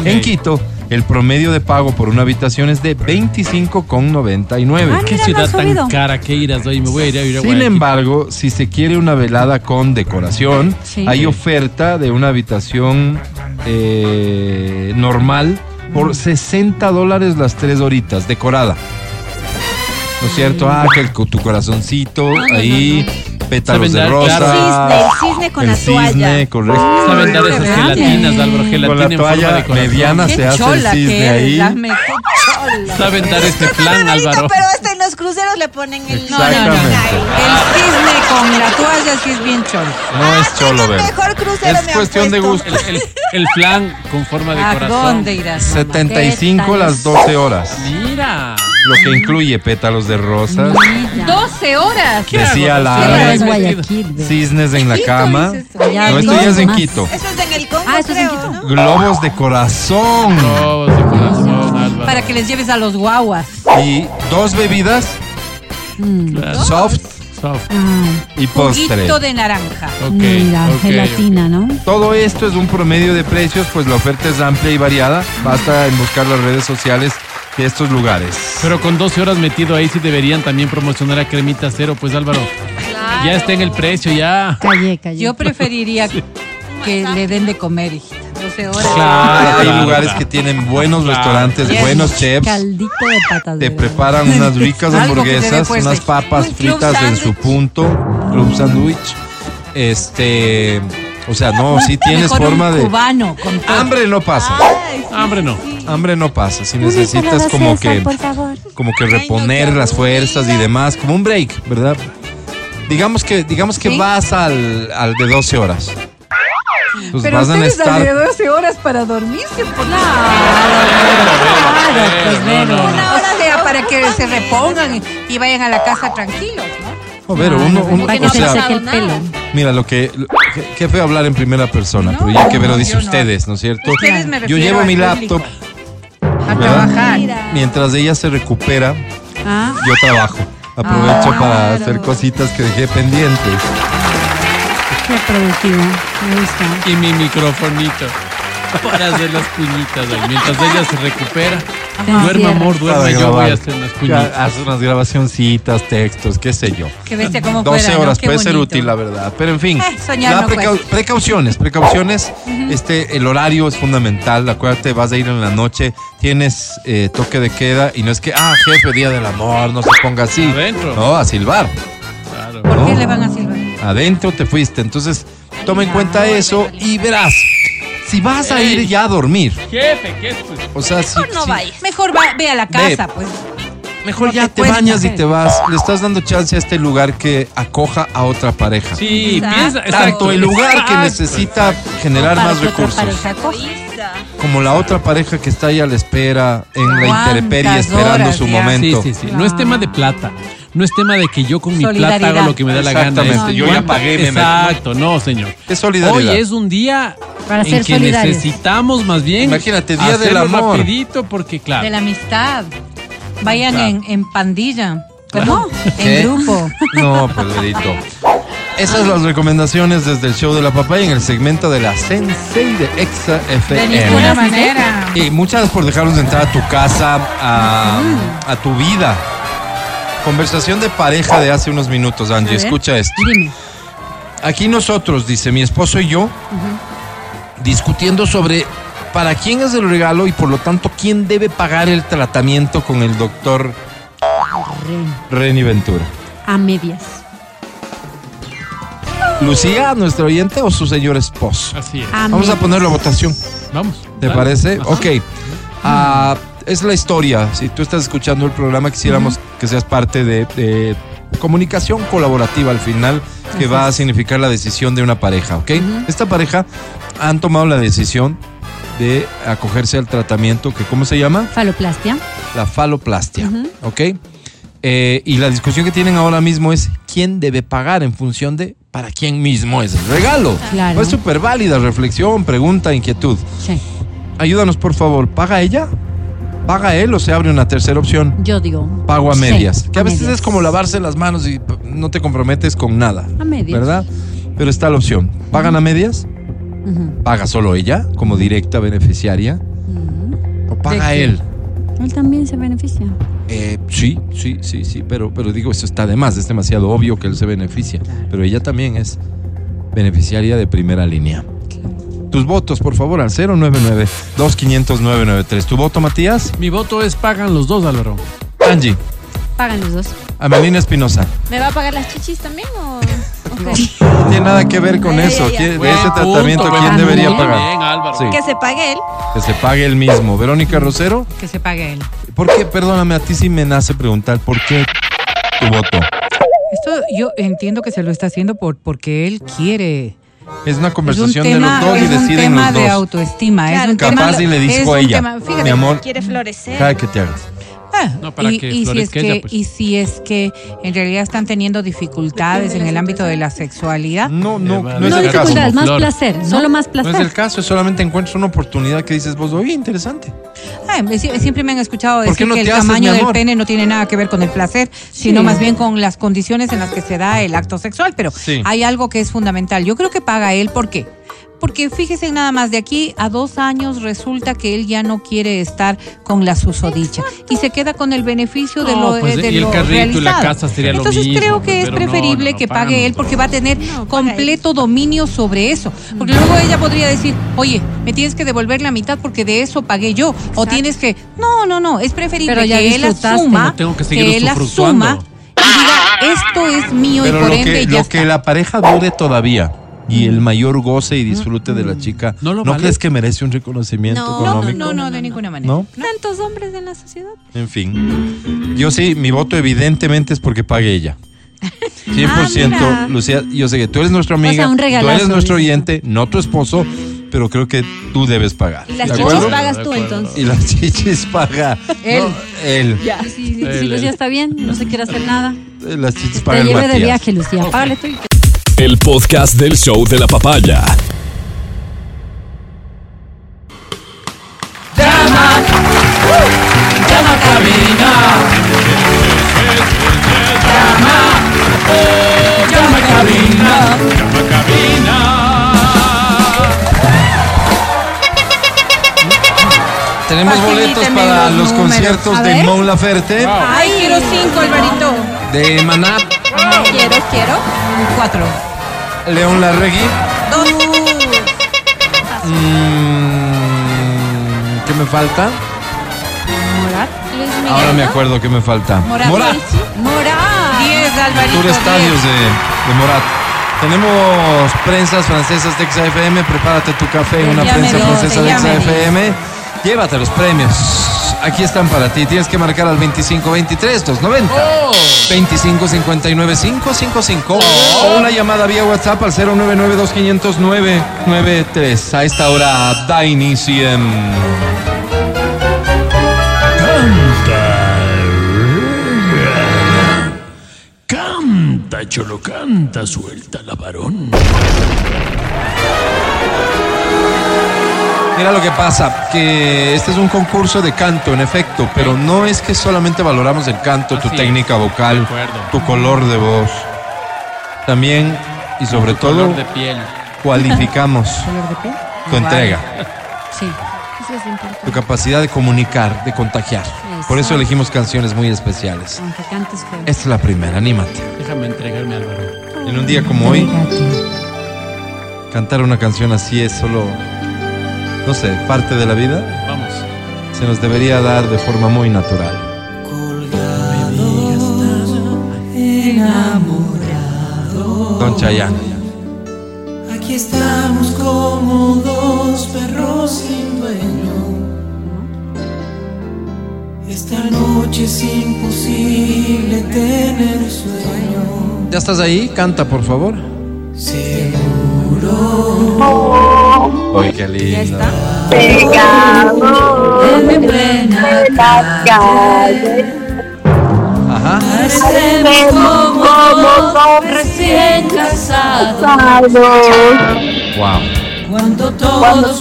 Speaker 6: En Quito, el promedio de pago por una habitación es de 25,99.
Speaker 8: Qué
Speaker 7: Mira, no
Speaker 8: ciudad
Speaker 7: ha
Speaker 8: tan
Speaker 7: subido.
Speaker 8: cara que irás hoy. Me voy a ir a ir a
Speaker 6: Sin
Speaker 8: Guayaquil.
Speaker 6: embargo, si se quiere una velada con decoración,
Speaker 7: Sí.
Speaker 6: hay oferta de una habitación eh, normal
Speaker 12: Mm.
Speaker 6: por 60 dólares las tres horitas, decorada. ¿No es cierto? Ah, que el co- tu corazoncito,
Speaker 12: Ah,
Speaker 6: ahí, pétalos de
Speaker 8: Saben dar,
Speaker 6: rosa.
Speaker 8: claro.
Speaker 10: Cisne, el cisne con
Speaker 6: el
Speaker 10: la
Speaker 6: cisne,
Speaker 10: toalla.
Speaker 6: correcto.
Speaker 8: Saben dar esas
Speaker 12: ¿Verdad?
Speaker 8: gelatinas, Álvaro.
Speaker 6: Con la
Speaker 8: Gelatina en forma de
Speaker 6: toalla
Speaker 8: corazón.
Speaker 6: mediana se
Speaker 12: Qué
Speaker 6: hace el
Speaker 12: chola que
Speaker 6: cisne
Speaker 12: eres,
Speaker 6: ahí.
Speaker 12: dame, qué chola.
Speaker 8: Saben dar este plan, Álvaro.
Speaker 9: pero hasta en los cruceros le ponen el
Speaker 12: No, no, no.
Speaker 6: Exactamente.
Speaker 12: El cisne con la toalla sí es bien cholo. Ah,
Speaker 6: No es cholo, ver.
Speaker 9: mejor crucero
Speaker 6: Es
Speaker 9: me han
Speaker 6: cuestión de
Speaker 9: puesto.
Speaker 6: gusto.
Speaker 8: El, el, el flan con forma de
Speaker 12: ¿A
Speaker 8: corazón.
Speaker 12: dónde irás? mamá?
Speaker 6: 75 las 12 horas.
Speaker 8: Mira.
Speaker 6: lo que incluye pétalos de rosas,
Speaker 12: 12 horas.
Speaker 8: ¿Qué
Speaker 6: Decía
Speaker 8: hago?
Speaker 6: la
Speaker 8: Sí,
Speaker 6: Ara.
Speaker 8: me he
Speaker 7: Es
Speaker 8: metido.
Speaker 7: Guayaquil. ve.
Speaker 6: cisnes en la cama.
Speaker 12: dices?
Speaker 7: Allá
Speaker 6: No, esto ya
Speaker 7: arriba
Speaker 6: es en
Speaker 7: más.
Speaker 6: Quito.
Speaker 9: Eso es en el Congo,
Speaker 7: Ah, eso es en
Speaker 9: creo,
Speaker 7: Quito.
Speaker 9: ¿no?
Speaker 6: Globos de corazón
Speaker 8: Globos Oh, de corazón, Álvaro.
Speaker 12: Para que les lleves a los guaguas.
Speaker 6: y dos bebidas,
Speaker 8: Claro.
Speaker 6: soft
Speaker 8: Soft.
Speaker 7: Ah,
Speaker 6: y postre.
Speaker 12: Juguito de naranja.
Speaker 8: Ok,
Speaker 7: mira,
Speaker 8: ok, ok.
Speaker 7: gelatina, ¿no?
Speaker 6: Todo esto es un promedio de precios, pues la oferta es amplia y variada. Basta en buscar las redes sociales de estos lugares.
Speaker 8: Pero con 12 horas metido ahí sí deberían también promocionar a Cremita Cero, pues Álvaro. Ya está en el precio, ya.
Speaker 7: Calle, calle.
Speaker 12: Yo preferiría que le den de comer, hijita. 12 horas.
Speaker 8: Claro.
Speaker 6: Hay
Speaker 8: claro,
Speaker 6: lugares
Speaker 8: claro.
Speaker 6: que tienen buenos
Speaker 8: Claro.
Speaker 6: restaurantes,
Speaker 12: Yes.
Speaker 6: buenos chefs.
Speaker 7: Caldito de patas.
Speaker 6: Te
Speaker 7: de-
Speaker 6: preparan
Speaker 12: [laughs]
Speaker 6: unas ricas
Speaker 12: Algo que te dé
Speaker 6: hamburguesas,
Speaker 12: fuerza.
Speaker 6: unas papas
Speaker 12: Un club
Speaker 6: fritas en
Speaker 12: sándwich.
Speaker 6: su punto, club sándwich. Este, o sea, no, si tienes
Speaker 12: Mejor
Speaker 6: forma
Speaker 12: un
Speaker 6: de
Speaker 12: cubano con todo.
Speaker 6: hambre no pasa,
Speaker 8: Hambre no.
Speaker 6: hambre no pasa. Si necesitas como que, como que reponer las fuerzas y demás, como un break, ¿verdad? Digamos que, digamos que
Speaker 12: Sí.
Speaker 6: vas al, al de 12 horas. Pues
Speaker 12: Pero
Speaker 6: vas a
Speaker 12: ustedes dan de
Speaker 6: estar
Speaker 12: 12 horas para dormirse, por la
Speaker 8: Claro,
Speaker 12: pues
Speaker 8: no, no,
Speaker 12: menos.
Speaker 8: no.
Speaker 12: O sea, para que se repongan y- y vayan a la casa tranquilos, ¿no?
Speaker 6: Joder,
Speaker 7: Ah,
Speaker 6: uno,
Speaker 7: no,
Speaker 6: uno-
Speaker 7: para que
Speaker 6: o
Speaker 7: se
Speaker 6: sea,
Speaker 7: le seque el pelo.
Speaker 6: Mira, lo que. lo- qué- Qué feo hablar en primera persona, pero ya que me lo
Speaker 12: no,
Speaker 6: dice
Speaker 12: yo no.
Speaker 6: ustedes, ¿no es cierto?
Speaker 12: Ustedes me
Speaker 6: Yo
Speaker 12: refiero
Speaker 6: llevo
Speaker 12: al
Speaker 6: mi
Speaker 12: público.
Speaker 6: laptop
Speaker 12: A
Speaker 6: ¿verdad?
Speaker 12: trabajar.
Speaker 6: mientras ella se recupera,
Speaker 7: Ah,
Speaker 6: yo trabajo. Aprovecho
Speaker 12: Ah,
Speaker 6: para hacer cositas que dejé pendientes.
Speaker 7: qué productivo. Me gusta.
Speaker 8: Y mi microfonito. Para hacer las puñitas ahí. Mientras ella se recupera.
Speaker 12: Ah,
Speaker 7: Te
Speaker 8: Duerme,
Speaker 7: encierras.
Speaker 8: amor, duerme.
Speaker 6: Para
Speaker 8: Yo voy
Speaker 6: grabar.
Speaker 8: a hacer unas
Speaker 6: Ya,
Speaker 8: puñitas.
Speaker 6: Hace unas grabacioncitas, textos, qué sé yo.
Speaker 12: Que bestia cómo
Speaker 6: 12
Speaker 12: fuera, ¿no?
Speaker 6: horas
Speaker 12: Qué
Speaker 6: puede ser
Speaker 12: bonito.
Speaker 6: útil, la verdad. Pero en fin,
Speaker 12: Eh, soñar
Speaker 6: la
Speaker 12: no
Speaker 6: precau-
Speaker 12: cuesta.
Speaker 6: precauciones, precauciones. Este, el horario es fundamental. Acuérdate, vas a ir en la noche, tienes eh, toque de queda y no es que, ah, jefe, día del amor, no se ponga así.
Speaker 8: Adentro.
Speaker 6: No, a silbar.
Speaker 8: Claro.
Speaker 12: ¿Por qué
Speaker 6: ¿no?
Speaker 12: le van a silbar?
Speaker 6: Adentro te fuiste. Entonces, toma en cuenta eso y verás. Si vas a ir ya a dormir,
Speaker 8: Jefe, ¿qué es pues?
Speaker 6: o sea, si,
Speaker 10: No
Speaker 6: si-
Speaker 10: vayas.
Speaker 12: Mejor va, ve a la casa,
Speaker 6: Ve.
Speaker 12: pues.
Speaker 6: mejor
Speaker 12: no
Speaker 6: ya
Speaker 12: te
Speaker 6: te
Speaker 12: cuesta,
Speaker 6: bañas y
Speaker 12: jefe.
Speaker 6: te vas, le estás dando chance a este lugar que acoja a otra pareja.
Speaker 8: Sí,
Speaker 12: Exacto.
Speaker 8: piensa.
Speaker 6: tanto
Speaker 8: exacto, Ah,
Speaker 6: el lugar que
Speaker 8: exacto.
Speaker 6: necesita generar
Speaker 12: Para
Speaker 6: más
Speaker 12: que otra
Speaker 6: recursos,
Speaker 12: pareja coja.
Speaker 6: como la otra pareja que está ahí a la espera, en la
Speaker 12: ¿Cuántas
Speaker 6: intemperie, esperando
Speaker 12: horas
Speaker 6: su
Speaker 12: ya?
Speaker 8: Sí,
Speaker 6: momento.
Speaker 8: sí, sí. No es tema de plata. No es tema de que yo con mi plata
Speaker 12: Ah. Solidaridad.
Speaker 8: haga lo que me da la gana.
Speaker 6: Exactamente,
Speaker 8: Es
Speaker 6: yo ya
Speaker 8: cuánta-
Speaker 6: pagué, me-
Speaker 8: Exacto, no, señor.
Speaker 6: Es solidaridad.
Speaker 8: Hoy es un día
Speaker 7: Para
Speaker 8: en
Speaker 7: ser
Speaker 8: que
Speaker 7: solidarios.
Speaker 8: necesitamos más bien.
Speaker 6: Imagínate, día del
Speaker 8: hacerlo
Speaker 6: amor.
Speaker 8: rapidito porque, claro.
Speaker 12: De la amistad. Vayan
Speaker 8: Claro.
Speaker 12: en, en pandilla. ¿Cómo?
Speaker 6: ¿Qué?
Speaker 12: En grupo.
Speaker 6: No, Pedrito. Esas las recomendaciones desde el show de la papaya en el segmento de la Sensei de Exa
Speaker 12: De
Speaker 6: FM.
Speaker 12: ninguna manera.
Speaker 6: Y muchas gracias por dejarnos entrar a tu casa, a, a tu vida. Conversación de pareja de hace unos minutos, Angie.
Speaker 12: A ver.
Speaker 6: Escucha esto.
Speaker 12: Dime.
Speaker 6: Aquí nosotros, dice mi esposo y yo, discutiendo sobre para quién es el regalo y por lo tanto quién debe pagar el tratamiento con el doctor Reni Ventura.
Speaker 7: A medias.
Speaker 6: Lucía, nuestro oyente o su señor esposo.
Speaker 8: Así es.
Speaker 12: Ah.
Speaker 7: A
Speaker 6: Vamos a
Speaker 7: medias.
Speaker 6: ponerlo a votación.
Speaker 8: Vamos.
Speaker 6: ¿Te
Speaker 8: dale.
Speaker 6: parece?
Speaker 8: Ajá.
Speaker 6: Ok. Ah, es la historia. Si tú estás escuchando el programa, quisiéramos que seas parte de, de comunicación colaborativa al final, que
Speaker 7: Así
Speaker 6: va a
Speaker 7: es.
Speaker 6: significar la decisión de una pareja, ¿ok? Esta pareja han tomado la decisión de acogerse al tratamiento que, ¿cómo se llama?
Speaker 7: Faloplastia.
Speaker 6: La faloplastia,
Speaker 7: Ujú.
Speaker 6: ¿ok? Eh, y la discusión que tienen ahora mismo es quién debe pagar en función de para quién mismo es el regalo.
Speaker 7: Claro.
Speaker 6: Es súper válida reflexión, pregunta, inquietud.
Speaker 7: Sí.
Speaker 6: Ayúdanos, por favor. ¿Paga ella? ¿Paga él o se abre una tercera opción?
Speaker 7: Yo digo.
Speaker 6: Pago a
Speaker 7: Sí,
Speaker 6: medias. que a
Speaker 7: a
Speaker 6: veces
Speaker 7: medias.
Speaker 6: es como lavarse las manos y p- no te comprometes con nada.
Speaker 7: A medias.
Speaker 6: ¿Verdad? Pero está la opción. ¿Pagan a medias?
Speaker 7: Ujú.
Speaker 6: ¿Paga solo ella como directa beneficiaria? ¿O paga
Speaker 7: qué?
Speaker 6: él?
Speaker 7: Él también se beneficia.
Speaker 6: Eh, sí, sí, sí, sí. Pero, pero digo, eso está de más. Es demasiado obvio que él se beneficia. Pero ella también es beneficiaria de primera línea. Tus votos, por favor, al 099 2500 993 ¿Tu voto, Matías?
Speaker 8: Mi voto es pagan los dos, Álvaro.
Speaker 6: Angie.
Speaker 7: Pagan los dos.
Speaker 6: Amelina Espinosa.
Speaker 10: ¿Me va a pagar las chichis también o.? ok?
Speaker 6: No tiene nada que ver con
Speaker 10: Ay,
Speaker 6: eso.
Speaker 10: ay, ay.
Speaker 6: ¿Quién- De
Speaker 8: Buen
Speaker 6: ese
Speaker 8: punto,
Speaker 6: tratamiento,
Speaker 8: buen
Speaker 6: ¿quién
Speaker 8: punto.
Speaker 6: debería
Speaker 8: Muy
Speaker 6: pagar?
Speaker 8: bien, Álvaro.
Speaker 6: Sí,
Speaker 10: Que se pague él.
Speaker 6: que se pague el mismo. Verónica Rosero,
Speaker 12: Que se pague él.
Speaker 6: ¿por qué? Perdóname, a ti sí me nace preguntar por qué tu voto.
Speaker 12: Esto yo entiendo que se lo está haciendo por, porque él quiere.
Speaker 6: Es una conversación
Speaker 12: es un
Speaker 6: de los dos y
Speaker 12: es un
Speaker 6: deciden
Speaker 12: tema
Speaker 6: los
Speaker 12: de
Speaker 6: dos.
Speaker 12: autoestima. es
Speaker 10: Claro,
Speaker 12: un tema,
Speaker 6: Capaz y le
Speaker 12: es
Speaker 6: dijo
Speaker 12: un
Speaker 6: a ella,
Speaker 12: tema- fíjate,
Speaker 6: mi amor,
Speaker 10: Quiere florecer.
Speaker 6: cada que te hagas.
Speaker 12: Ah,
Speaker 8: No, para que
Speaker 12: si es
Speaker 8: florezca
Speaker 12: que-
Speaker 8: ella, pues.
Speaker 12: y si es que en realidad están teniendo dificultades en el ámbito de la sexualdad,
Speaker 6: No, no, no,
Speaker 8: Eh,
Speaker 6: es
Speaker 7: No
Speaker 6: el caso.
Speaker 7: dificultades,
Speaker 8: Como
Speaker 7: más
Speaker 8: flor.
Speaker 7: placer. Solo más
Speaker 6: No
Speaker 7: placer.
Speaker 6: es el caso, solamente encuentras una oportunidad que dices vos, oye, interesante.
Speaker 12: Ah, me- sie- siempre me han escuchado
Speaker 6: ¿Por qué
Speaker 12: decir
Speaker 6: no
Speaker 12: que el
Speaker 6: te haces,
Speaker 12: tamaño
Speaker 6: mi
Speaker 12: del
Speaker 6: amor?
Speaker 12: pene no tiene nada que ver con el placer, sino más bien con las condiciones en las que se da el acto sexual. Pero
Speaker 6: Sí.
Speaker 12: hay algo que es fundamental. Yo creo que paga él. ¿Por qué? Porque fíjese nada más, de aquí a dos años resulta que él ya no quiere estar con la susodicha y se queda con el beneficio de
Speaker 8: No,
Speaker 12: lo,
Speaker 8: pues,
Speaker 12: de
Speaker 8: y el
Speaker 12: lo
Speaker 8: carrito y la
Speaker 12: realizado.
Speaker 8: casa sería lo
Speaker 12: Entonces
Speaker 8: mismo,
Speaker 12: creo que
Speaker 8: pero
Speaker 12: es
Speaker 8: no,
Speaker 12: preferible
Speaker 8: no, no,
Speaker 12: que
Speaker 8: pagan
Speaker 12: pague él
Speaker 8: los
Speaker 12: porque
Speaker 8: dos.
Speaker 12: va a tener
Speaker 10: No, paga
Speaker 12: completo dominio sobre eso. Porque luego ella podría decir, oye, me tienes que devolver la mitad porque de eso pagué yo. O tienes que. No, no, no. Es preferible
Speaker 7: Pero ya
Speaker 12: que él
Speaker 7: disfrutaste.
Speaker 12: asuma.
Speaker 8: No tengo que seguir
Speaker 12: él
Speaker 8: usufructuando.
Speaker 12: asuma y diga, esto es mío
Speaker 6: Pero
Speaker 12: y por
Speaker 6: lo
Speaker 12: ende
Speaker 6: que,
Speaker 12: ya
Speaker 6: lo que
Speaker 12: está. Mm.
Speaker 6: la pareja dure todavía y el mayor goce y disfrute de la chica,
Speaker 8: No
Speaker 6: ¿no,
Speaker 8: lo vale.
Speaker 6: crees que merece un reconocimiento
Speaker 10: No,
Speaker 12: No,
Speaker 6: económico?
Speaker 12: no, no, de ninguna manera.
Speaker 6: ¿No?
Speaker 10: Tantos hombres en la sociedad.
Speaker 6: En fin. Yo sí, mi voto evidentemente es porque pague ella. 100%,
Speaker 10: Ah, mira.
Speaker 6: Lucía, yo sé que tú eres nuestra amiga,
Speaker 7: sea, un
Speaker 6: tú eres
Speaker 7: regalazo,
Speaker 6: nuestro
Speaker 7: dices.
Speaker 6: oyente, no tu esposo, pero creo que tú debes pagar.
Speaker 10: Y las
Speaker 6: ¿De
Speaker 10: chichis
Speaker 6: acuerdo?
Speaker 10: pagas tú entonces.
Speaker 6: Y las chichis paga
Speaker 7: Él.
Speaker 6: no, él.
Speaker 7: Ya, sí, sí,
Speaker 8: El-
Speaker 7: sí, Lucía está bien, no se quiere hacer nada.
Speaker 6: Las chichis paga
Speaker 7: Te
Speaker 6: el
Speaker 7: lleve de
Speaker 6: Matías.
Speaker 7: viaje, Lucía. Págale tú y te-
Speaker 5: El podcast del show de la papaya.
Speaker 6: [laughs] Tenemos boletos
Speaker 12: Facilíteme
Speaker 6: para
Speaker 12: los
Speaker 6: los
Speaker 12: números.
Speaker 6: conciertos
Speaker 12: A
Speaker 6: de
Speaker 12: ver.
Speaker 6: Mon Laferte,
Speaker 12: Ay, quiero cinco, Alvarito.
Speaker 6: de Maná,
Speaker 10: Quiero, quiero.
Speaker 12: Cuatro.
Speaker 6: León Larregui.
Speaker 12: Dos.
Speaker 6: Mm, ¿Qué me falta?
Speaker 10: Luis Miguel.
Speaker 6: Ahora me
Speaker 10: ¿no?
Speaker 6: acuerdo que me falta.
Speaker 12: Morat.
Speaker 6: Morat.
Speaker 12: Morá. Diez, Alvarito.
Speaker 6: Tour
Speaker 12: diez.
Speaker 6: Estadios de, de Morat. Tenemos prensas francesas de XFM. Prepárate tu café en una
Speaker 12: Ya me
Speaker 6: prensa
Speaker 12: dio,
Speaker 6: francesa de
Speaker 12: ya me dio.
Speaker 6: XFM. Llévate los premios. Aquí están para ti. Tienes que marcar al 2523 290 2559 555 o una llamada vía WhatsApp al 099 2500 993. A esta hora da inicio. en-
Speaker 5: Canta, cholo, canta, suelta la varón.
Speaker 6: Mira lo que pasa, que este es un concurso de canto, en efecto, pero no es que solamente valoramos el canto, tu
Speaker 8: Así es,
Speaker 6: técnica
Speaker 8: de
Speaker 6: vocal,
Speaker 8: acuerdo.
Speaker 6: tu color de voz. También y sobre todo
Speaker 8: Color de piel.
Speaker 7: [laughs]
Speaker 6: cualificamos tu entrega,
Speaker 7: Sí.
Speaker 10: Eso es importante.
Speaker 6: tu capacidad de comunicar, de contagiar. Por eso
Speaker 7: Exacto.
Speaker 6: elegimos canciones muy especiales.
Speaker 7: Aunque cantes feo.
Speaker 6: Esta es la primera, anímate.
Speaker 8: Déjame entregarme, Álvaro.
Speaker 6: En un día como hoy, cantar una canción así es solo no sé, parte de la vida.
Speaker 8: Vamos.
Speaker 6: Se nos debería dar de forma muy natural. Don Chayanne.
Speaker 13: Aquí estamos como dos perros sin dueño. Esta noche es imposible tener sueño.
Speaker 6: ¿Ya estás ahí? Canta, por favor. Ay, qué lindo.
Speaker 13: Pegado en plena calle.
Speaker 6: Ajá.
Speaker 13: Parecemos como dos recién casados.
Speaker 6: Wow.
Speaker 13: Cuando todos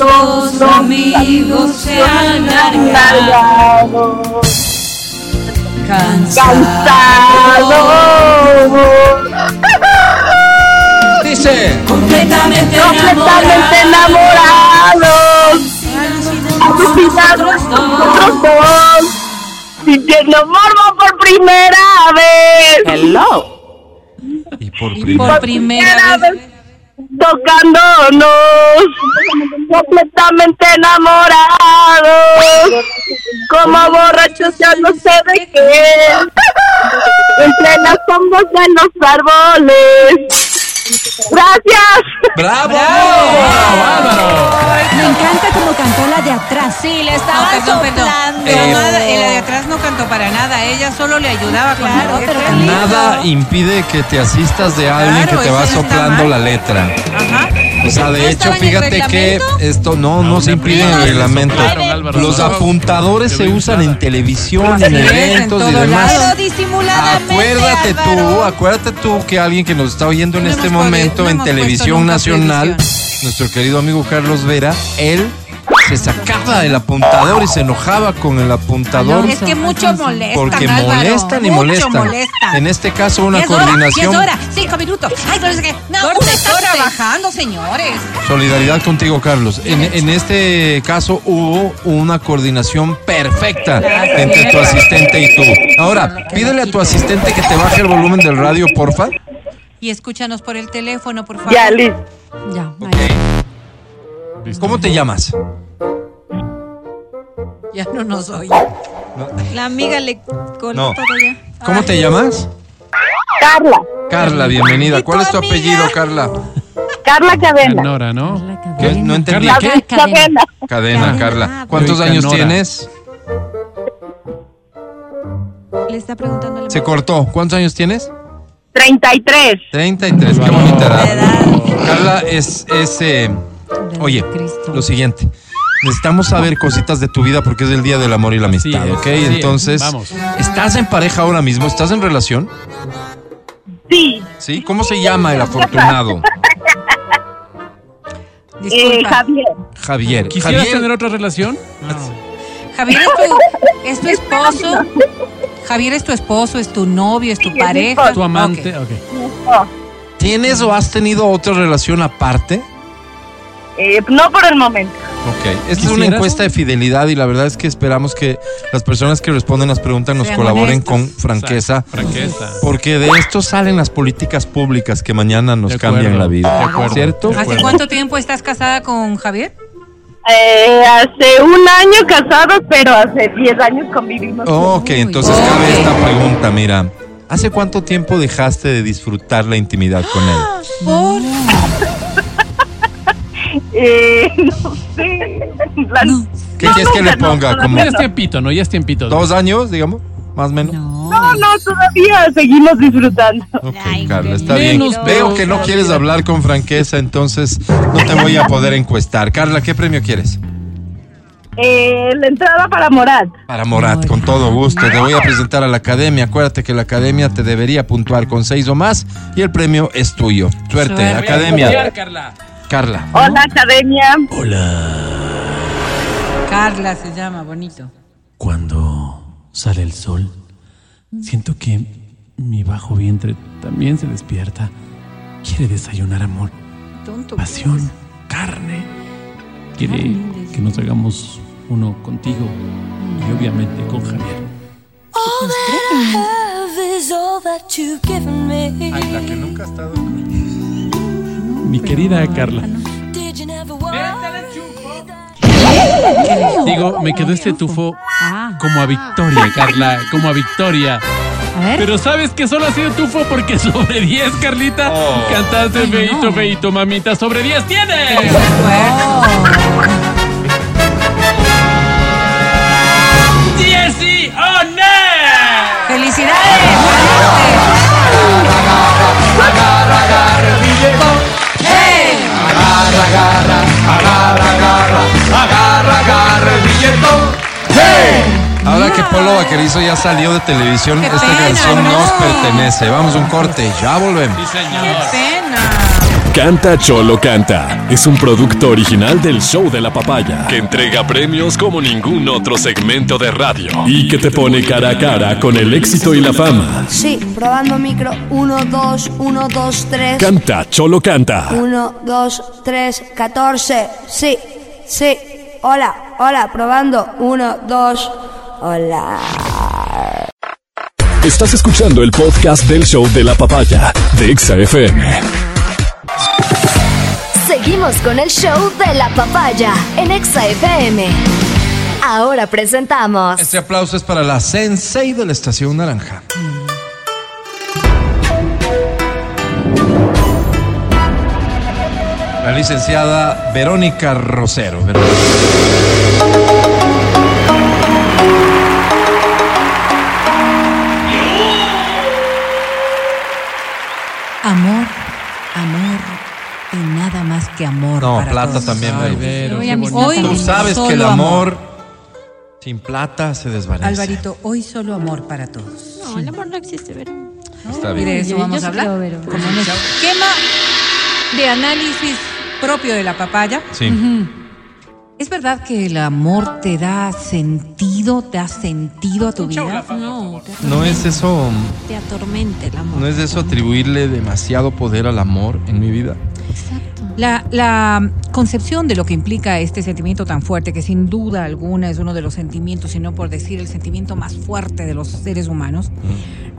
Speaker 13: los amigos se han largado. Cansados.
Speaker 6: Dice.
Speaker 13: Completamente
Speaker 11: Completamente enamorados. Asesinados nosotros dos. Sintiendo morbo por primera vez. Hello.
Speaker 6: Y por
Speaker 12: Por primera vez.
Speaker 11: Tocándonos. Completamente enamorados. Como borrachos ya no sé de qué. Entre las sombras de los árboles. Gracias.
Speaker 6: ¡Bravo!
Speaker 12: Me encanta como cantó la de atrás. Sí, le estaba soplando. Pero
Speaker 6: Eh,
Speaker 12: nada, eh, la de atrás no cantó para nada. Ella solo le ayudaba con la letra.
Speaker 6: Nada impide que te asistas de alguien que
Speaker 12: Claro,
Speaker 6: te
Speaker 12: eso
Speaker 6: va
Speaker 12: no está
Speaker 6: soplando la letra.
Speaker 12: Ajá.
Speaker 6: O sea,
Speaker 12: ¿No
Speaker 6: de hecho,
Speaker 12: estaba en el
Speaker 6: fíjate que
Speaker 12: reglamento?
Speaker 6: esto no, no se impide en el reglamento.
Speaker 8: soplaron, Álvaro.
Speaker 6: Los apuntadores se usan en televisión, en eventos y demás.
Speaker 12: Pero disimuladamente.
Speaker 6: Acuérdate tú, acuérdate tú que alguien que nos está oyendo en este momento en televisión nacional, nuestro querido amigo Carlos Vera, él se sacaba del apuntador y se enojaba con el apuntador.
Speaker 12: Es que mucho molestan.
Speaker 6: Porque
Speaker 12: Álvaro.
Speaker 6: molestan y
Speaker 12: Mucho
Speaker 6: molestan.
Speaker 12: molestan.
Speaker 6: En este caso, una
Speaker 12: Diez horas,
Speaker 6: coordinación.
Speaker 12: diez horas, cinco minutos. Ay, pero es que. No, uno está trabajando, señores.
Speaker 6: Solidaridad contigo, Carlos. En, en este caso hubo una coordinación perfecta entre tu asistente y tú. Ahora, pídele a tu asistente que te baje el volumen del radio, porfa.
Speaker 12: Y escúchanos por el teléfono, por favor.
Speaker 11: Ya, Liz.
Speaker 12: Ya.
Speaker 6: ¿Cómo te llamas?
Speaker 12: Ya no nos oye. La amiga le coló
Speaker 6: No.
Speaker 12: todo ya.
Speaker 6: ¿Cómo te llamas?
Speaker 11: Carla.
Speaker 6: Carla, bienvenida. ¿Cuál es tu apellido, Carla?
Speaker 11: Carla Cadena.
Speaker 8: Nora, ¿no?
Speaker 6: ¿Qué? No entendí.
Speaker 8: Carla,
Speaker 11: Carla Cadena.
Speaker 6: Cadena, Carla. Ah, ¿Cuántos
Speaker 8: Yo y
Speaker 6: años
Speaker 8: Canora.
Speaker 6: tienes?
Speaker 12: Le está preguntando
Speaker 6: Se cortó. ¿Cuántos años tienes?
Speaker 11: 33.
Speaker 6: 33. Qué bonita edad. Carla es... es eh, Oye, lo siguiente. Necesitamos saber cositas de tu vida porque es el Día del Amor y la
Speaker 8: Así
Speaker 6: Amistad,
Speaker 8: es,
Speaker 6: ¿ok?
Speaker 8: así es.
Speaker 6: Entonces,
Speaker 8: Vamos.
Speaker 6: ¿estás en pareja ahora mismo? ¿Estás en relación?
Speaker 11: Sí.
Speaker 6: ¿Sí? ¿Cómo se llama el afortunado?
Speaker 11: Eh, Javier.
Speaker 6: Javier.
Speaker 8: ¿Quisieras
Speaker 6: Javier,
Speaker 8: tener otra relación?
Speaker 12: Javier
Speaker 11: [laughs]
Speaker 12: es tu, es tu esposo. Javier es tu esposo, es tu novio, es tu pareja.
Speaker 8: Tu amante. Ok.
Speaker 6: ¿tienes o has tenido otra relación aparte?
Speaker 11: Eh, no por el momento.
Speaker 6: Ok, esta es una
Speaker 8: ¿Quisieras?
Speaker 6: encuesta de fidelidad y la verdad es que esperamos que las personas que responden las preguntas nos
Speaker 12: Sean
Speaker 6: colaboren
Speaker 12: honestos.
Speaker 6: con franqueza,
Speaker 8: Franqueza.
Speaker 6: porque de esto salen las políticas públicas que mañana nos
Speaker 8: De
Speaker 6: cambian
Speaker 8: acuerdo,
Speaker 6: la vida.
Speaker 8: de acuerdo,
Speaker 6: ¿Cierto?
Speaker 8: de
Speaker 12: ¿Hace
Speaker 8: acuerdo.
Speaker 12: cuánto tiempo estás casada con Javier?
Speaker 11: Eh, hace un año casados, pero hace 10 años convivimos.
Speaker 8: Oh.
Speaker 6: Ok,
Speaker 12: Uy.
Speaker 6: entonces cabe
Speaker 12: Ok.
Speaker 6: esta pregunta, mira. ¿Hace cuánto tiempo dejaste de disfrutar la intimidad con
Speaker 12: [gasps]
Speaker 6: él?
Speaker 12: Por
Speaker 11: Eh, [laughs] no sé. La-
Speaker 6: ¿Qué
Speaker 11: No,
Speaker 6: quieres que
Speaker 11: nunca,
Speaker 6: le ponga?
Speaker 11: no,
Speaker 6: ¿Como
Speaker 8: Ya es tiempito, ¿no? Ya es tiempito.
Speaker 6: dos años, digamos? Más o menos.
Speaker 11: No, no, todavía seguimos disfrutando.
Speaker 6: Ok,
Speaker 12: Ay,
Speaker 6: Carla, está
Speaker 8: menos,
Speaker 6: bien.
Speaker 8: pero-
Speaker 6: Veo que no quieres hablar con franqueza, entonces no te voy a poder encuestar. Carla, ¿qué premio quieres?
Speaker 11: Eh, la entrada para Morat.
Speaker 6: Para Morat, con todo gusto. Te voy a presentar a la academia. Acuérdate que la academia te debería puntuar con seis o más y el premio es tuyo. Suerte,
Speaker 12: Suerte.
Speaker 6: academia. Carla.
Speaker 11: Hola, academia.
Speaker 12: Carla se llama, bonito.
Speaker 8: Cuando sale el sol, siento que mi bajo vientre también se despierta. Quiere desayunar amor,
Speaker 12: Tonto.
Speaker 8: pasión, carne. Quiere que nos hagamos uno contigo y obviamente con Javier.
Speaker 6: Ay, la que nunca ha estado.
Speaker 8: Mi querida Carla. Digo, me quedó este tufo como a Victoria, Carla, como a Victoria. Pero sabes que solo ha sido tufo porque [laughs] sobre 10, Carlita, cantaste feito, feito, mamita, sobre 10 tienes. ¡Dieci
Speaker 12: ¡Felicidades!
Speaker 13: Agarra, agarra, agarra, agarra, agarra, agarra el billetón.
Speaker 6: Ahora que Polo Vaquerizo ya salió de televisión, esta canción nos pertenece. Vamos a un corte, ya volvemos.
Speaker 5: Canta Cholo Canta es un producto original del Show de la Papaya que entrega premios como ningún otro segmento de radio y que te pone cara a cara con el éxito y la fama.
Speaker 14: Sí, probando micro. 1, 2, 1, 2, 3.
Speaker 5: Canta Cholo Canta.
Speaker 14: 1, 2, 3, 14. Sí, sí. Hola, hola, probando. 1, 2, hola.
Speaker 5: Estás escuchando el podcast del Show de la Papaya de Exa FM.
Speaker 4: Seguimos con el show de la papaya en Exa FM. Ahora presentamos.
Speaker 6: Este aplauso es para la Sensei de la Estación Naranja. La licenciada Verónica Rosero. Verónica.
Speaker 12: Amor, amor y nada más que amor.
Speaker 6: No,
Speaker 12: para
Speaker 6: plata
Speaker 12: todos.
Speaker 6: también.
Speaker 12: Ay,
Speaker 6: Vero.
Speaker 12: Vero, Yo voy a qué mis bonito.
Speaker 6: Tú
Speaker 12: notas.
Speaker 6: sabes
Speaker 12: Solo
Speaker 6: que el
Speaker 12: amor.
Speaker 6: amor sin plata se desvanece.
Speaker 12: Alvarito, hoy solo amor para todos.
Speaker 10: No, el amor no existe, ¿verdad?
Speaker 6: Está
Speaker 12: Y de
Speaker 6: bien.
Speaker 12: eso
Speaker 10: Yo-
Speaker 12: vamos
Speaker 10: yo
Speaker 12: a hablar.
Speaker 10: creo, Vero.
Speaker 12: Como en el esquema de análisis propio de la papaya.
Speaker 6: Sí.
Speaker 12: Ujú. ¿Es verdad que el amor te da sentido, te da sentido a tu vida?
Speaker 10: No, te
Speaker 6: No es eso,
Speaker 10: te atormente el amor.
Speaker 6: no es eso atribuirle demasiado poder al amor en mi vida.
Speaker 12: La, la concepción de lo que implica este sentimiento tan fuerte, que sin duda alguna es uno de los sentimientos, si no por decir el sentimiento más fuerte de los seres humanos,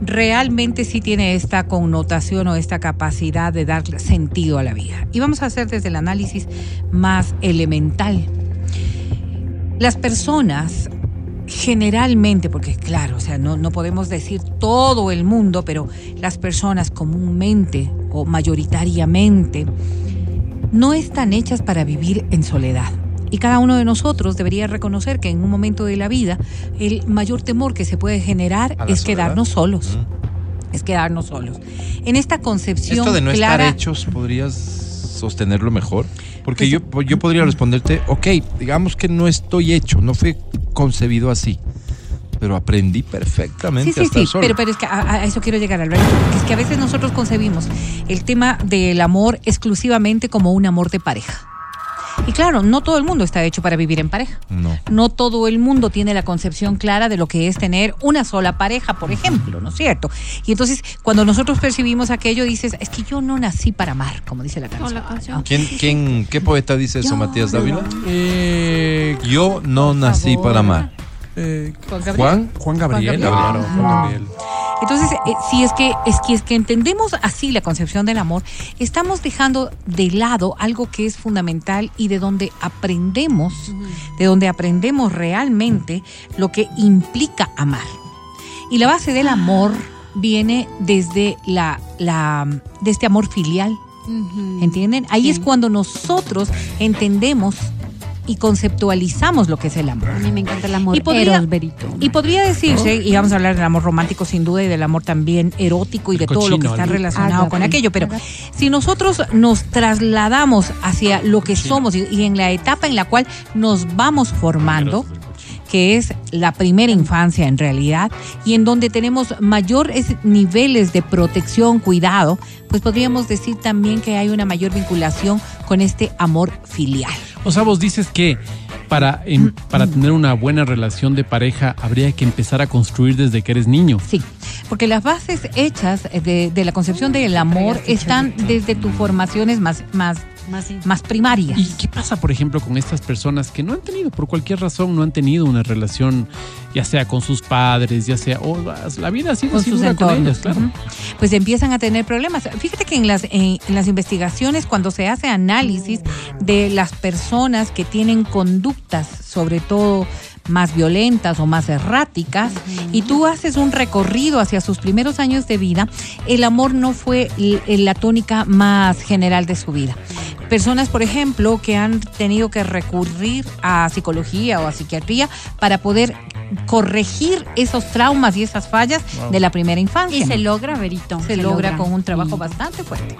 Speaker 12: realmente sí tiene esta connotación o esta capacidad de darle sentido a la vida. Y vamos a hacer desde el análisis más elemental. Las personas generalmente, porque claro, o sea, no, no podemos decir todo el mundo, pero las personas comúnmente o mayoritariamente no están hechas para vivir en soledad. Y cada uno de nosotros debería reconocer que en un momento de la vida el mayor temor que se puede generar
Speaker 6: A la
Speaker 12: es
Speaker 6: soledad.
Speaker 12: quedarnos solos. Es quedarnos solos. En esta concepción
Speaker 6: Esto de no
Speaker 12: clara, Pues
Speaker 6: estar hechos, ¿podrías sostenerlo mejor? Porque yo, yo podría responderte, ok, digamos que no estoy hecho, no fui concebido así, pero aprendí perfectamente
Speaker 12: Sí,
Speaker 6: a
Speaker 12: sí,
Speaker 6: estar
Speaker 12: sí,
Speaker 6: solo.
Speaker 12: pero, pero es que a, a eso quiero llegar, Alberto, porque es que a veces nosotros concebimos el tema del amor exclusivamente como un amor de pareja. Y claro, no todo el mundo está hecho para vivir en pareja.
Speaker 6: No.
Speaker 12: No todo el mundo tiene la concepción clara de lo que es tener una sola pareja, por ejemplo, ¿no es cierto? Y entonces, cuando nosotros percibimos aquello, dices, es que yo no nací para amar, como dice la canción.
Speaker 6: ¿Quién, quién, ¿Qué poeta dice eso, Matías Dávila?
Speaker 8: Eh,
Speaker 6: Yo no nací para amar.
Speaker 8: eh,
Speaker 12: Juan
Speaker 6: Juan, Juan
Speaker 8: Juan Gabriel.
Speaker 6: Gabriel.
Speaker 8: Claro, Juan Gabriel.
Speaker 12: Entonces, eh, si es que, es que es que entendemos así la concepción del amor, estamos dejando de lado algo que es fundamental y de donde aprendemos, de donde aprendemos realmente lo que implica amar. Y la base del amor viene desde la, la de este amor filial. ¿Entienden? Ahí es cuando nosotros entendemos y conceptualizamos lo que es el amor.
Speaker 10: A mí me encanta el amor.
Speaker 12: Y podría-
Speaker 10: Eros, Berito.
Speaker 12: Y podría decirse, y vamos a hablar del amor romántico sin duda y del amor también erótico y de todo lo que
Speaker 10: cochino,
Speaker 12: está
Speaker 10: ¿no?
Speaker 12: relacionado con
Speaker 10: Ágape,
Speaker 12: aquello, pero
Speaker 10: ágape.
Speaker 12: si nosotros nos trasladamos hacia lo que somos y, y en la etapa en la cual nos vamos formando, que es la primera infancia en realidad, y en donde tenemos mayores niveles de protección, cuidado, pues podríamos decir también que hay una mayor vinculación con este amor filial.
Speaker 8: O sea, vos dices que para, em, para tener una buena relación de pareja habría que empezar a construir desde que eres niño.
Speaker 12: Sí, porque las bases hechas de, de la concepción del amor están desde tus formaciones más, más más, más primarias.
Speaker 8: ¿Y qué pasa, por ejemplo, con estas personas que no han tenido, por cualquier razón, no han tenido una relación, ya sea con sus padres, ya sea, o la vida ha sido
Speaker 12: Con
Speaker 8: así
Speaker 12: sus
Speaker 8: dura con
Speaker 12: entornos,
Speaker 8: ellos, claro.
Speaker 12: ujú. pues empiezan a tener problemas. Fíjate que en las, en, en las investigaciones, cuando se hace análisis de las personas que tienen conductas, sobre todo más violentas o más erráticas, y tú haces un recorrido hacia sus primeros años de vida, el amor no fue l- eh, la tónica más general de su vida. Personas, por ejemplo, que han tenido que recurrir a psicología o a psiquiatría para poder corregir esos traumas y esas fallas
Speaker 7: Wow.
Speaker 12: de la primera infancia.
Speaker 7: Y se logra, Verito.
Speaker 12: Se, logra, con un trabajo
Speaker 7: Mm.
Speaker 12: bastante fuerte.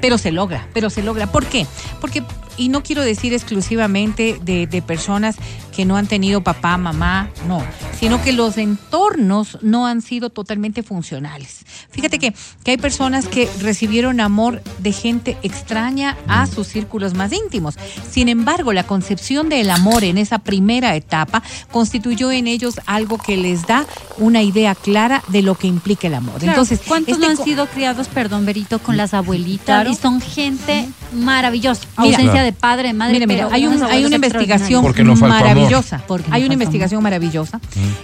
Speaker 12: Pero se logra, pero se logra. ¿Por qué? Porque, y no quiero decir exclusivamente de, de personas que no han tenido papá, mamá, no, sino que los entornos no han sido totalmente funcionales. Fíjate que, que hay personas que recibieron amor de gente extraña
Speaker 7: Mm.
Speaker 12: a sus círculos más íntimos. Sin embargo, la concepción del amor en esa primera etapa constituyó en ellos algo que les da una idea clara de lo que implica el amor.
Speaker 7: Claro,
Speaker 12: Entonces,
Speaker 7: ¿cuántos
Speaker 12: este
Speaker 7: no han
Speaker 12: co-
Speaker 7: sido criados, perdón, Berito, con las abuelitas?
Speaker 12: Claro.
Speaker 7: Y son gente maravillosa.
Speaker 12: Mira.
Speaker 7: Ausencia
Speaker 12: Claro.
Speaker 7: de padre, madre,
Speaker 12: Mira, mira,
Speaker 7: pero
Speaker 12: hay, un-
Speaker 7: unos
Speaker 12: hay
Speaker 7: abuelos
Speaker 12: una investigación
Speaker 7: extraordinarios.
Speaker 15: Porque no falta amor.
Speaker 12: maravillosa.
Speaker 7: Porque no
Speaker 12: hay una
Speaker 7: falta
Speaker 12: investigación maravillosa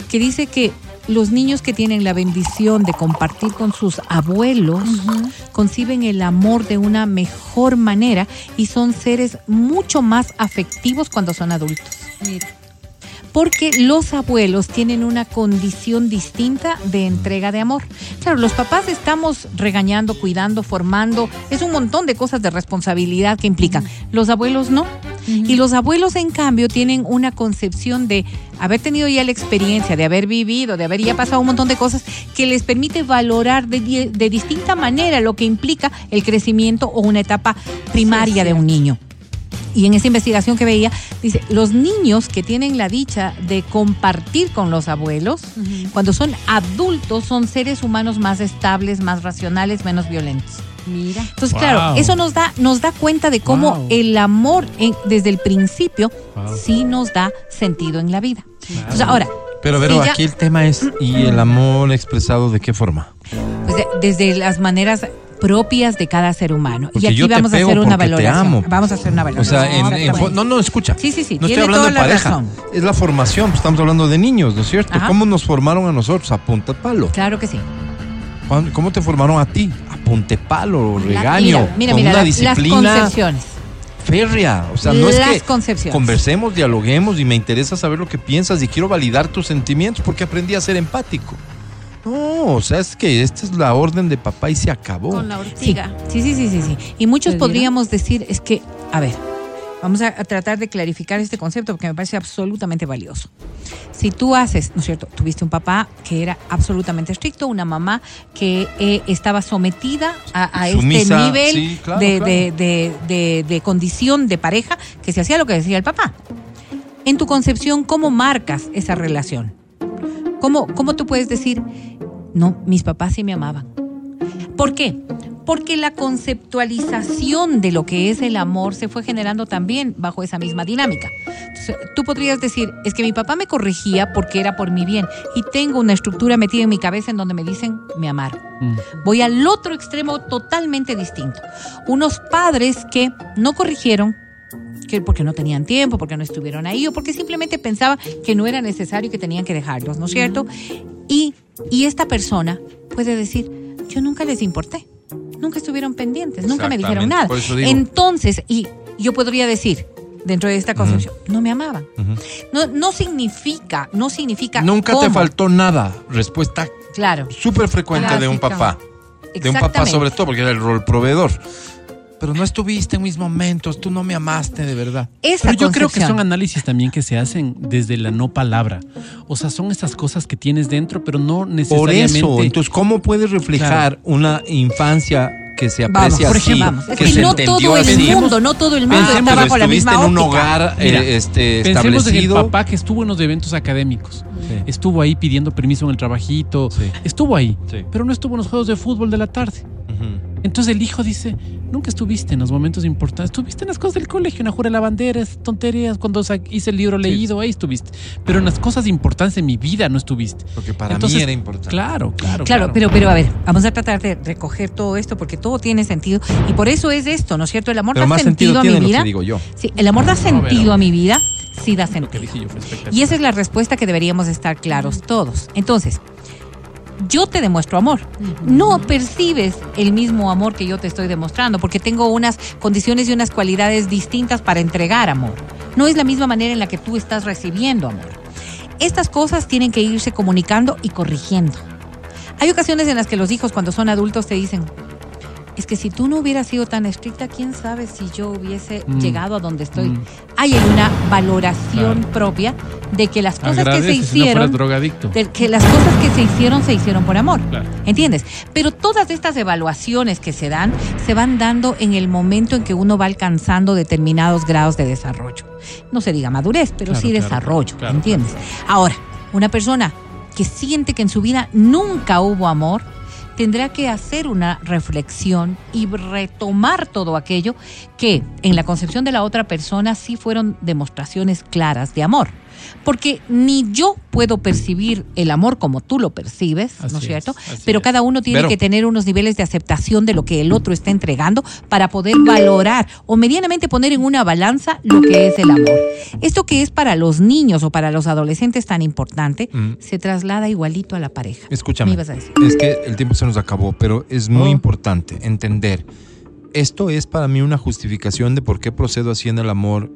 Speaker 12: que dice que los niños que tienen la bendición de compartir con sus abuelos conciben el amor de una mejor manera y son seres mucho más afectivos cuando son adultos. Porque los abuelos tienen una condición distinta de entrega de amor. Claro, los papás estamos regañando, cuidando, formando. Es un montón de cosas de responsabilidad que implican. Los abuelos no. Y los abuelos, en cambio, tienen una concepción de haber tenido ya la experiencia, de haber vivido, de haber ya pasado un montón de cosas que les permite valorar de, di- de distinta manera lo que implica el crecimiento o una etapa primaria de un niño y en esa investigación que veía, dice, los niños que tienen la dicha de compartir con los abuelos, cuando son adultos, son seres humanos más estables, más racionales, menos violentos. Mira. Entonces, claro,
Speaker 7: Wow.
Speaker 12: eso nos da, nos da cuenta de cómo
Speaker 7: Wow.
Speaker 12: el amor en- desde el principio
Speaker 6: Wow.
Speaker 12: sí nos da sentido en la vida. Entonces, ahora,
Speaker 6: Pero,
Speaker 12: si
Speaker 6: Vero,
Speaker 12: ya-
Speaker 6: aquí el tema es, ¿y el amor expresado de qué forma?
Speaker 12: pues, de- desde las maneras propias de cada ser humano.
Speaker 6: Porque
Speaker 12: y aquí
Speaker 6: yo te
Speaker 12: vamos a
Speaker 6: pego
Speaker 12: hacer una
Speaker 6: porque te
Speaker 12: valoración.
Speaker 6: amo.
Speaker 12: Vamos a hacer una
Speaker 6: O
Speaker 12: valoración.
Speaker 6: sea, en- en fo- no, no, escucha.
Speaker 12: Sí, sí, sí,
Speaker 6: No estoy
Speaker 12: tiene
Speaker 6: hablando
Speaker 12: toda
Speaker 6: de
Speaker 12: la
Speaker 6: pareja.
Speaker 12: razón.
Speaker 6: Es la formación, pues, estamos hablando de niños, ¿no es cierto?
Speaker 12: Ajá.
Speaker 6: ¿Cómo nos formaron a nosotros? A punta de palo.
Speaker 12: Claro que sí.
Speaker 6: Juan, ¿Cómo te formaron a ti? A punta de palo, regaño,
Speaker 12: Mira, mira,
Speaker 6: con
Speaker 12: mira,
Speaker 6: una
Speaker 12: las- las
Speaker 6: disciplina
Speaker 12: concepciones.
Speaker 6: férrea. O sea, no es
Speaker 12: Las
Speaker 6: que
Speaker 12: concepciones.
Speaker 6: conversemos, dialoguemos y me interesa saber lo que piensas y quiero validar tus sentimientos porque aprendí a ser empático. No, o sea, es que esta es la orden de papá y se acabó.
Speaker 12: Sí, sí, sí, sí, sí, sí. Y muchos podríamos decir, es que, a ver, vamos a, a tratar de clarificar este concepto porque me parece absolutamente valioso. Si tú haces, ¿no es cierto? Tuviste un papá que era absolutamente estricto, una mamá que eh, estaba sometida a, a este
Speaker 7: Sumisa,
Speaker 12: nivel
Speaker 7: sí, claro,
Speaker 12: de,
Speaker 7: claro.
Speaker 12: de- de- de- de condición de pareja que se hacía lo que decía el papá. En tu concepción, ¿cómo marcas esa relación? ¿Cómo, ¿Cómo tú puedes decir, no, mis papás sí me amaban? ¿Por qué? Porque la conceptualización de lo que es el amor se fue generando también bajo esa misma dinámica. Entonces, tú podrías decir, es que mi papá me corregía porque era por mi bien y tengo una estructura metida en mi cabeza en donde me dicen, me amaron. Voy al otro extremo totalmente distinto. Unos padres que no corrigieron, que porque no tenían tiempo, porque no estuvieron ahí o porque simplemente pensaban que no era necesario y que tenían que dejarlos, ¿no es cierto? Y, y esta persona puede decir, yo nunca les importé, nunca estuvieron pendientes, nunca me dijeron
Speaker 7: Exactamente,
Speaker 12: nada.
Speaker 7: por eso digo.
Speaker 12: Entonces, y yo podría decir, dentro de esta concepción, no me amaban. No, no significa, no significa...
Speaker 6: Nunca te
Speaker 12: cómo.
Speaker 6: faltó nada. Respuesta
Speaker 12: Claro.
Speaker 6: súper frecuente de un
Speaker 12: Clásica.
Speaker 6: papá. De un papá
Speaker 12: Exactamente.
Speaker 6: sobre todo, porque era el rol proveedor. Pero no estuviste en mis momentos, tú no me amaste de verdad.
Speaker 8: Pero yo creo que son análisis también que se hacen desde la no palabra. O sea, son estas cosas que tienes dentro, pero no
Speaker 6: Por
Speaker 8: necesariamente.
Speaker 6: eso, entonces, ¿cómo puedes reflejar
Speaker 8: Claro.
Speaker 6: una infancia que se
Speaker 8: Vamos,
Speaker 6: aprecia
Speaker 8: por
Speaker 6: así?
Speaker 8: ejemplo, vamos.
Speaker 12: Es
Speaker 6: que
Speaker 12: que
Speaker 6: se
Speaker 12: no
Speaker 6: entendió
Speaker 12: todo el
Speaker 6: así?
Speaker 12: mundo, no todo el mundo
Speaker 6: Pensemos,
Speaker 12: estaba con la
Speaker 6: Ah, estuviste
Speaker 12: misma
Speaker 6: en un
Speaker 12: óptica.
Speaker 6: hogar eh,
Speaker 8: Mira,
Speaker 6: este,
Speaker 8: Pensemos en el
Speaker 6: establecido.
Speaker 8: papá que estuvo en los eventos académicos. Estuvo ahí pidiendo permiso en el trabajito. Estuvo ahí, pero no estuvo en los juegos de fútbol de la tarde. Entonces el hijo dice, nunca estuviste en los momentos importantes, estuviste en las cosas del colegio, en la jura de la bandera, esas tonterías, cuando sa- hice el libro leído, ahí estuviste. Pero en las cosas importantes de mi vida no estuviste.
Speaker 6: Porque para mí era importante.
Speaker 8: Claro, claro.
Speaker 12: Claro, pero, pero a ver, vamos a tratar de recoger todo esto porque todo tiene sentido y por eso es esto, ¿no es cierto? El amor
Speaker 6: Pero
Speaker 12: da
Speaker 6: más
Speaker 12: sentido,
Speaker 6: sentido
Speaker 12: a
Speaker 6: tiene
Speaker 12: mi
Speaker 6: lo
Speaker 12: vida.
Speaker 6: que digo yo.
Speaker 12: Sí, el amor da
Speaker 6: No, a ver, hombre.
Speaker 12: sentido a mi vida, sí da sentido. Y esa es la respuesta que deberíamos estar claros todos. Entonces, yo te demuestro amor. No percibes el mismo amor que yo te estoy demostrando porque tengo unas condiciones y unas cualidades distintas para entregar amor. No es la misma manera en la que tú estás recibiendo amor. Estas cosas tienen que irse comunicando y corrigiendo. Hay ocasiones en las que los hijos cuando son adultos te dicen, es que si tú no hubieras sido tan estricta, quién sabe si yo hubiese
Speaker 7: Mm.
Speaker 12: llegado a donde estoy. Ahí Hay una valoración propia de que las cosas que se
Speaker 8: Agradeces si no
Speaker 12: hicieron
Speaker 8: fueras drogadicto.
Speaker 12: de que las cosas que se hicieron se hicieron por amor.
Speaker 8: Claro.
Speaker 12: ¿Entiendes? Pero todas estas evaluaciones que se dan se van dando en el momento en que uno va alcanzando determinados grados de desarrollo. No se diga madurez, pero
Speaker 7: Claro,
Speaker 12: sí
Speaker 7: claro,
Speaker 12: desarrollo, ¿entiendes? Ahora, una persona que siente que en su vida nunca hubo amor, tendrá que hacer una reflexión y retomar todo aquello que en la concepción de la otra persona sí fueron demostraciones claras de amor. Porque ni yo puedo percibir el amor como tú lo percibes, ¿no es cierto? Pero cada uno tiene
Speaker 7: Vero.
Speaker 12: que tener unos niveles de aceptación de lo que el otro está entregando para poder valorar o medianamente poner en una balanza lo que es el amor. Esto que es para los niños o para los adolescentes tan importante,
Speaker 6: Mm.
Speaker 12: se traslada igualito a la pareja.
Speaker 6: Escúchame.
Speaker 12: Me ibas a decir.
Speaker 6: Es que el tiempo se nos acabó, pero es muy
Speaker 12: Oh.
Speaker 6: importante entender. Esto es para mí una justificación de por qué procedo así en el amor.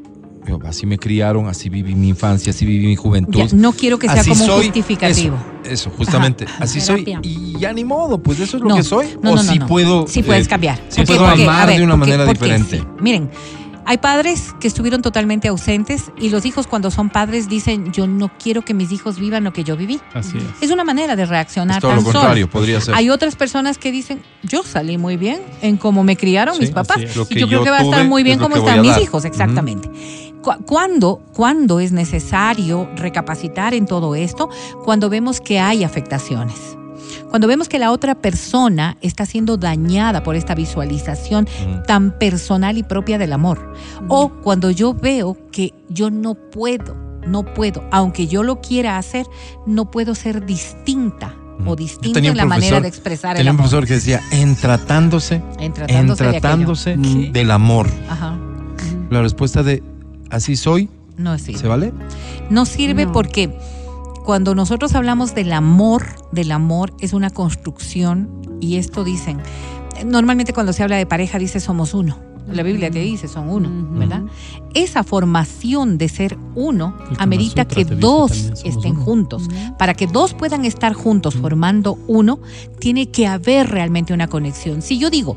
Speaker 6: Yo, Así me criaron, así viví mi infancia, así viví mi juventud.
Speaker 12: Ya, no quiero que sea
Speaker 6: Así
Speaker 12: como un
Speaker 6: soy,
Speaker 12: justificativo.
Speaker 6: Eso, eso, justamente. Así
Speaker 12: Terapia.
Speaker 6: soy y ya ni modo, pues eso es lo que soy.
Speaker 12: No,
Speaker 6: o
Speaker 12: no, no,
Speaker 6: si
Speaker 12: no.
Speaker 6: puedo.
Speaker 12: Sí puedes
Speaker 6: eh,
Speaker 12: cambiar.
Speaker 6: Si
Speaker 12: Porque-
Speaker 6: puedo
Speaker 12: porque, a
Speaker 6: amar
Speaker 12: ver,
Speaker 6: de una
Speaker 12: porque-
Speaker 6: manera
Speaker 12: porque
Speaker 6: diferente.
Speaker 12: sí. Miren, hay padres que estuvieron totalmente ausentes y los hijos cuando son padres dicen, yo no quiero que mis hijos vivan lo que yo viví.
Speaker 8: Así es.
Speaker 12: Es una manera de reaccionar.
Speaker 6: Es todo lo
Speaker 12: tan
Speaker 6: contrario,
Speaker 12: solos.
Speaker 6: podría ser.
Speaker 12: Hay otras personas que dicen, yo salí muy bien en cómo me criaron
Speaker 6: Sí,
Speaker 12: mis papás.
Speaker 6: así es. Lo
Speaker 12: Y
Speaker 6: que
Speaker 12: yo creo
Speaker 6: yo
Speaker 12: que va a estar
Speaker 6: tuve
Speaker 12: muy bien
Speaker 6: es lo
Speaker 12: como
Speaker 6: que voy
Speaker 12: están
Speaker 6: a
Speaker 12: mis
Speaker 6: dar.
Speaker 12: hijos, exactamente. Cu- ¿Cuándo, ¿Cuándo es necesario recapacitar en todo esto? Cuando vemos que hay afectaciones. Cuando vemos que la otra persona está siendo dañada por esta visualización tan personal y propia del amor. O cuando yo veo que yo no puedo, no puedo, aunque yo lo quiera hacer, no puedo ser distinta o
Speaker 6: Yo
Speaker 12: distinta
Speaker 6: tenía
Speaker 12: en
Speaker 6: un
Speaker 12: la manera
Speaker 6: profesor-
Speaker 12: de expresar el
Speaker 6: Tenía un
Speaker 12: amor.
Speaker 6: profesor que decía, en tratándose,
Speaker 12: En
Speaker 6: en
Speaker 12: tratándose de aquello.
Speaker 6: tratándose
Speaker 12: ¿Qué?
Speaker 6: del amor.
Speaker 12: Ajá.
Speaker 6: La respuesta de así soy,
Speaker 12: No es así.
Speaker 6: ¿se vale?
Speaker 12: No sirve porque cuando nosotros hablamos del amor, del amor es una construcción y esto dicen, normalmente cuando se habla de pareja dice somos uno. La Biblia te dice son uno, ¿verdad? Esa formación de ser uno
Speaker 7: El Kama
Speaker 12: amerita
Speaker 7: Sutra
Speaker 12: que
Speaker 7: te dice
Speaker 12: dos
Speaker 7: también, somos
Speaker 12: estén
Speaker 7: uno.
Speaker 12: juntos. Para que dos puedan estar juntos formando uno, tiene que haber realmente una conexión. Si yo digo,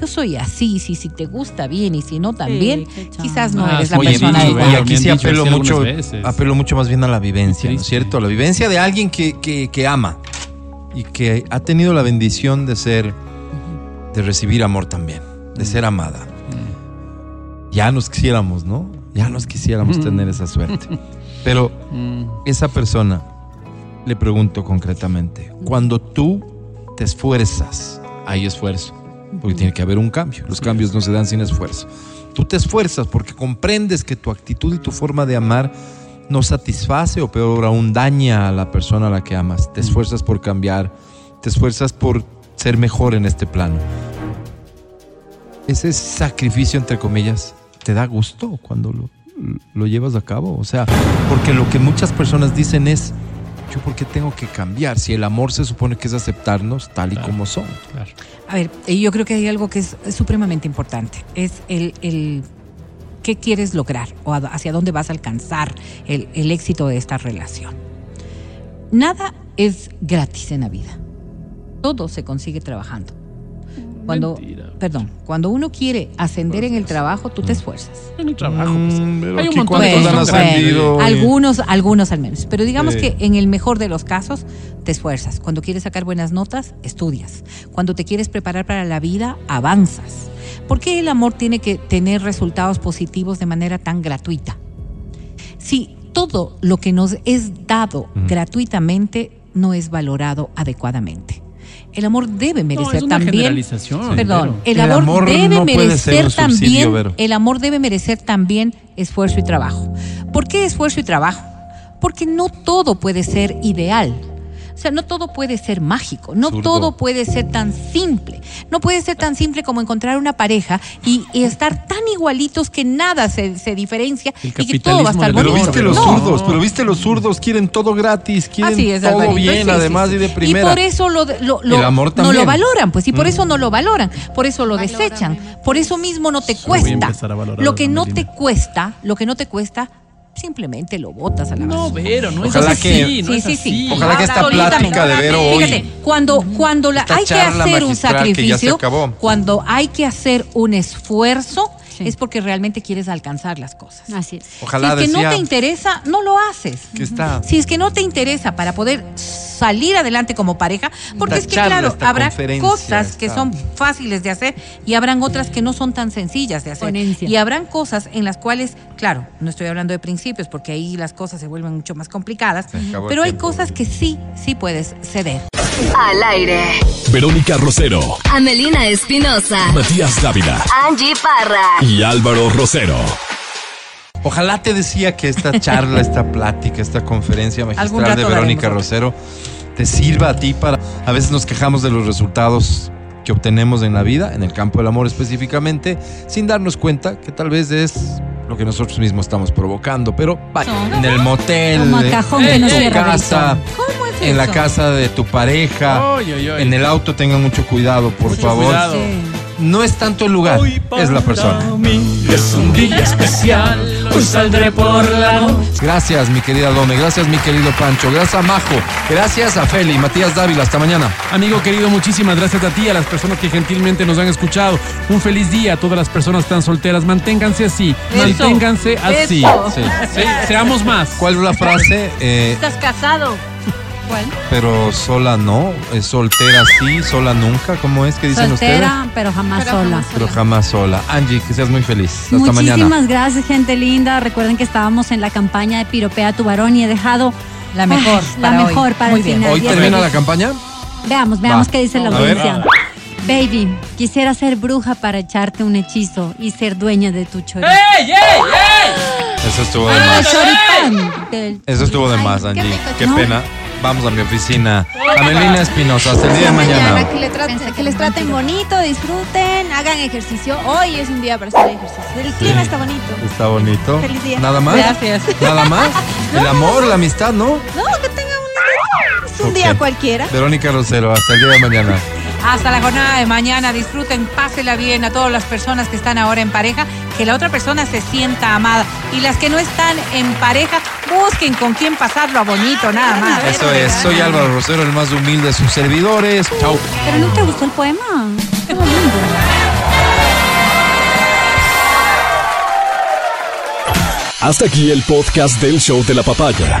Speaker 12: yo soy así, si, si te gusta bien y si no también, quizás no
Speaker 6: Ah,
Speaker 12: eres la
Speaker 6: oye,
Speaker 12: persona
Speaker 6: y-
Speaker 12: adecuada.
Speaker 6: Y aquí
Speaker 8: me han
Speaker 6: sí
Speaker 8: dicho
Speaker 6: apelo
Speaker 8: así
Speaker 6: mucho,
Speaker 8: algunas veces.
Speaker 6: apelo mucho más bien a la vivencia, ¿no es cierto? A la vivencia de alguien que, que- que ama y que ha tenido la bendición de ser, de recibir amor también, de ser amada.
Speaker 8: Mm.
Speaker 6: Ya nos quisiéramos, ¿no? Ya nos quisiéramos tener esa suerte. Pero
Speaker 8: Mm.
Speaker 6: esa persona, le pregunto concretamente, cuando tú te esfuerzas, hay esfuerzo, porque tiene que haber un cambio. Los cambios no se dan sin esfuerzo. Tú te esfuerzas porque comprendes que tu actitud y tu forma de amar no satisface o peor aún daña a la persona a la que amas. Te esfuerzas por cambiar, te esfuerzas por ser mejor en este plano. Ese sacrificio, entre comillas, te da gusto cuando lo, lo llevas a cabo. O sea, porque lo que muchas personas dicen es, yo por qué tengo que cambiar si el amor se supone que es aceptarnos tal y como son.
Speaker 12: A ver, eh, yo creo que hay algo que es supremamente importante. Es el, el qué quieres lograr o a- hacia dónde vas a alcanzar el, el éxito de esta relación. Nada es gratis en la vida. Todo se consigue trabajando. Cuando, perdón, cuando uno quiere ascender en el trabajo, tú te esfuerzas.
Speaker 8: En el
Speaker 6: Ah,
Speaker 8: trabajo.
Speaker 6: mm,
Speaker 8: pues, hay un
Speaker 12: Aquí
Speaker 8: montón de
Speaker 12: cuántos
Speaker 8: cosas que
Speaker 12: han
Speaker 8: son gratis.
Speaker 12: ascendido y- Algunos, algunos al menos. Pero digamos
Speaker 8: Sí.
Speaker 12: que en el mejor de los casos te esfuerzas. Cuando quieres sacar buenas notas, estudias. Cuando te quieres preparar para la vida, avanzas. ¿Por qué el amor tiene que tener resultados positivos de manera tan gratuita? Si
Speaker 8: Mm.
Speaker 12: todo lo que nos es dado gratuitamente no es valorado adecuadamente. El amor debe merecer
Speaker 8: es una
Speaker 12: también.
Speaker 8: generalización,
Speaker 12: Perdón,
Speaker 8: Vero.
Speaker 12: el
Speaker 8: El
Speaker 12: amor,
Speaker 8: amor
Speaker 12: debe
Speaker 8: no puede ser
Speaker 12: merecer
Speaker 8: un subsidio,
Speaker 12: también.
Speaker 8: Vero.
Speaker 12: El amor debe merecer también esfuerzo y trabajo. ¿Por qué esfuerzo y trabajo? Porque no todo puede ser ideal. O sea, no todo puede ser mágico, no
Speaker 10: Absurdo.
Speaker 12: todo puede ser tan simple. No puede ser tan simple como encontrar una pareja y, y estar tan igualitos que nada se, se diferencia y que todo va a estar
Speaker 6: Pero
Speaker 12: bonito.
Speaker 6: viste los
Speaker 12: No.
Speaker 6: zurdos, pero viste los zurdos, quieren todo gratis, quieren
Speaker 12: Así es,
Speaker 6: todo
Speaker 12: Alvarito,
Speaker 6: bien,
Speaker 12: sí, sí,
Speaker 6: además
Speaker 12: sí.
Speaker 6: y de primera.
Speaker 12: Y por eso lo, lo- lo-
Speaker 6: El amor
Speaker 12: no lo
Speaker 6: también.
Speaker 12: valoran, pues, y por
Speaker 6: Mm.
Speaker 12: eso no lo valoran, por eso lo desechan, por eso mismo no te cuesta.
Speaker 8: empezar a valorar
Speaker 12: Lo
Speaker 8: a
Speaker 12: que
Speaker 8: la
Speaker 12: no te
Speaker 8: Melina.
Speaker 12: cuesta, lo que no te cuesta, simplemente lo botas a la
Speaker 8: No,
Speaker 12: basura.
Speaker 8: Vero, no es
Speaker 6: Ojalá
Speaker 8: así,
Speaker 6: que-
Speaker 8: no es así.
Speaker 6: Ojalá que esta
Speaker 12: Absolutamente.
Speaker 6: plática de Vero hoy-
Speaker 12: Fíjate, cuando, cuando la,
Speaker 6: Esta
Speaker 12: hay que
Speaker 6: charla
Speaker 12: hacer un
Speaker 6: magistral que ya se
Speaker 12: sacrificio,
Speaker 6: acabó.
Speaker 12: cuando hay que hacer un esfuerzo, es porque realmente quieres alcanzar las cosas. Así es.
Speaker 6: Ojalá
Speaker 12: si es que no
Speaker 6: decía-
Speaker 12: te interesa, no lo haces.
Speaker 6: Que está-
Speaker 12: Si es que no te interesa para poder salir adelante como pareja, porque
Speaker 6: Esta
Speaker 12: es que
Speaker 6: charla,
Speaker 12: claro,
Speaker 6: esta
Speaker 12: habrá
Speaker 6: conferencia,
Speaker 12: cosas que
Speaker 6: esta-
Speaker 12: son fáciles de hacer y habrán otras que no son tan sencillas de hacer. Y habrán cosas en las cuales, claro, no estoy hablando de principios porque ahí las cosas se vuelven mucho más complicadas,
Speaker 6: acabó el
Speaker 12: pero hay
Speaker 6: tiempo,
Speaker 12: cosas que sí, sí puedes ceder.
Speaker 4: Al aire.
Speaker 5: Verónica Rosero,
Speaker 4: Amelina Espinosa.
Speaker 5: Matías Dávila
Speaker 4: Angie Parra.
Speaker 5: y Álvaro Rosero.
Speaker 6: Ojalá te decía que esta charla, esta plática, esta conferencia
Speaker 5: Algún
Speaker 6: magistral
Speaker 5: rato
Speaker 6: de Verónica
Speaker 5: daremos
Speaker 6: Rosero te sirva a ti para... A veces nos quejamos de los resultados que obtenemos en la vida, en el campo del amor específicamente, sin darnos cuenta que tal vez es lo que nosotros mismos estamos provocando, pero vaya, en el motel,
Speaker 12: Como
Speaker 6: en
Speaker 12: cajón que no
Speaker 6: tu
Speaker 12: cierra,
Speaker 6: casa, en la casa de tu pareja,
Speaker 8: Oy, oy, oy.
Speaker 6: en el auto tengan mucho cuidado, por
Speaker 8: Mucho
Speaker 6: favor.
Speaker 8: cuidado.
Speaker 6: No es tanto el lugar, es la persona.
Speaker 13: Es un día
Speaker 6: [laughs]
Speaker 13: especial, hoy saldré por la noche.
Speaker 6: Gracias, mi querida Dome. Gracias, mi querido Pancho. Gracias a Majo. Gracias a Feli. Matías Dávila, hasta mañana.
Speaker 8: Amigo querido, muchísimas gracias a ti, a las personas que gentilmente nos han escuchado. Un feliz día a todas las personas tan solteras. Manténganse así, manténganse así.
Speaker 6: Eso.
Speaker 8: Sí, sí, seamos más.
Speaker 6: ¿Cuál es la frase? Eh,
Speaker 12: ¿Estás casado? [laughs] Bueno,
Speaker 6: pero sola no, eh, soltera sí, sola nunca. ¿Cómo es que dicen
Speaker 7: Soltera, pero jamás sola.
Speaker 6: ustedes? Pero jamás sola. Angie, que seas muy feliz. Hasta
Speaker 7: Muchísimas
Speaker 6: mañana.
Speaker 7: gracias, gente linda. Recuerden que estábamos en la campaña de Piropea a tu varón y he dejado la
Speaker 12: mejor
Speaker 7: la
Speaker 12: para hoy.
Speaker 7: mejor para
Speaker 12: Muy
Speaker 7: el
Speaker 12: bien.
Speaker 7: final.
Speaker 6: ¿Hoy
Speaker 7: Y es
Speaker 6: termina
Speaker 7: feliz.
Speaker 6: la campaña?
Speaker 7: Veamos, veamos
Speaker 6: Va.
Speaker 7: qué dice la
Speaker 6: A ver.
Speaker 7: audiencia. Baby, quisiera ser bruja para echarte un hechizo y ser dueña de tu choripán.
Speaker 6: ¡Eh,
Speaker 13: ¡Ey, ey, ey!
Speaker 6: Eso estuvo de
Speaker 7: Ah,
Speaker 6: más.
Speaker 7: choripán del-
Speaker 6: Eso estuvo de más, Angie. Qué
Speaker 7: No.
Speaker 6: pena. Vamos a mi oficina. Amelina Espinosa, hasta el día de mañana.
Speaker 10: que, le traten, que les traten bonito, disfruten, hagan ejercicio. Hoy es un día para hacer ejercicio. El clima está bonito.
Speaker 6: Está bonito.
Speaker 10: Feliz día.
Speaker 6: Nada más.
Speaker 10: Gracias. [laughs]
Speaker 6: Nada más. El amor, la amistad, ¿no?
Speaker 10: No, que tengan un, es un
Speaker 6: Ok.
Speaker 10: día cualquiera.
Speaker 6: Verónica Rosero, hasta el día de mañana.
Speaker 12: Hasta la jornada de mañana, disfruten, pásela bien a todas las personas que están ahora en pareja, que la otra persona se sienta amada. Y las que no están en pareja, busquen con quién pasarlo a bonito, nada más.
Speaker 6: Eso es, soy Álvaro Rosero, el más humilde de sus servidores. Chau.
Speaker 7: Pero no te gustó el poema. Estaba lindo.
Speaker 5: Hasta aquí el podcast del show de la papaya.